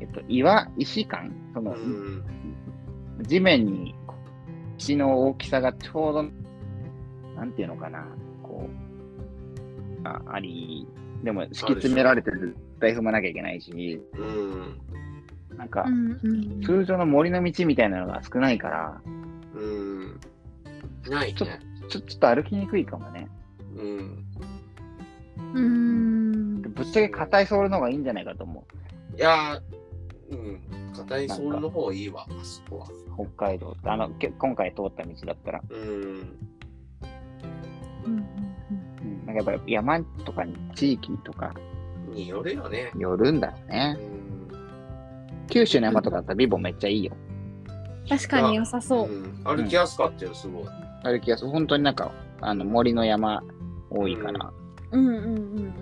えっと岩石感その、
うん。
地面に口の大きさがちょうど、なんていうのかな、こう、ああり、でも敷き詰められて絶対踏まなきゃいけないし、
うん。
なんか
う、んうん。
通常の森の道みたいなのが少ないから、
うん。ない
ちょっ
ね。
とちょちょっと歩きにくいかもね。
うん。
うん。
ぶっちゃけ硬いソールの方がいいんじゃないかと思
いやー、うん。硬いソールの方いいわ、あそこは。
う。北海道ってあの、け今回通った道だったら。
うん。
うん
うんなんかやっぱり山とかに地域とか
によるよね。
寄るんだよ
う
ね。
ん。
九州の山とかだったらビボめっちゃいいよ。
確かに良さそう。
ん歩きやすかったよ、すごい。
歩きやすい。本当になんか、あの森の山多いから。
うんうんうん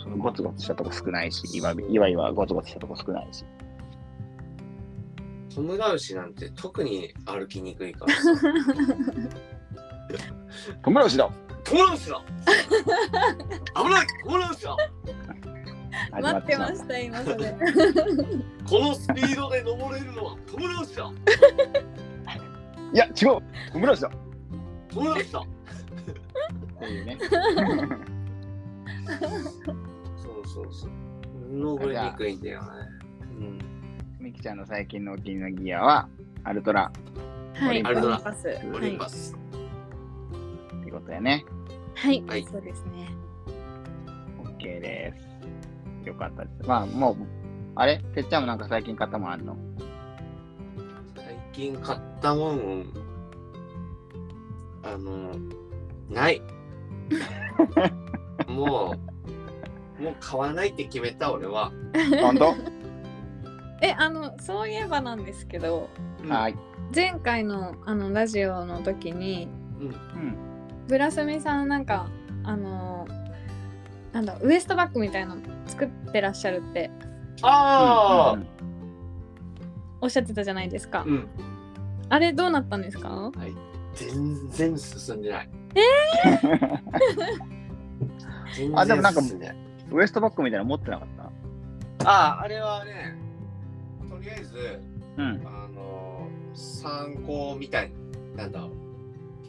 そのゴツゴツしたとこ少ないし、いわいわいわゴツゴツしたとこ少ないし。
トムガウシなんて特に歩きにくい からさ。
トムラウシだ
トムガウシだ危ないトムガウシだ
うん。待ってました今 それ。
このスピードで登れるのはトムガウシだ
いや、違うトムラウシだ
トムガウシだ
っていうね。
そうそうそう。登りにくいんだよね。うん。
みきちゃんの最近のお気に入りのギアは、アルトラ
はい。
ありがとうござい
パス。
オ
は
リン
い
パ。ス。
ってことやね。
はい、
はい
そうですね。
OK です。よかったです。まあ、もう、あれてっちゃんもなんか最近買ったもんあんの
最近買ったもん、あの、 ない。もう、もう買わないって決めた俺は。。
本当
え、あの、そういえばなんですけど、
はいい。
前回のあのラジオの時に、
うん。
うん。
ブラスミさんなんか、あの、なんだ、ウエストバッグみたいなの作ってらっしゃるって
ああ、
おっしゃってたじゃないですか。
うん、
あれどうなったんですか
全然進んでない。 全
あでもな
然
んか
進んでない。
ウエストバッグみたいなの持ってなかった
ああ、あれはね、とりあえず、
うん。
あの、参考みたいな、なんだろう。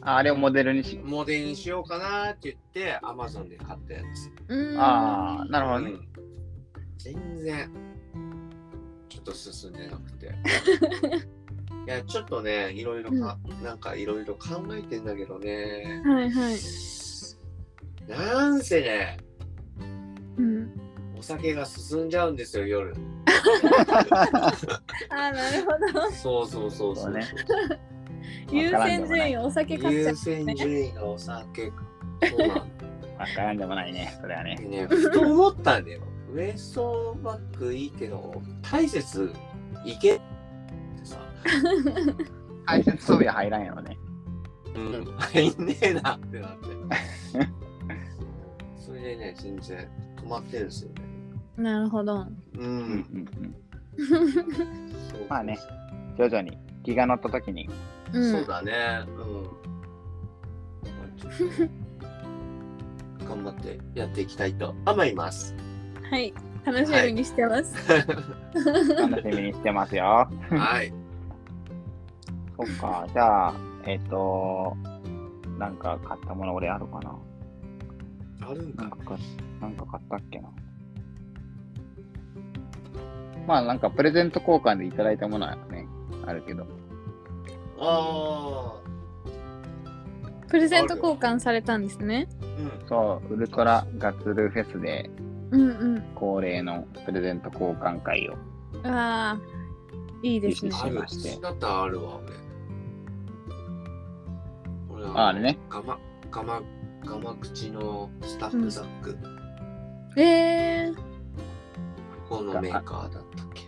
ああれをモデルにし。
モデルにしようかなって言って、アマゾンで買ったやつ。
うーん。
ああ、なるほど
う
ね。
ん全然ちょっと進んでなくて いやちょっとねいろいろか、なんかいろいろ考えてんだけどね
はいはい。
なんせね
うん。
お酒が進んじゃうんですよ夜
あーなるほど。
そうそうそうそう
そうね
優先順位お酒買っちゃ
優
う。
先順位がお酒かそうなん
わからんでもないね、それはね。
でね、ふと思ったんだよ。ウエストバッグいいけど、大切いけってさ、
解説装備は入らんやろね。
うん、入んねえなってな って。それでね、全然止まってるんですよね。
なるほど。
う
うんうん
ん。
うん。
そう
まあね徐々に気が乗った時に、
うん。
そうだね。うん。まあちょっと頑張ってやっていきたいと思います。
はい。楽しみにしてます。
楽しみにしてます よ。
はい。
そっか、じゃあ、えっ、と、なんか買ったもの俺あるかな。
あるん
なん
か。
か買っなんか買ったっけな。まあなんかプレゼント交換でいただいたものはね、あるけど。
ああ。
プレゼント交換されたんですね。
うん。
そう、ウルトラガッツルフェスで
うんうん。
恒例のプレゼント交換会を。
ああ、いいですね。
ある
まして
だったらあるわ、俺。俺
ああれね。
ガマ、ガマ、ガマ口のスタッフザック、
えー、
ここのメーカーだったっけ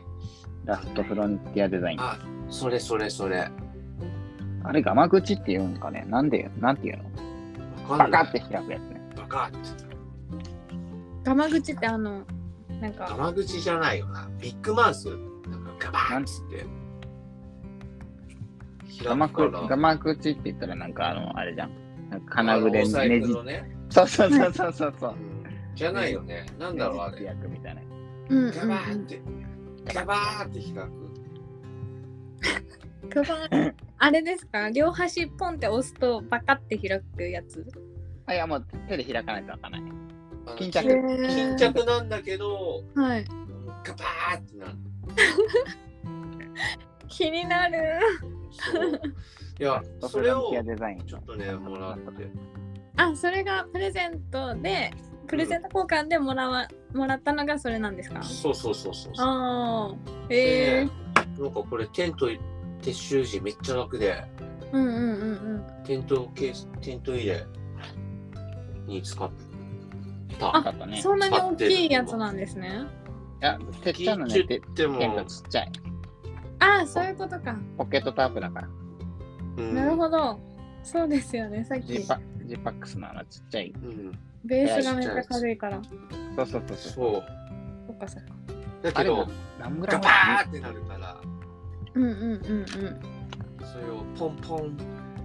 ラストフロンティアデザイン。あ
あ、それそれそれ。
れ、ガマ口って言うんかねなんで、なんて言うの
わか
バ
ん
カ
ない
って開くやつね。
バカって。
ガマ口ってあの、なん
ガ
か、
マ口じゃないよな。ビッグマウス。なんかガバーンっつって。
ガ
開
マ
くか
口
ら
ガマ口って言ったらなんかあの、あれじゃん。なんか金具
あ
で
のお財
ね
布
じ。
のね。
そうそうそうそうそうそう
う。んじゃないよね。なんだろう、あ
ねじ
れ
って。開くみたいな。
うん、うんう
ガバーンっ
ん。
て。ガバーンって開く。
ガバあれですか両端ポンって押すとバカって開くやつ。
あ、いや、もう手で開かないと開かない。
あの
巾着
巾着なんだけど、
はい。
ガバーってなる。
気になる。
そういや、 そ
そ
れ
れを
を
フロンティアデザイン
ちょっとね、もらって。
あ、それがプレゼントで、プレゼント交換でもらわもらったのがそれなんですか
そうそうそうそう。
ああ。え
で
え
なんかこれ、テント撤収時めっちゃ楽で、
ー。うんうんうん
テントケース、テント入れに使った。
かった
うん。
ね。
そんなに大きいやつなんですね。
いや、ちっちゃいのね、
巾
て
着って
テント
も、
ちっちゃい。
ああ、そういうことか。
ポケットタープだから。
うん
なるほど。そうですよね。さっ
ジ
き
ッパジッパックスのあのちっちゃい。
うん、
ベースがめっちゃ軽いから。
そうそうそうそう。
そう。
そっかそっか。
だ
あ
け
れ
ど
も、何グラ
ガ
ム
バ
だ
ーってなるから、
うんうんうん
それをポンポン、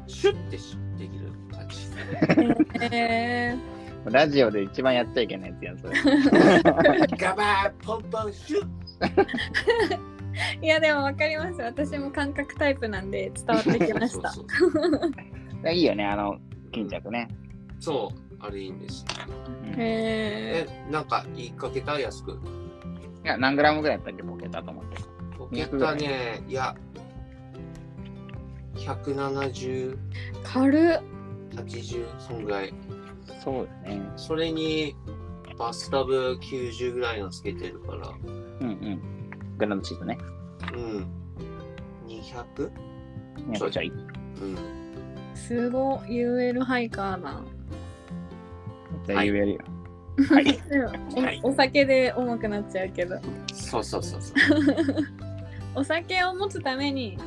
シュッてしできる感じ。
うん。えー、
ラジオで一番やっちゃいけないってやつ。
ガバーポンポンシュッ
いやでもわかります。私も感覚タイプなんで伝わってきました。
そうそうそう
いいよね、あの巾着ね。
そうあれいいんですよ
うんい
へ
えなんか言いかけた安く
や、何グラムぐらいやったっけ、ポケットと思って。
ポケットねいや17080
えー、軽っ。
そんぐらい
そうですね。
それにバスタブ90ぐらいのつけてるから
うんうん。グラムシートね。
うん200
ちょいちょい。
うん
すごい UL ハイカーだ。
絶対言えるよ。
はい
はい、
お酒で重くなっちゃうけど。
そうそうそうそう
お酒を持つために。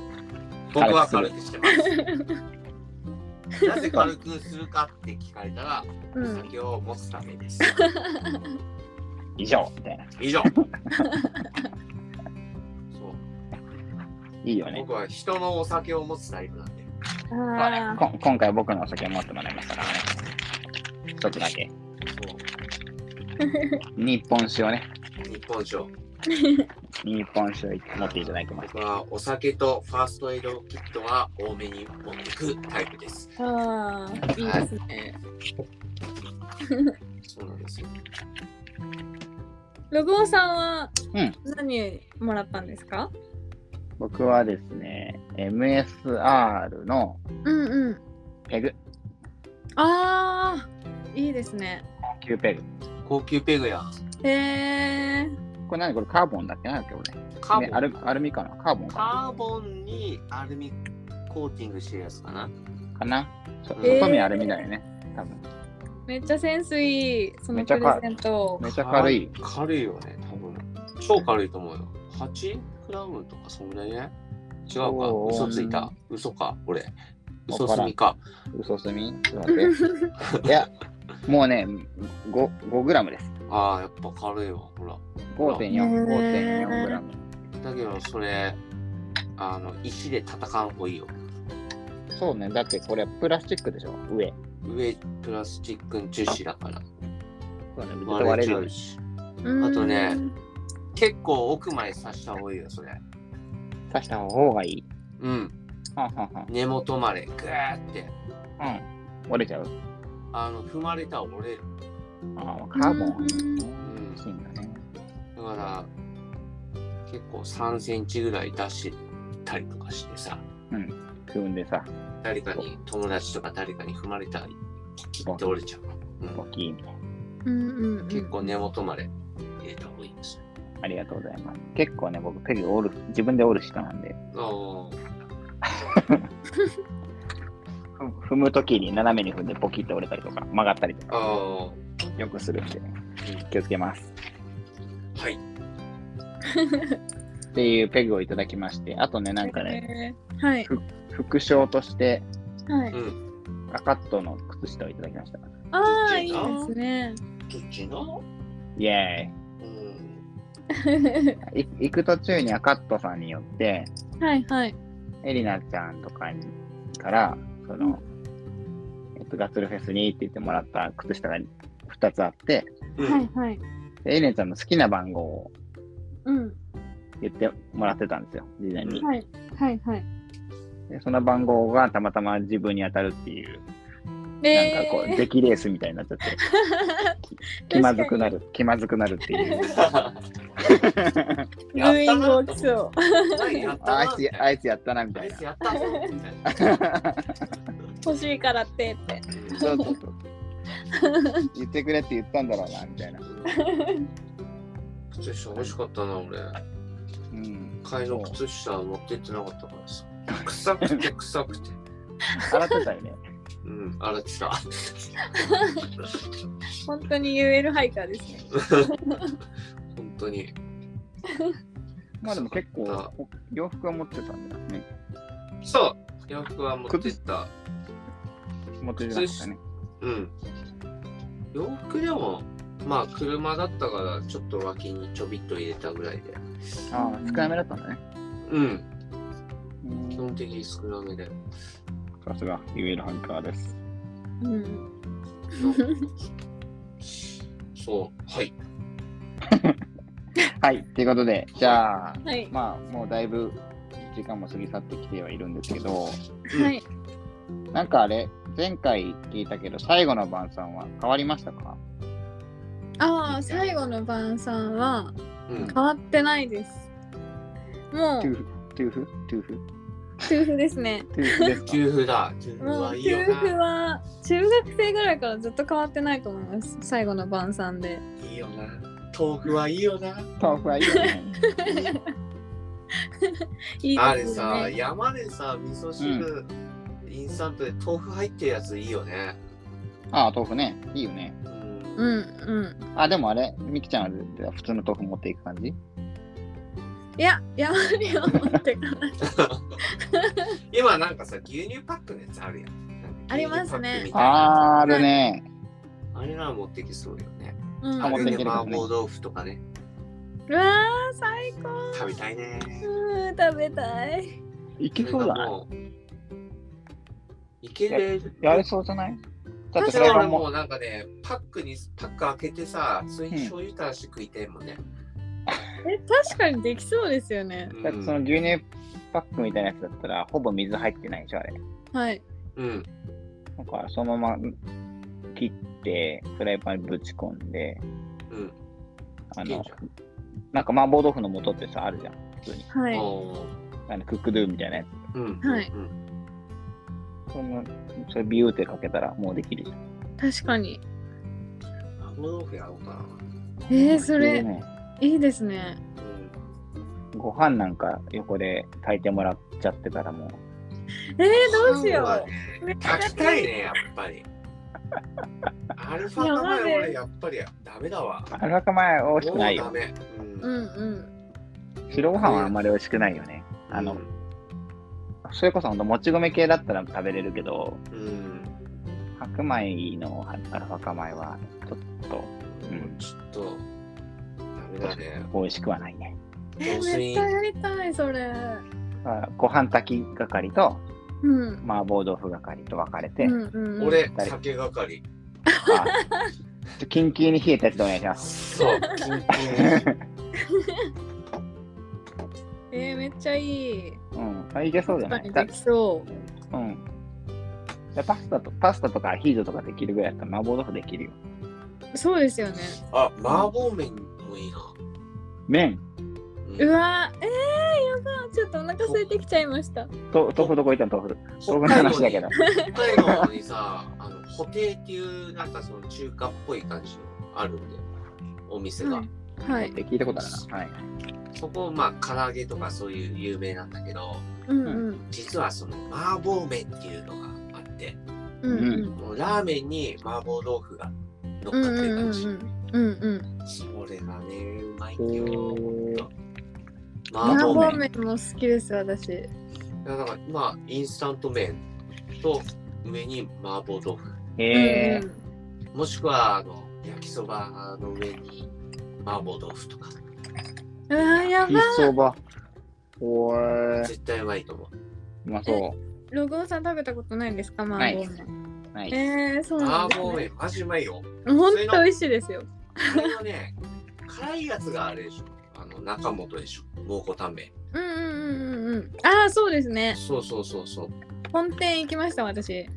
僕は 軽くしてますなぜ軽くするかって聞かれたら、
う
お
ん。
酒を持つため です
以上みたいな。
以 上そう
いいよね。
僕は人のお酒を持つタイプなんで。
そうね
あ
こん今回僕のお酒を持ってもらいましたからね。一つだけ。日本酒をね、
そう日本酒を。
日本酒を持っていただきました。
僕はお酒とファーストエイドキットは多めに持っていくタイプです。
あ。ああ。いいですね。
そうなんですよ。
ロゴンさんは
うん
何もらったんですか、
僕はですね、MSR の
うん、うん
ペグ、
あーいいですね。
9ペグ。
高級ペグや
へえ。
これ何これカーボンだっけなんだっけこれ。
カー
ね
ボ
ア
ン、
ルアルミかなカーボンか
カーボンにアルミコーティングしてるやつかな
なかなそ
えー
外見アルミだよね。多分
めっちゃセンスいい、そ
め
の
っち
プ
ゃ
レ
か
ゼント。
めっちゃ軽い。
か軽いよね多分超軽いと思うよ8グラムとかそんぐらいね違うか
そう
嘘ついた嘘か俺
わ
嘘
からん
すみか
嘘すみちょっと待って。いや、もうね、5, 5グラムです。
ああやっぱ軽いわほら
5.4、
へー
5.4グラム。
だけどそれあの石で叩かん方がいいよ
そうね、だってこれプラスチックでしょ上。
上プラスチック樹脂だから
そうね、絶対
割
割
れち
れ
ゃ
る
う。し
うん
あとね。結構奥まで刺した方がいいよそれ
刺した方がいい。
うん
はんはんはん
根元までグーって
うん。折れちゃう。
あの踏まれたら折れる
あーカーボンは
う
ね
ん
芯がね。
だから結構3センチぐらい出したりとかしてさ
くんでさ、
誰かに友達とか誰かに踏まれたら切って折れちゃう、うん
ボキーンみたいな。
うんうんうん、
結構根元まで入れた方がいいですね
ありがとうございます。結構ね、僕、ペグ折る、自分で折る人なんで、
あー
ふ踏むときに斜めに踏んでポキッと折れたりとか、曲がったりとか、
あ
よくするんで、気をつけます。
ー はい
っていうペグをいただきまして、あとね、なんかね、
へー。はい。
副賞として、
は
う
い。
ん
ラカットの靴下をいただきました。
ああ、い
い
い
いな
ですね。
どっちの
イエ
うん
ーイい行く途中にアカットさんによって、
はいはい。
エリナちゃんとかにから、その、えっと、ガッツルフェスにって言ってもらった靴下が2つあって、
う
は
ん
いはい。
でエリナちゃんの好きな番号を
うん。
言ってもらってたんですよ、事前に。
はい。はいはい。
でその番号がたまたま自分に当たるっていう、なんかこう、
え
出来レースみたいになっちゃって、気まずくなる、気まずくなるっていう。
ー、ブーイング起きそう。
やったな
あいつや、あいつやったな、み
あ
たい
い
な
つ。やったぞみたいな
欲しいからってって。
そうそうそう。言ってくれって言ったんだろうな、みたいな。
靴下欲しかったな俺
うん。
買いの靴下持ってってなかったからさ臭くて臭くて
洗ってたよ ね。
うん洗ってた
本当に UL ハイカーですね。
本当に
まあでも結
そうだ
構、お洋服は持ってたんだよね。
そう洋服は持ってった
持ってなかったね。
うん洋服でもまあ車だったからちょっと脇にちょびっと入れたぐらいで
ああ、少なめだったんだね。
うん
うん
基本的に少なめで
さすが、言えるハンカーです。
うん。
そうはい
はい、ということで、じゃあ、
はい。
まあ、もうだいぶ時間も過ぎ去ってきてはいるんですけど、
はい。
なんかあれ、前回聞いたけど、最後の晩餐は変わりましたか
ああ、最後の晩餐は
うん
変わってないです。も
トゥー
う、
フ、トゥーフ、トゥーフ、
夫婦ですね。
トゥーフですか
給付だ給付
もう
は
夫
いいよ
婦
な
は中学生ぐらいからずっと変わってないと思います最後の晩餐で
いいよな豆腐はいいよな
豆腐はいいよね。
いい
あ
で
れ
す
さ
よね
山でさ味噌汁、インスタントで豆腐入ってるやついいよね
ああ、豆腐ね。いいよね。
うん
うんうん
あ、でもあれ、みきちゃんは普通の豆腐持っていく感じ
いや山には持ってかない
今なんかさ牛乳パックのやつあるやんなんか
ありますね
牛乳パックみたいな
あー、あるね。
あれなら持ってきそうよね
うん
あ
あ
持っ
れ
て
で
きてる
麻婆豆腐とかね
うわー最高
食べたいね
うん食べたい
いけそうだ
なんか
な。
もういける
やれそうじゃないだって
私
フライパ
は
ン
も
も。
うなんかねパックにパック開けてさそれに醤油垂らして食いたいもんね、
え確かにできそうですよね
だってその牛乳パックみたいなやつだったら、ほぼ水入ってないでしょ、あれ。
はい
うん
だからそのまま切って、フライパンにぶち込んで、
うん
あ
いけん
の
じゃん。
なんか麻婆豆腐の素ってさあるじゃん
はい。
おー
あのクックドゥみたいなや
うん。
はい
うん
つそんなそれビューってかけたらもうできるじゃん
確かに。
麻婆豆腐やろうかな。
えー、それ
ね
いいですね。
うん
ご飯なんか横で炊いてもらっちゃってたらもう
えー、どうし
パンは
よ
ね
う。めっちゃ
炊きたいね、やっぱ り。アルファ玉よ、俺、やっぱりダメだわ。
あらかまえ美味しくない
も
よ
うダメ。う
うんんうん。
白ご飯はあんまり美味しくないよねあのそれこそほんともち米系だったら食べれるけど
うん。
白米のアルファ化米はちょっとうん
ちょっと、ダメだ ね。
美味しくはないね
えー、
雑炊
めっちゃやりたい、それ。
だからご飯炊き係と
うん。
麻婆豆腐係と分かれて、
うんうんうん、
俺、酒係。
あキンキンに冷えたやつでお願いします。
そう、キンキン。
えー、めっちゃいい。
うん、あいけそうじゃない
確
だ
かにできそう。
うん。でパスタとパスタとかアヒージョとかできるぐらいだったら麻婆豆腐できるよ。
そうですよね。
あ、麻婆麺もいいな。
麺
うわー、えー、やばい。ちょっとお腹空いてきちゃいました。
と豆腐どこ行ったの豆腐。
北海
豆腐の
道
話だ
に
けど。
北海道にさ、あの、ホテイっていう、なんかその中華っぽい感じのあるんだよ。お店が。
はい
っ。て聞いたことあるな。はい。
そこ、まあ、唐揚げとかそういう有名なんだけど、
うんうん。
実はその麻婆麺っていうのがあって、
うんうん。
もうラーメンに麻婆豆腐が乗っ
うんう
か
ん
ってる
うん
感
う
じ。
ん。うんうん。
それがね、うまい
お
んだよ。
ー
麻
麻
婆
婆
麺。
麺も好きです、私。
いやだからまあインスタント麺と上に麻婆豆腐
へえ。
もしくはあの焼きそばの上に麻婆豆腐とか
うんうん。うわー、やば
ピー
い。
スそば。おー
絶対うまいと思
うまそ
ロゴさん食べたことないんですか、麻婆
ない
麺。
う。はい。
えー、そううなん
麻
です、ね。
婆麺マジうまいよ
ほんと美味しいですよ。
あれはね辛いやつがあれでしょあの中本でしょ蒙古タンメン
うんうんうんうんうん。ああ、そうですね。
そうそうそうそう
本店行きました、私。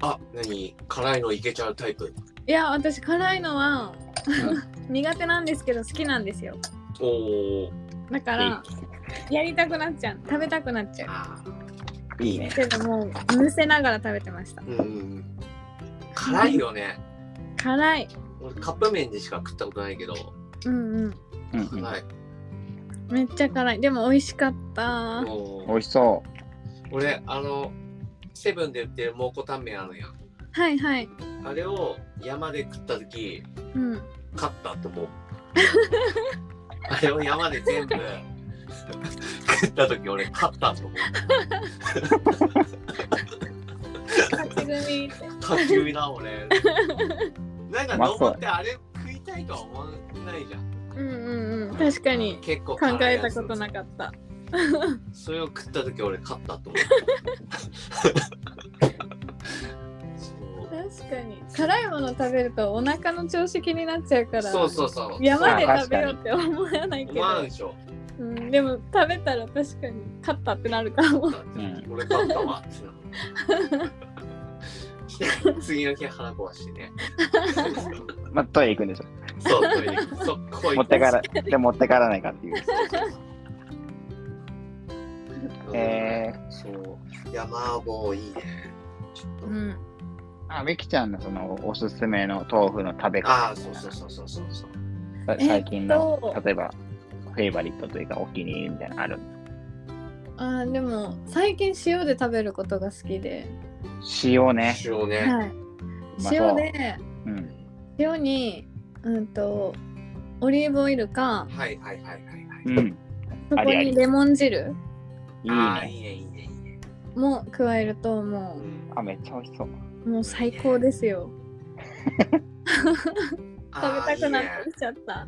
あ何辛いのいけちゃうタイプ
いや、私、辛いのは苦手なんですけど、好きなんですよ。
おお
だから、やりたくなっちゃう。食べたくなっちゃ
あ
いいね
う。。けど、もう、むせながら食べてました。
ーうん辛いよね
辛い。
俺カップ麺でしか食ったことないけど
うんうん。
うんうん。
辛い
めっちゃ辛い。でも、美味しかった。
おー
美味しそ
俺あのセブンで売ってる蒙古タンメンあるやん
はいはい。
あれを山で食った時
うん。
勝ったと思うあれを山で全部食った時俺勝ったと思う
勝ち組って。
勝ち組だ俺なんか
うまそう
登ってあれ食いたいとは思わないじゃん
うんうんうん。確かに。
結構
考
辛い
え
や
た
つ
ことなかった。
それを食った時俺勝ったと思うそう
確かに。辛いもの食べると、お腹の調子気になっちゃうから。
そうそうそう
山で食べようって思わないけ
思
ど、
わんでしょ
うん、でも食べたら確かに勝ったってなるかも
ん
俺買ったわってな 次の日腹壊してね
う。まあ、トイレ行くんでしょ。
そうトイレ行く速攻行く
持ってから、で持ってからないかっていう。
うん
え
そういや麻婆いいねちょっと
うん
あ、みきちゃんのそのおすすめの豆腐の食べ方。
ああそうそうそうそうそうそう
さ
えっと
最近の、例えばフェイバリットというかお気に入りみたいなのある
あーでも最近塩で食べることが好きで、
塩ね
塩ね、
はい、
うまそう
塩で
うん
塩にうんとオリーブオイルか
はいはいはいはいはい、
うんいいね
そこ
ありあ
に
り
レモン汁
ああいいねいいねいいね、
も加えると
う
も
ん、
あめっちゃ美味しそう
うもう最高ですよ食べたくなっ
ああいいね
てきちゃった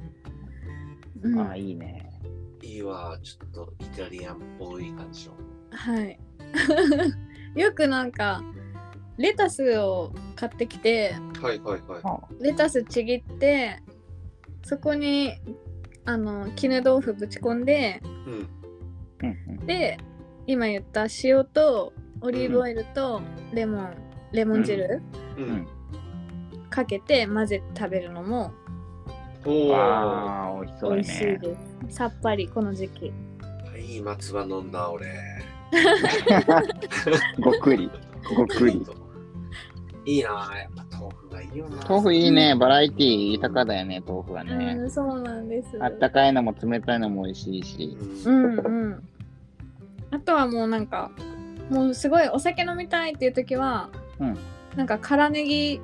うん、
あ
はい
いね
いいわちょっとイタリアンっぽい感じの
い よくなんかレタスを買ってきて
はいはいはい
あ
レタスちぎってそこにあの絹豆腐ぶち込んで
うん
うんうん
で今言った塩とオリーブオイルとレモン、レモン汁
うん、
うん
かけて混ぜて食べるのも
おー
わあ、美味しそうだ
美味しい
ね。
です。さっぱりこの時期。
いい松葉飲んだ俺。
ごっくり。ごっくり。
いいなやっぱ豆腐がいいよな。
豆腐いいね。バラエティー豊かだよね、豆腐はね
う。ん、そうなんです。
あったかいのも冷たいのも美味しいし。
う。
うんんうん。あとはもうなんかもうすごいお酒飲みたいっていう時は、
うん
なんか辛ネギ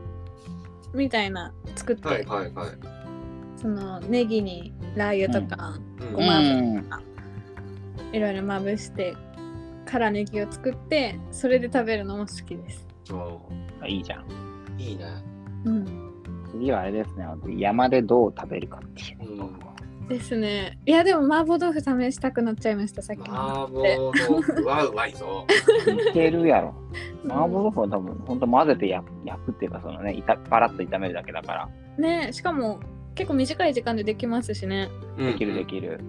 みたいな作って、
はいはいはい。
そのネギにラー油とか
うん
ご
う
ま
ん。
いろいろまぶして辛ネギを作ってそれで食べるのも好きです。
お
いいじゃん。
ーいいね。
うん、
次はあれですね。山でどう食べるかっていう。
うん。
ですね。いやでも麻婆豆腐試したくなっちゃいましたさっきの。
麻婆豆腐はうまいぞ。
いけるやろ。
うん
麻婆豆腐は多分、ほんと混ぜてや焼くっていうか、そのね、いたパラッと炒めるだけだから、
ねしかも結構短い時間でできますしね。
で
できるできる。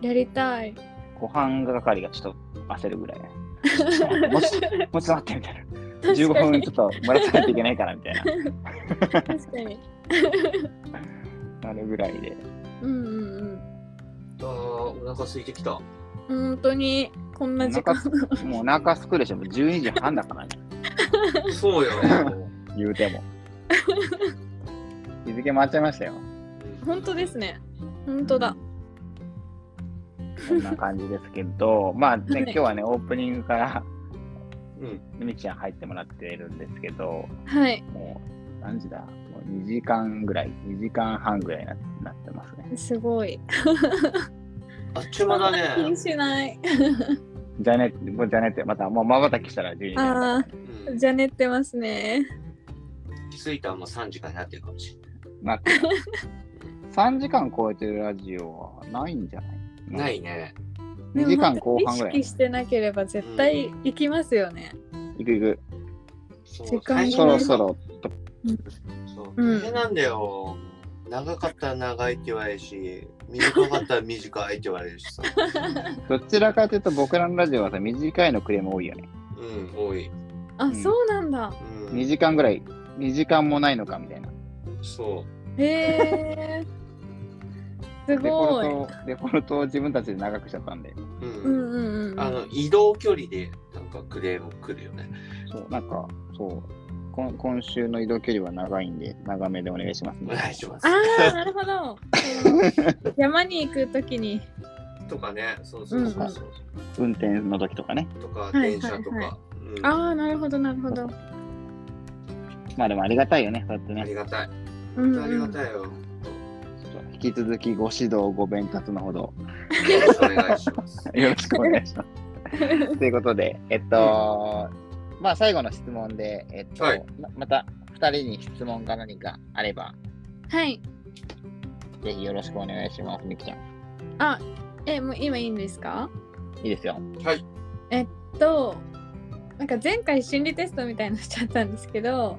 やりたい。
ご飯係がちょっと焦るぐらいね。 もうちょっともうちょっと待ってみたいな。15分ちょっと漏らさないといけないからみたいな。
確かに。
なるぐらいで。
うんうんうん。
あーお腹空いてきた。
本当にこんな時間
もうお腹すくでしょ。もう12時半だからね。
そうよ。
言うても。日付回っちゃいましたよ。
本当ですね本当だ
こんな感じですけど、まあね、
はい
今日はね、オープニングから
うん。
みきちゃん入ってもらってるんですけど、
はい
もう何時だもう2時間ぐらい、2時間半ぐらいななってますね。
すごい
あっちゅう間だ
気に
ね。
しない
じゃね、もうじゃねって、また、もう瞬きしたら12時半
あ
うん
ーじゃねってますね
気づいたらもう3時間になってるかもしれ
なってる。3時間超えてるラジオはないんじゃない
ない。ないね。
2時間後半ぐら
でもなんか意
い
識。してなければ絶対行きますよね
いくいく。
そう
時間
そ
最
ろ
初
そろ。
そう
うん
大変なんだよ。長かったら長いって言われるし、短かったら短いって言われるしさ。
どちらかというと、僕らのラジオはさ、短いのクレーム多いよね。
うん、多い。
あ、
ん
そうなんだ
う
2
ん、
時間ぐらい、2時間もないのかみたいな。
そ
へえす
デフォ
ごい
ルト、デフォルトを自分たちで長くしちゃったんで。
う。う。
うんんうんうん
あの、移動距離で、なんかクレーム来るよね。
そう、なんか、そう。こん今週の移動距離は長いんで、長めでお願いします、
お願いします
あ。ーなるほ どその山に行くときに
とかね、そうそうそうそう。
運転の時とかね。
とか、
いはい
電車とか。うん
ああなるほどなるほど
まあでもありがたいよね、そうやって
あ
ね。
りがたい。
うん
本当ありがたい よ。
引き続きご指導、ご鞭撻のほど、
よろしくお願いします。
よろしくお願いします。ということで、えっと、まあ最後の質問で、えっと、
はい
ままた2人に質問が何かあれば、
はい
ぜひよろしくお願いします、みきちゃん。
あえもう今いいんですか
いいですよ。
はい。
となんか前回心理テストみたいのしちゃったんですけど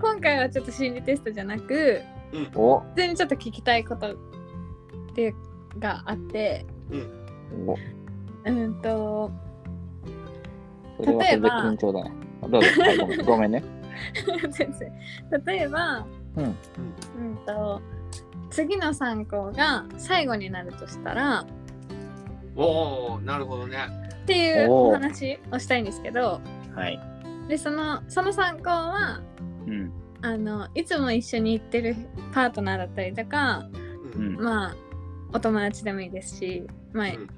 今回はちょっと心理テストじゃなく
お
普通にちょっと聞きたいことっていうがあって
お
うんと
そ れはそれで緊張だね。どうぞ、はいごめんごめんね。
先生例えば、
うん
うんと次の参考が最後になるとしたら
おお、なるほどね。
ってい
おー
うお話をしたいんですけど
はい。
でそのその参考は
うん。
あのいつも一緒に行ってるパートナーだったりとか
う。
うんん。
まあお友達でもいいですし、まあ
うん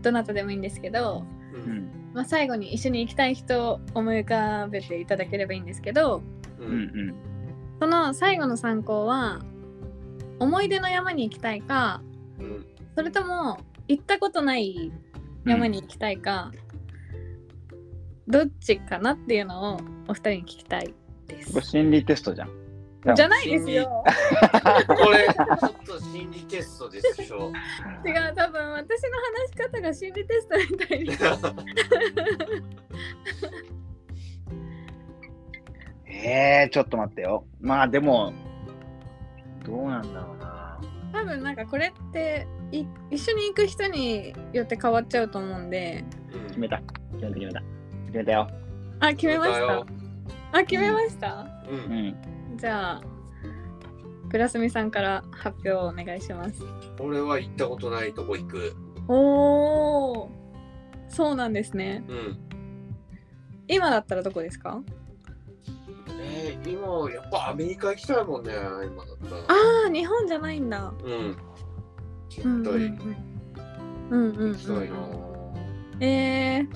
どなたでもいいんですけど、
う。
うんん。
まあ、最後に一緒に行きたい人を思い浮かべていただければいいんですけど
う。
うんん。
その最後の参考は思い出の山に行きたいか
うん。
それとも行ったことない山に行きたいか、どっちかなっていうのをお二人に聞きたい
こ
で
れ
す。
心理テストじゃん。
じゃないですよ。
これ、ちょっと心理テストでしょ。
違う多分私の話し方が心理テストみたいに
えー、ちょっと待ってよ。まあでも、どうなんだろうな。
多分なんかこれってい一緒に行く人によって変わっちゃうと思うんで
決めた。決めた決めた。決めたよ。
あ決めまし
決めたよ
たあ決めました、
う。
うんん。
じゃあ倉澄さんから発表をお願いします。
俺は行ったことないとこ行く。
おお、そうなんですね。
うん。
今だったらどこですか？
えー、今、やっぱアメリカ行きたいもんね、今だったら。
ああ、日本じゃないんだ。
うん。絶
うんうんう
対
ん。うんうん
行きたいな、
うん。え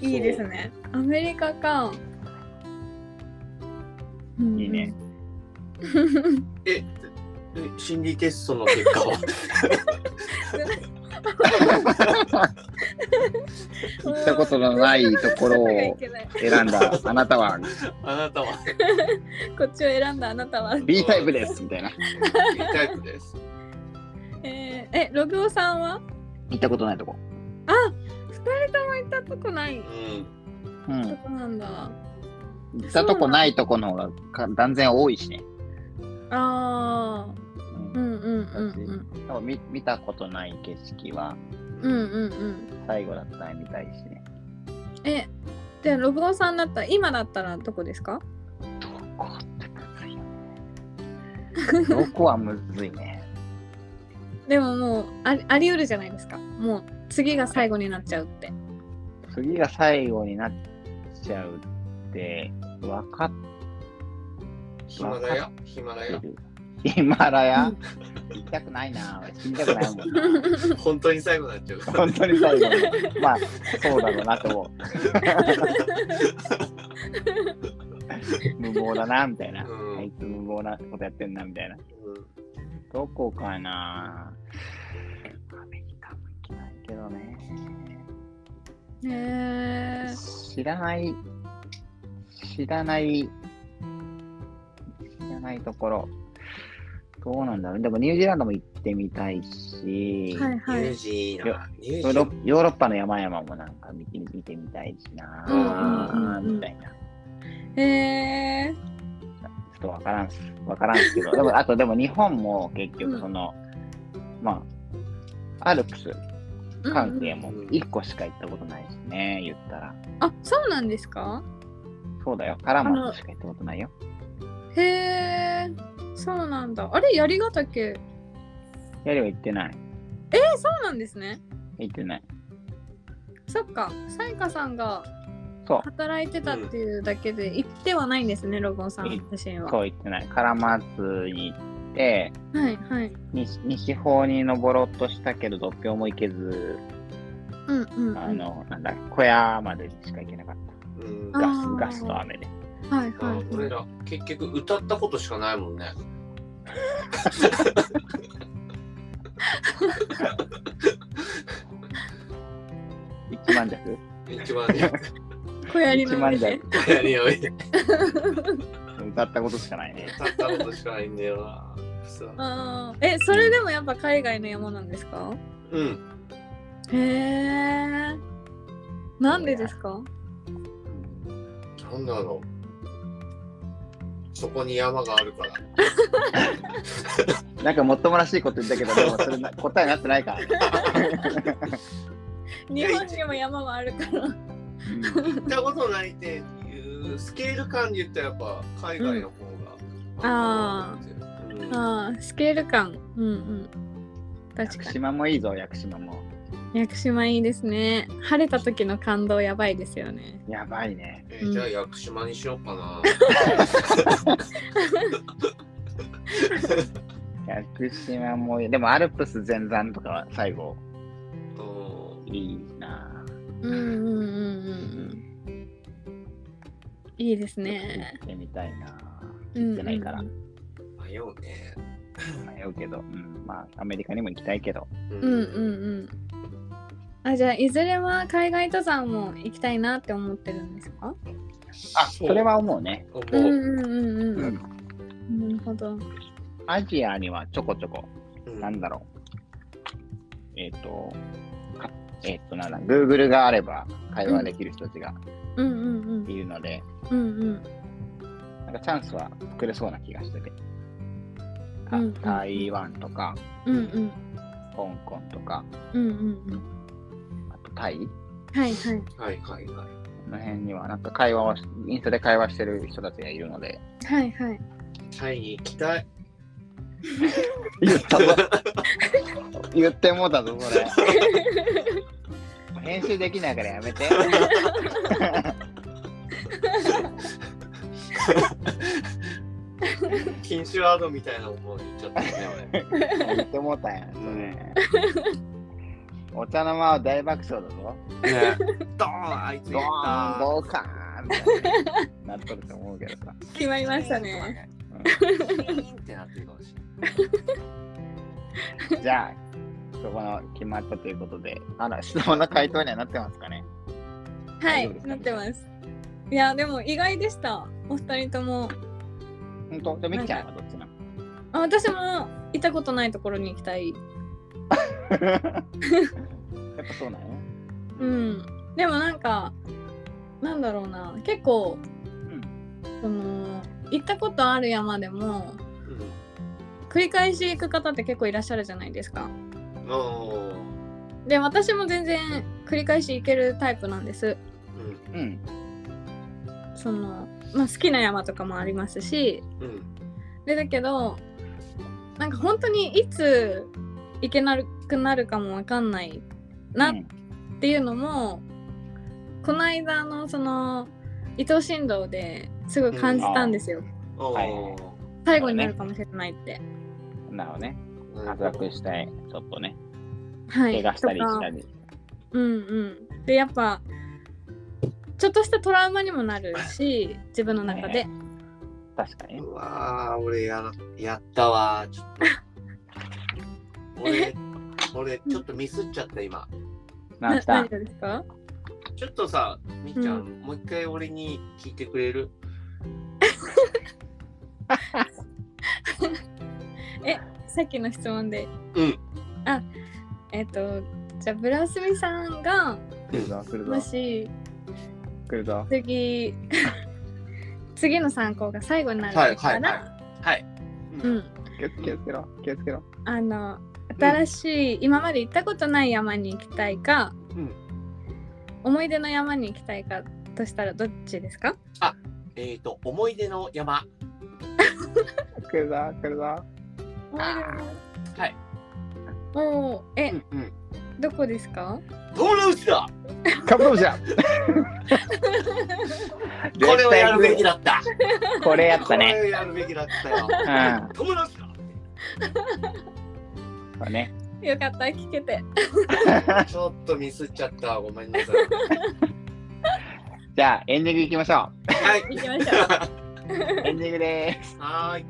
ー、いいですね。アメリカか。
いいね。
そう。え心理テストの結果は
行ったことのないところ
い
を
けない
選んだあなたは
あなたは
こっちを選んだあなたは。
B タイプですみたいな。
いいタイプです。
えー、え、ログオさんは
行ったことないとこ。
あ二人とも行ったとこない
うん。
うん。
とこなんだ。
行ったとこないとこの方がか断然多いしね。
あ
うん
ー、うんうんうん
でも見見たことない景色は
うん。うんうんうん。
最後だったら見たいしね。
え、じゃあログオさんだったら、今だったらどこですか
どこってむずいよね。どこはむずいね。
でももうありあり得るじゃないですか。もう次が最後になっちゃうって。
次が最後になっちゃうって分かっ
ヒマラヤヒマラ
て
ヤ
る。ヒマラ
う
ヤ
ん
行きたくないな。俺死にたくないもんな。
本当に最後になっちゃう。
本当に最後に。まあ、そうだろうなと思う。無謀だな、みたいな。
うん
あいつ無謀なことやってんな、みたい
う
な。
ん
どこかなアメリカも行けないけどね。
へえ
知らない、知らない、知らないところ。どうなんだろう。でもニュージーランドも行ってみたいし、
はいは
ニュー
い。
ジーランド。ニュージー
ヨー
ラ
ロ
ン
ヨーロッパの山々もなんか見て見てみたいしな
うん
うんうんうん
みたいな。ち
へえ
ょっとわからんっす。わからんっすけど。でも、あとでも日本も結局その、まあ、アルプス
うん
関係も1個しか行ったことないしね、言ったら。
あそうなんですか
そうだよ。カラマンしか行ったことないよ。
へえそうなんだ。あれ槍ヶ岳
やりは行ってない。
そうなんですね。
行ってない。
そっか、さやかさんが
そう。
働いてたっていうだけで行ってはないんですね、ロゴンさん自身は。
そう言ってない。カラマツに行って、
はいはい。
西西方に登ろうとしたけど、どっぴょうも行けず、
うんうん、うん。
あの、なんだ、小屋までしか行けなかった。
ド。うん
あ
ガ
ー
ス、ガスと雨で。
はい
あ
はい。
俺ら結局歌ったことしかないもんね。
一万弱
一番ね、
小槍
一
の
万
上
弱
で。
こやりよい。
歌ったことしかないね。
歌ったことしかないんだよな。そう
あーえ、それでもやっぱ海外の山なんですか
うん。
へえ。なんでですか
なんだろう。そこに山があるから。
なんかもっともらしいこと言ったけど、でもそれな答えになってないからね。
日本にも山はあるから。
行ったことないっていうスケール感で言ったらやっぱ海外の方が。
あああ、スケール感。うんうん。確
屋
かに。
島もいいぞ、屋久島も。
屋久島いいですね。晴れた時の感動やばいですよね。
やばいね。
えーじゃあ屋久島にしようかな。
屋久島もいい。でもアルプス全山とかは最
う
後、
ん
いいなぁ。
うんうんうんうんうん。いいですね。
行ってみたいなぁ。
行
ってないから
う
迷うね。
迷うけど、うん、まあアメリカにも行きたいけど、
うん
うんうん。あじゃあいずれは海外登山も行きたいなって思ってるんですか？
あそれは思うね、
思
うん
う。
うん
う、
うんうんん。なるほど。
アジアにはちょこちょこ、
うん
なんだろう、えっ、と、かえっ、と、なんだ、Google があれば会話できる人たちが
うんうんうん
いるので、
うんうん。
なんかチャンスは作れそうな気がしてて、た
うんうん
台湾とか、
うんうん
香港とか、
うんうんうん。
あとタイ
はいは
は
い
いはいはい。
この辺には、なんか会話をし、インスタで会話してる人たちがいるので、
はいはい。
タイに行きたい。
言ったぞ。 言ってもうたぞ、それ。 編集できないからやめて。
禁止ワードみたいなもの言っちゃったね、
言ってもうたやん、それ。お茶の間は大爆笑だぞ。
俺。ね、ドーンあいつ
ド
言っ
ーン、
た
ドーカーンみたいななっとると思うけどさ。
決まりましたね。
うんってなってるかもし
うんじゃあ、そこの決まったということで、あの質問の回答にはなってますかね。
は
大丈夫です
い、
か
なってます。いや、でも意外でした。お二人とも。
本当じゃあ、みきちゃんはどっちなの
あ私も行ったことないところに行きたい。
やっぱそうなの
うん。でもなんか、なんだろうな。結構、その、行ったことある山でも、繰り返し行く方って結構いらっしゃるじゃないですか。
れない。うん。おー
で、私も全然繰り返し行けるタイプなんです。
うん。
その、まあ、好きな山とかもありますし、
うん。うん。
でだけどなんか本当にいつ行けなくなるかもわかんないな
う
っ
ん
ていうのも、この間のその伊藤新道ですごい感じたんですよ、
おー
はい
最後になるかもしれないって、
なるほどね。
うん
脱落したい、ちょっとね、
はい
怪我したりした
とか
り。
うんうんでやっぱちょっとしたトラウマにもなるし自分の中で、
ね確かに。
うわー、俺やらやったわー、ちょっと。俺、俺、ちょっとミスっちゃった、今。
な
なんした
何がですか
ちょっとさ、みっちゃん、
う
もう一回俺に聞いてくれる
さっきの質問で
うん。
えっ、とじゃあブラスミさんが
来るぞ、来る
も
ぞ、
し
来るぞ。
次 次の参考が最後になる
はい
か
はい
ら、
はい。
う
うん
ん、
気を気をつけろ、気をつけろ。
あの新しい、今まで行ったことない山に行きたいか、
うん
思い出の山に行きたいかとしたらどっちですか
えっと、思い出の山。
来るぞ、来るぞ。
思い
ーはい
出のおおえ、
んうん。
どこですか
トラウスだ
カブトムシだ
これをやるべきだった
これやった
こ
ね。
れをやるべきだったよ。
うん
トラウスだ
これね。
よかった聞けて
ちょっとミスっちゃったわ。ごめんなさい。
じゃあ、エンディングいきましょ
はい。
行きましょう
う。エンディングでーす。
はーい。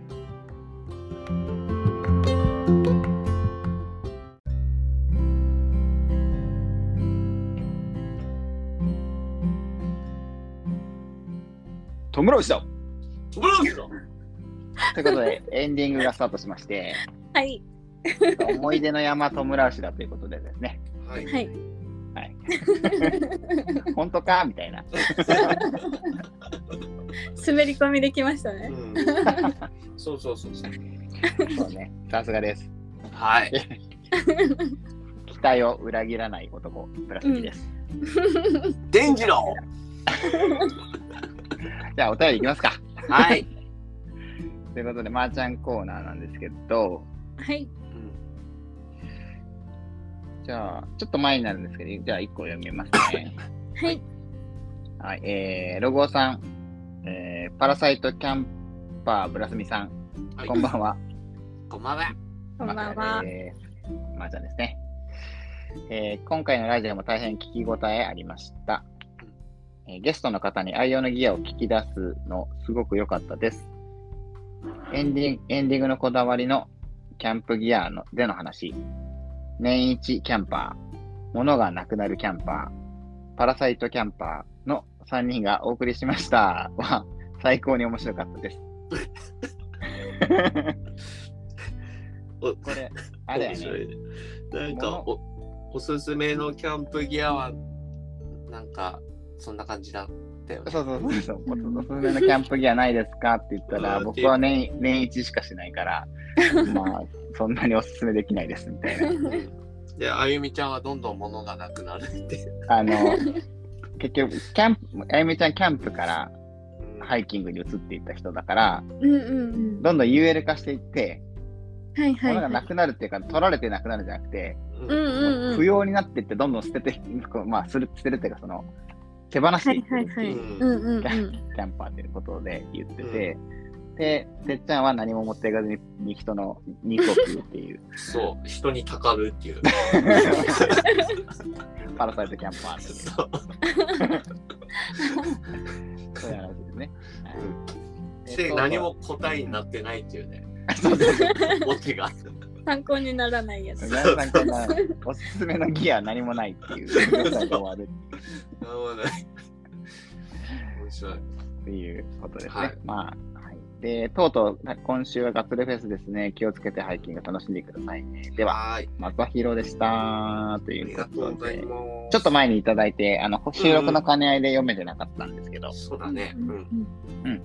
トムロウシだ
トラウスだ
ということで、エンディングがスタートしまして、
はい
思い出の山トムラウシだということでですね、
はい
はい
はい。本当かみたいな。
滑り込みできました
う
ね
ん。そうそうそうそう。
そうね、さすがです。
はい。
期待を裏切らない男、ブラスミです。
伝次郎
じゃあ、お便りいきますか。
はい。
ということで、マーちゃんコーナーなんですけど、
はい
じゃあ、ちょっと前になるんですけど、じゃあ、1個読みますね。
はい
はい、えー、ロゴさん、えー、パラサイトキャンパーブラスミさん、
は
こんばんは。
こんばんは。
こんばんは
まあじゃあですね、えー今回のラジオも大変聞き応えありました、えーゲストの方に愛用のギアを聞き出すのすごく良かったですエンディングエンディングのこだわりのキャンプギアのでの話年一キャンパー物がなくなるキャンパーパラサイトキャンパーの3人がお送りしましたは最高に面白かったです
お
これあれやね
なんかおおすすめのキャンプギアはなんかそんな感じだったよね。
そうそうそうそう、おすすめのキャンプギアないですかって言ったら、
うん
僕は年年一しかしないから、まあ、そんなにおすすめできないですみたい
うんで、あゆみちゃんはどんどん物がなくなるって。
な。あの、結局、キャンプ、あゆみちゃん、キャンプからハイキングに移っていった人だから、
うんうんうん
どんどん UL 化していって、
はいはい
物
は
が
い。
なくなるっていうか、取られてなくなるんじゃなくて、
うん
うん
うんうん。
不要になってって、どんどん捨てて、こうまあ、する捨てるっていうか、その、手放していくっていう
うん
うんうんうん。
キャンパーということで言ってて、で、てっちゃんは何も持っていかずにに人の肉を食うって いう、
そう、人にたかるって いう。
パラサイトキャンパーとい
そう
う、そういう話ですね。はい
で、何も答えになってないっていうね、
そうです。
オチが。
参考にならないやつ。
皆さんからおすすめのギア何もないっていう、皆さんが終わる
なるほどね。面白い。
っていうことですね。
はい
まあ、はい。で、とうとう、今週はガッツレフェスですね。気をつけてハイキング楽しんでくださいね。では、
はい。
またひろでした。と
あ
い
り
う
がと
こ
う
と
ござい
で、
ます。
ちょっと前にいただいて、あの、収録の兼ね合いで読めてなかったんですけど、
そうだね。
うん
うん。
い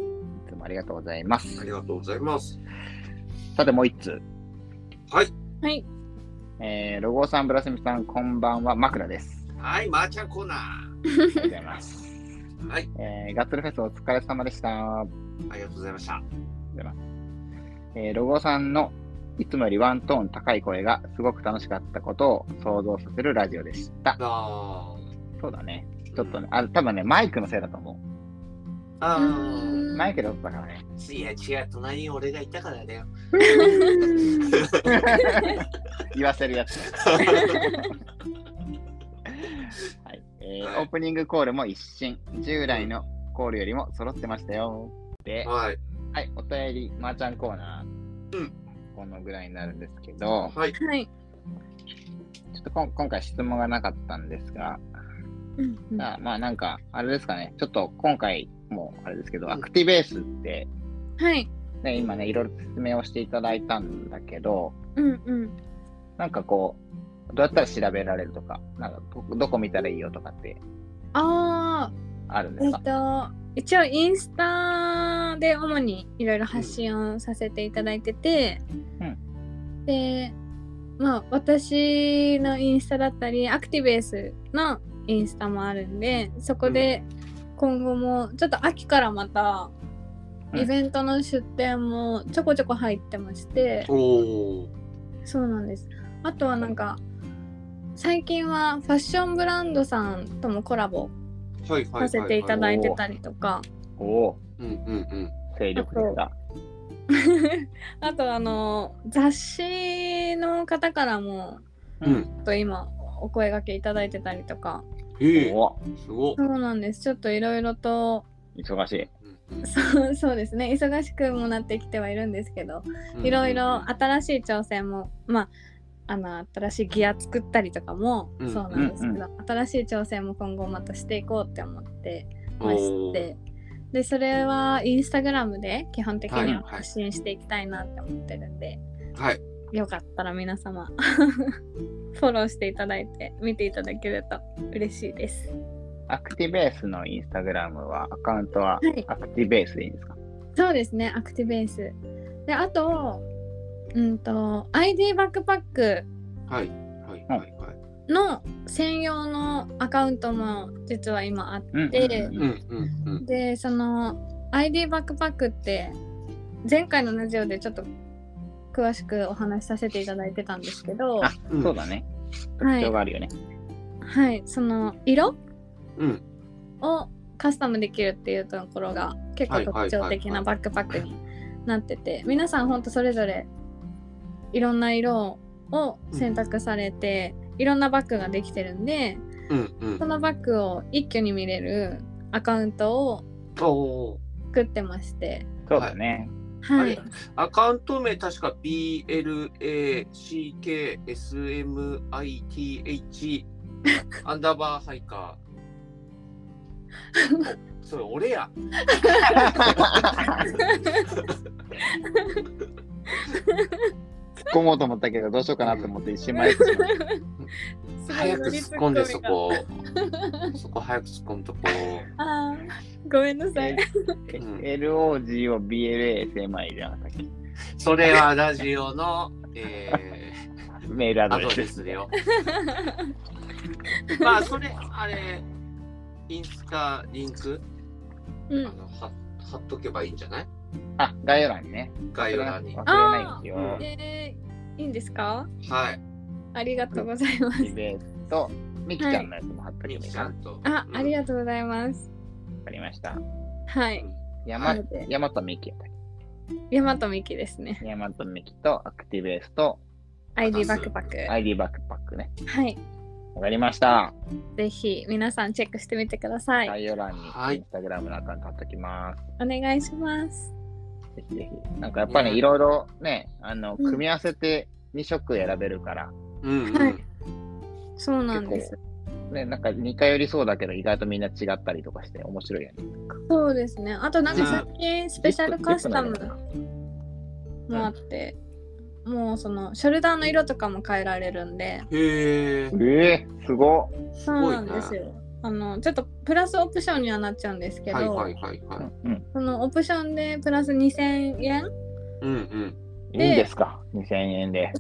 つもありがとうございま
あ
す
り。がとうございます。
さて、もう一通。
はい。
えー、ロゴさん、ブラスミさん、こんばんは、枕です。
はい、まーちゃんコーナ
ありがとうございます。
ー。はい、
えー、ガッツルフェスお疲れ様でした。
ありがとうございました。
えーロゴさんのいつもよりワントーン高い声がすごく楽しかったことを想像させるラジオでした。
あ
そうだね。ちょっとね、あ、多分ね、マイクのせいだと思
ーあ
う
ー。
う。
ん
マイクで撮ったからね。
いや、違う、隣に俺がいたからだよ。
言わせるやつ。はい。えー
はい
オープニングコールも一新。従来のコールよりも揃ってましたよ。で、
はい。
はい、お便り、マーちゃんコーナー。
うん
このぐらいになるんですけど、
はい。
はい。
ちょっとこん今回質問がなかったんですが、
うんうん
まあ、まあなんか、あれですかね、ちょっと今回もあれですけど、
うん
アクティベースって、
はい。
ね、今ね、いろいろ説明をしていただいたんだけど、
うんうん。
なんかこう、どうやったら調べられるとか、なんかどどこ見たらいいよとかって
ああ、
あるんで
え
す
っ
か、
と、一応インスタで主にいろいろ発信をさせていただいてて、
う
で、まあ私のインスタだったり、アクティベースのインスタもあるんで、そこで今後も、ちょっと秋からまた、
うん
イベントの出店もちょこちょこ入ってまして、
おー。
そうなんです。あとはなんか、最近はファッションブランドさんともコラボ
はいはいはいはい。
させていただいてたりとか、
おお
うんうんうん。
ー、精力的だ。
あとあの雑誌の方からも
う。ん。
ちょっと今お声掛けいただいてたりとか
ええ
おお、
すごっ。
そうなんですちょっといろいろと
忙しい。
うんうん
そうそうですね忙しくもなってきてはいるんですけどいろいろ新しい挑戦もまああの新しいギア作ったりとかも
うん
そうなんですけど、
うん
新しい挑戦も今後またしていこうって思って
お
まし
ー
てでそれはインスタグラムで基本的
はい
に
は
はい発信していきたいなって思ってるんで、
はい。
よかったら皆様 フォローしていただいて見ていただけると嬉しいです。
アクティベースのインスタグラムは、アカウントは
はい
アクティベースでいいんですか、
そうですね、アクティベース。で、あと、うんと、ID バックパック
はい。はい。はい。はい。
の専用のアカウントも実は今あって、
うん
で
う
う
んうんん
うんうん。
で、その ID バックパックって前回のラジオでちょっと詳しくお話しさせていただいてたんですけど、
あ
うん
そうだね。
は
特
い
徴があるよね。
はい、その色
うん。
をカスタムできるっていうところが結構特徴的なバックパックになってて皆さんほんとそれぞれいろんな色を選択されて、いろんなバッグができてるんで
うんうん
そ。のバッグを一挙に見れるアカウントを
おー
作ってまして
そうだね。
は
はい
い、
アカウント名確か BLACKSMITH アンダーバーハイカー。 それ俺や。
突っ込もうと思ったけど、どうしようかなと思って一瞬迷ってしまった。
早く突っ込んでそ
すごい
こ。そこ早く突っ込んとこ。
あーごめんなさい
LOGOBLASMI じゃなかったっけ
それはラジオの、え
メールア
ー、
ド
アド
レス
レ
です
ス。だよ。まあそれあれインスタリンク、
う
あ
ん
の貼貼っとけばいいんじゃない？
あ、概要欄にね。
概要欄に。
忘れないんですよ。
でいいんですか
はい。
ありがとうございます
リ。ベート、ミキちゃんのやつも貼っとけ
み
ばい
き
い
ちゃ
かな。わ
んと。
あ、あり
が
がとうございます。
かりました。
はい。
山
なので、
山とミキやったっ
大和美希ですね。
け。山とミキとアクティベースと
ID バックパック。
ID バックパックね。
はい。
わかりました。
ぜひ皆さんチェックしてみてください。
概要欄に
はい
インスタグラムのアカウント貼っときます。
お願いします。
ぜひぜひ。なんかやっぱり、
ね
いろいろね、あの、
うん
組み合わせて2色選べるから、
とうん、うん。
はいそうなんです。
ね、なんか似通りそうだけど、意外とみんな違ったりとかして面白いよね。
そうですね。あとなんか最近スペシャルカスタム
リップの色か
もあって、もうそのショルダーの色とかも変えられるんで、
へえ。
なえー、すごっ
そうなんですよ。あのちょっとプラスオプションにはなっちゃうんですけど、
はいはいはいは
うん、
そのオプションでプラス2000円
い。うんうん。
うん。
で
いいですか、2000円で。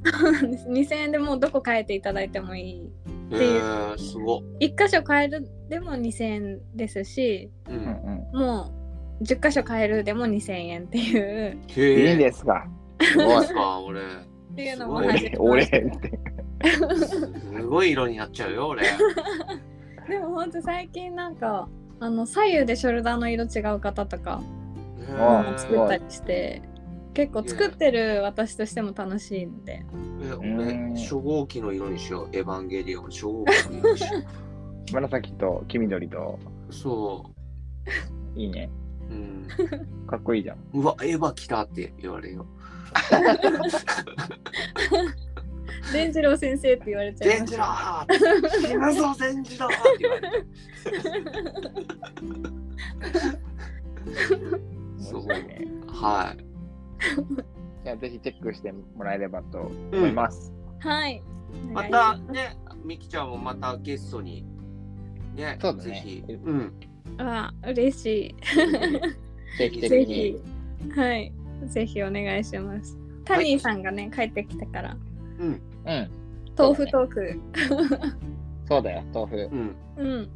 2000円でもうどこ変えていただいてもいい
へ
てい
え、すごっ。
1箇所変えるでも2000円ですし
う
うん
ん。
うん
もう10箇所変えるでも2000円っていう
へ
い
え。
いん
で
ですか。すごい
す。か、俺。
っていうのも
すごい
始
俺、
ま
俺
り
って。
すごい色になっちゃうよ、 俺。
でもほんと最近なんかあの左右でショルダーの色違う方とか
あす
作
ご
っ
い
たりして結構作ってる私としても楽しいんで
え
うん
俺、初号機の色にしよう。エヴァンゲリオン、初号機の色にしよ
紫と黄緑と、
う。そ
いいね。
う。うん。
かっこいいじゃん。
うわ、エヴァ来たって言われよ。
伝次郎先生って言われちゃい
デ
ま
ン
し
ジ
た
ロー死ぬぞ、デンジローって言われる。
面
すご
白い
い。
ね。
はい。
じゃあ、ぜひチェックしてもらえればと思います。
はい
またね、みきちゃんもまたゲストに。ね、
そうだね
ぜひ。うん。
あ嬉しい
定期的
ぜ
に
ひ。はいぜひお願いしますタニーさんがね、帰ってきたから
うん。
うん。
豆腐トークう,、
そうだよ、豆腐。
うんん。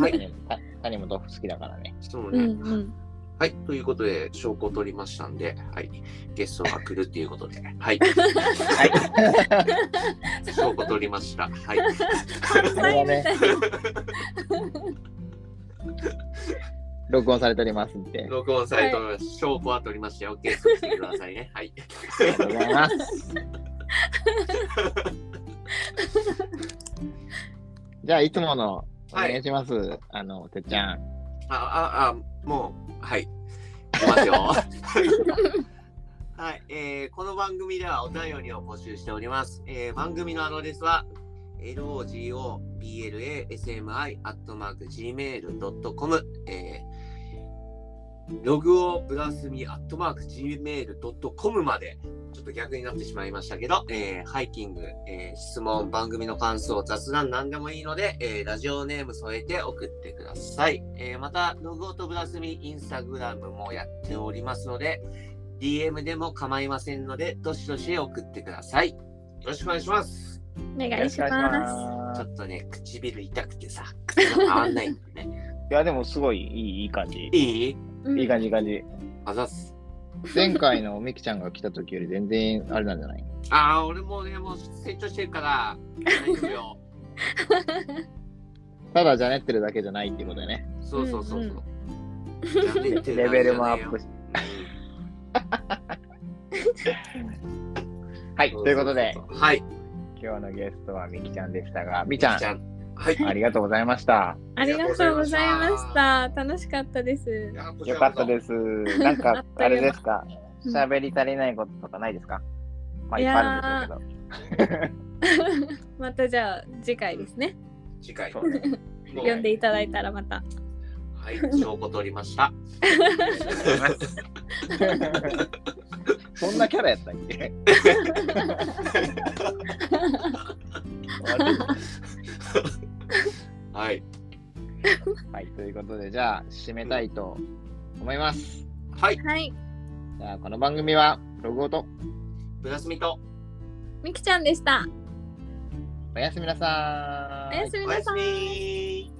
はい。
ねた谷も豆腐好きだから ね。
そう
う
ね。
んうん
はい。ということで、証拠を取りましたんで、はい。ゲストが来るっていうことで、はい。
は い。
証拠取りました。はい。
これはね、録音されておりますんで。
録音サイトの証拠は取りましたよ。ゲストしてくださいね。はい。
ありがとうござ います。じゃあ、いつものお
はい
願いします。あの、てっちゃん。
あ、あ、あ、もう、はい。いきますよ。はい、えーこの番組ではお便りを募集しております。えー番組のアドレスは、logoblasmi.gmail.com、えー、ログをプラスミ .gmail.com まで、ちょっと逆になってしまいましたけど、えーハイキング、えー質問、番組の感想、雑談、何でもいいので、えーラジオネーム添えて送ってください。えーまた、ログオとブラスミ、インスタグラムもやっておりますので、DM でも構いませんので、どしどし送ってください。よろしくお願いします。
お願いし
よろく お願い
ます
しま
ちょ
す
っとね、唇痛くてさ、口が変わんないんで ね。
いや、でも、すごいいいいい感じ。
いい
うん
いい感じ、いい感じ。
あざっす。
前回のみきちゃんが来た時より全然あれなんじゃない
ああ、俺もね、もう成長してるから、大丈夫 よ。
ただじゃねってるだけじゃないってことでね。
そうそうそうそう。
レベルもアップしはい、ということで、
はい、
今日のゲストはみきちゃんでしたが、み
み
ちゃん、
ん。はい。
ありがとうございま した。
ありがとうございまし
あ
た楽しかったです
よかった
す。
です。なんか、
あ
あ
っという間
れですか
うん
喋り足りないこととかないですかまあ、いっぱい
いや
あるんでしょう
またじゃあ次回ですね
次回。
そうね
もう
読んでいただいたらまた
はい、証拠取りました。
けど。そんなキャラやったっけ
はい。
はい、ということで、じゃあ、締めたいと思います。
はい、
はい
じゃあ、この番組は、ログオと、
プラスミと、
みきちゃんでした
おやすみなさ
お
ーい
やすみ
おや
な
す
さい
み。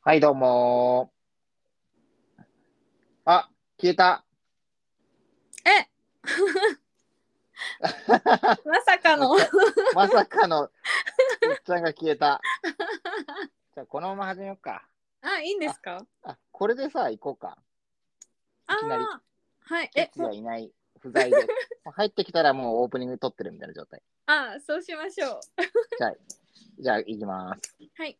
はい、どうも消えた。
え まさか の
まさか の、うっちゃんが消えた。じゃあ、このまま始めようか。
あいいんですか
あ、これでさ、行こうか。
あ
きなり
あーはい
え
え
がいない、不在で。もう入ってきたらもうオープニング撮ってるみたいな状態。
あそうしましょう
じゃあ、じゃあ、行きます。
はい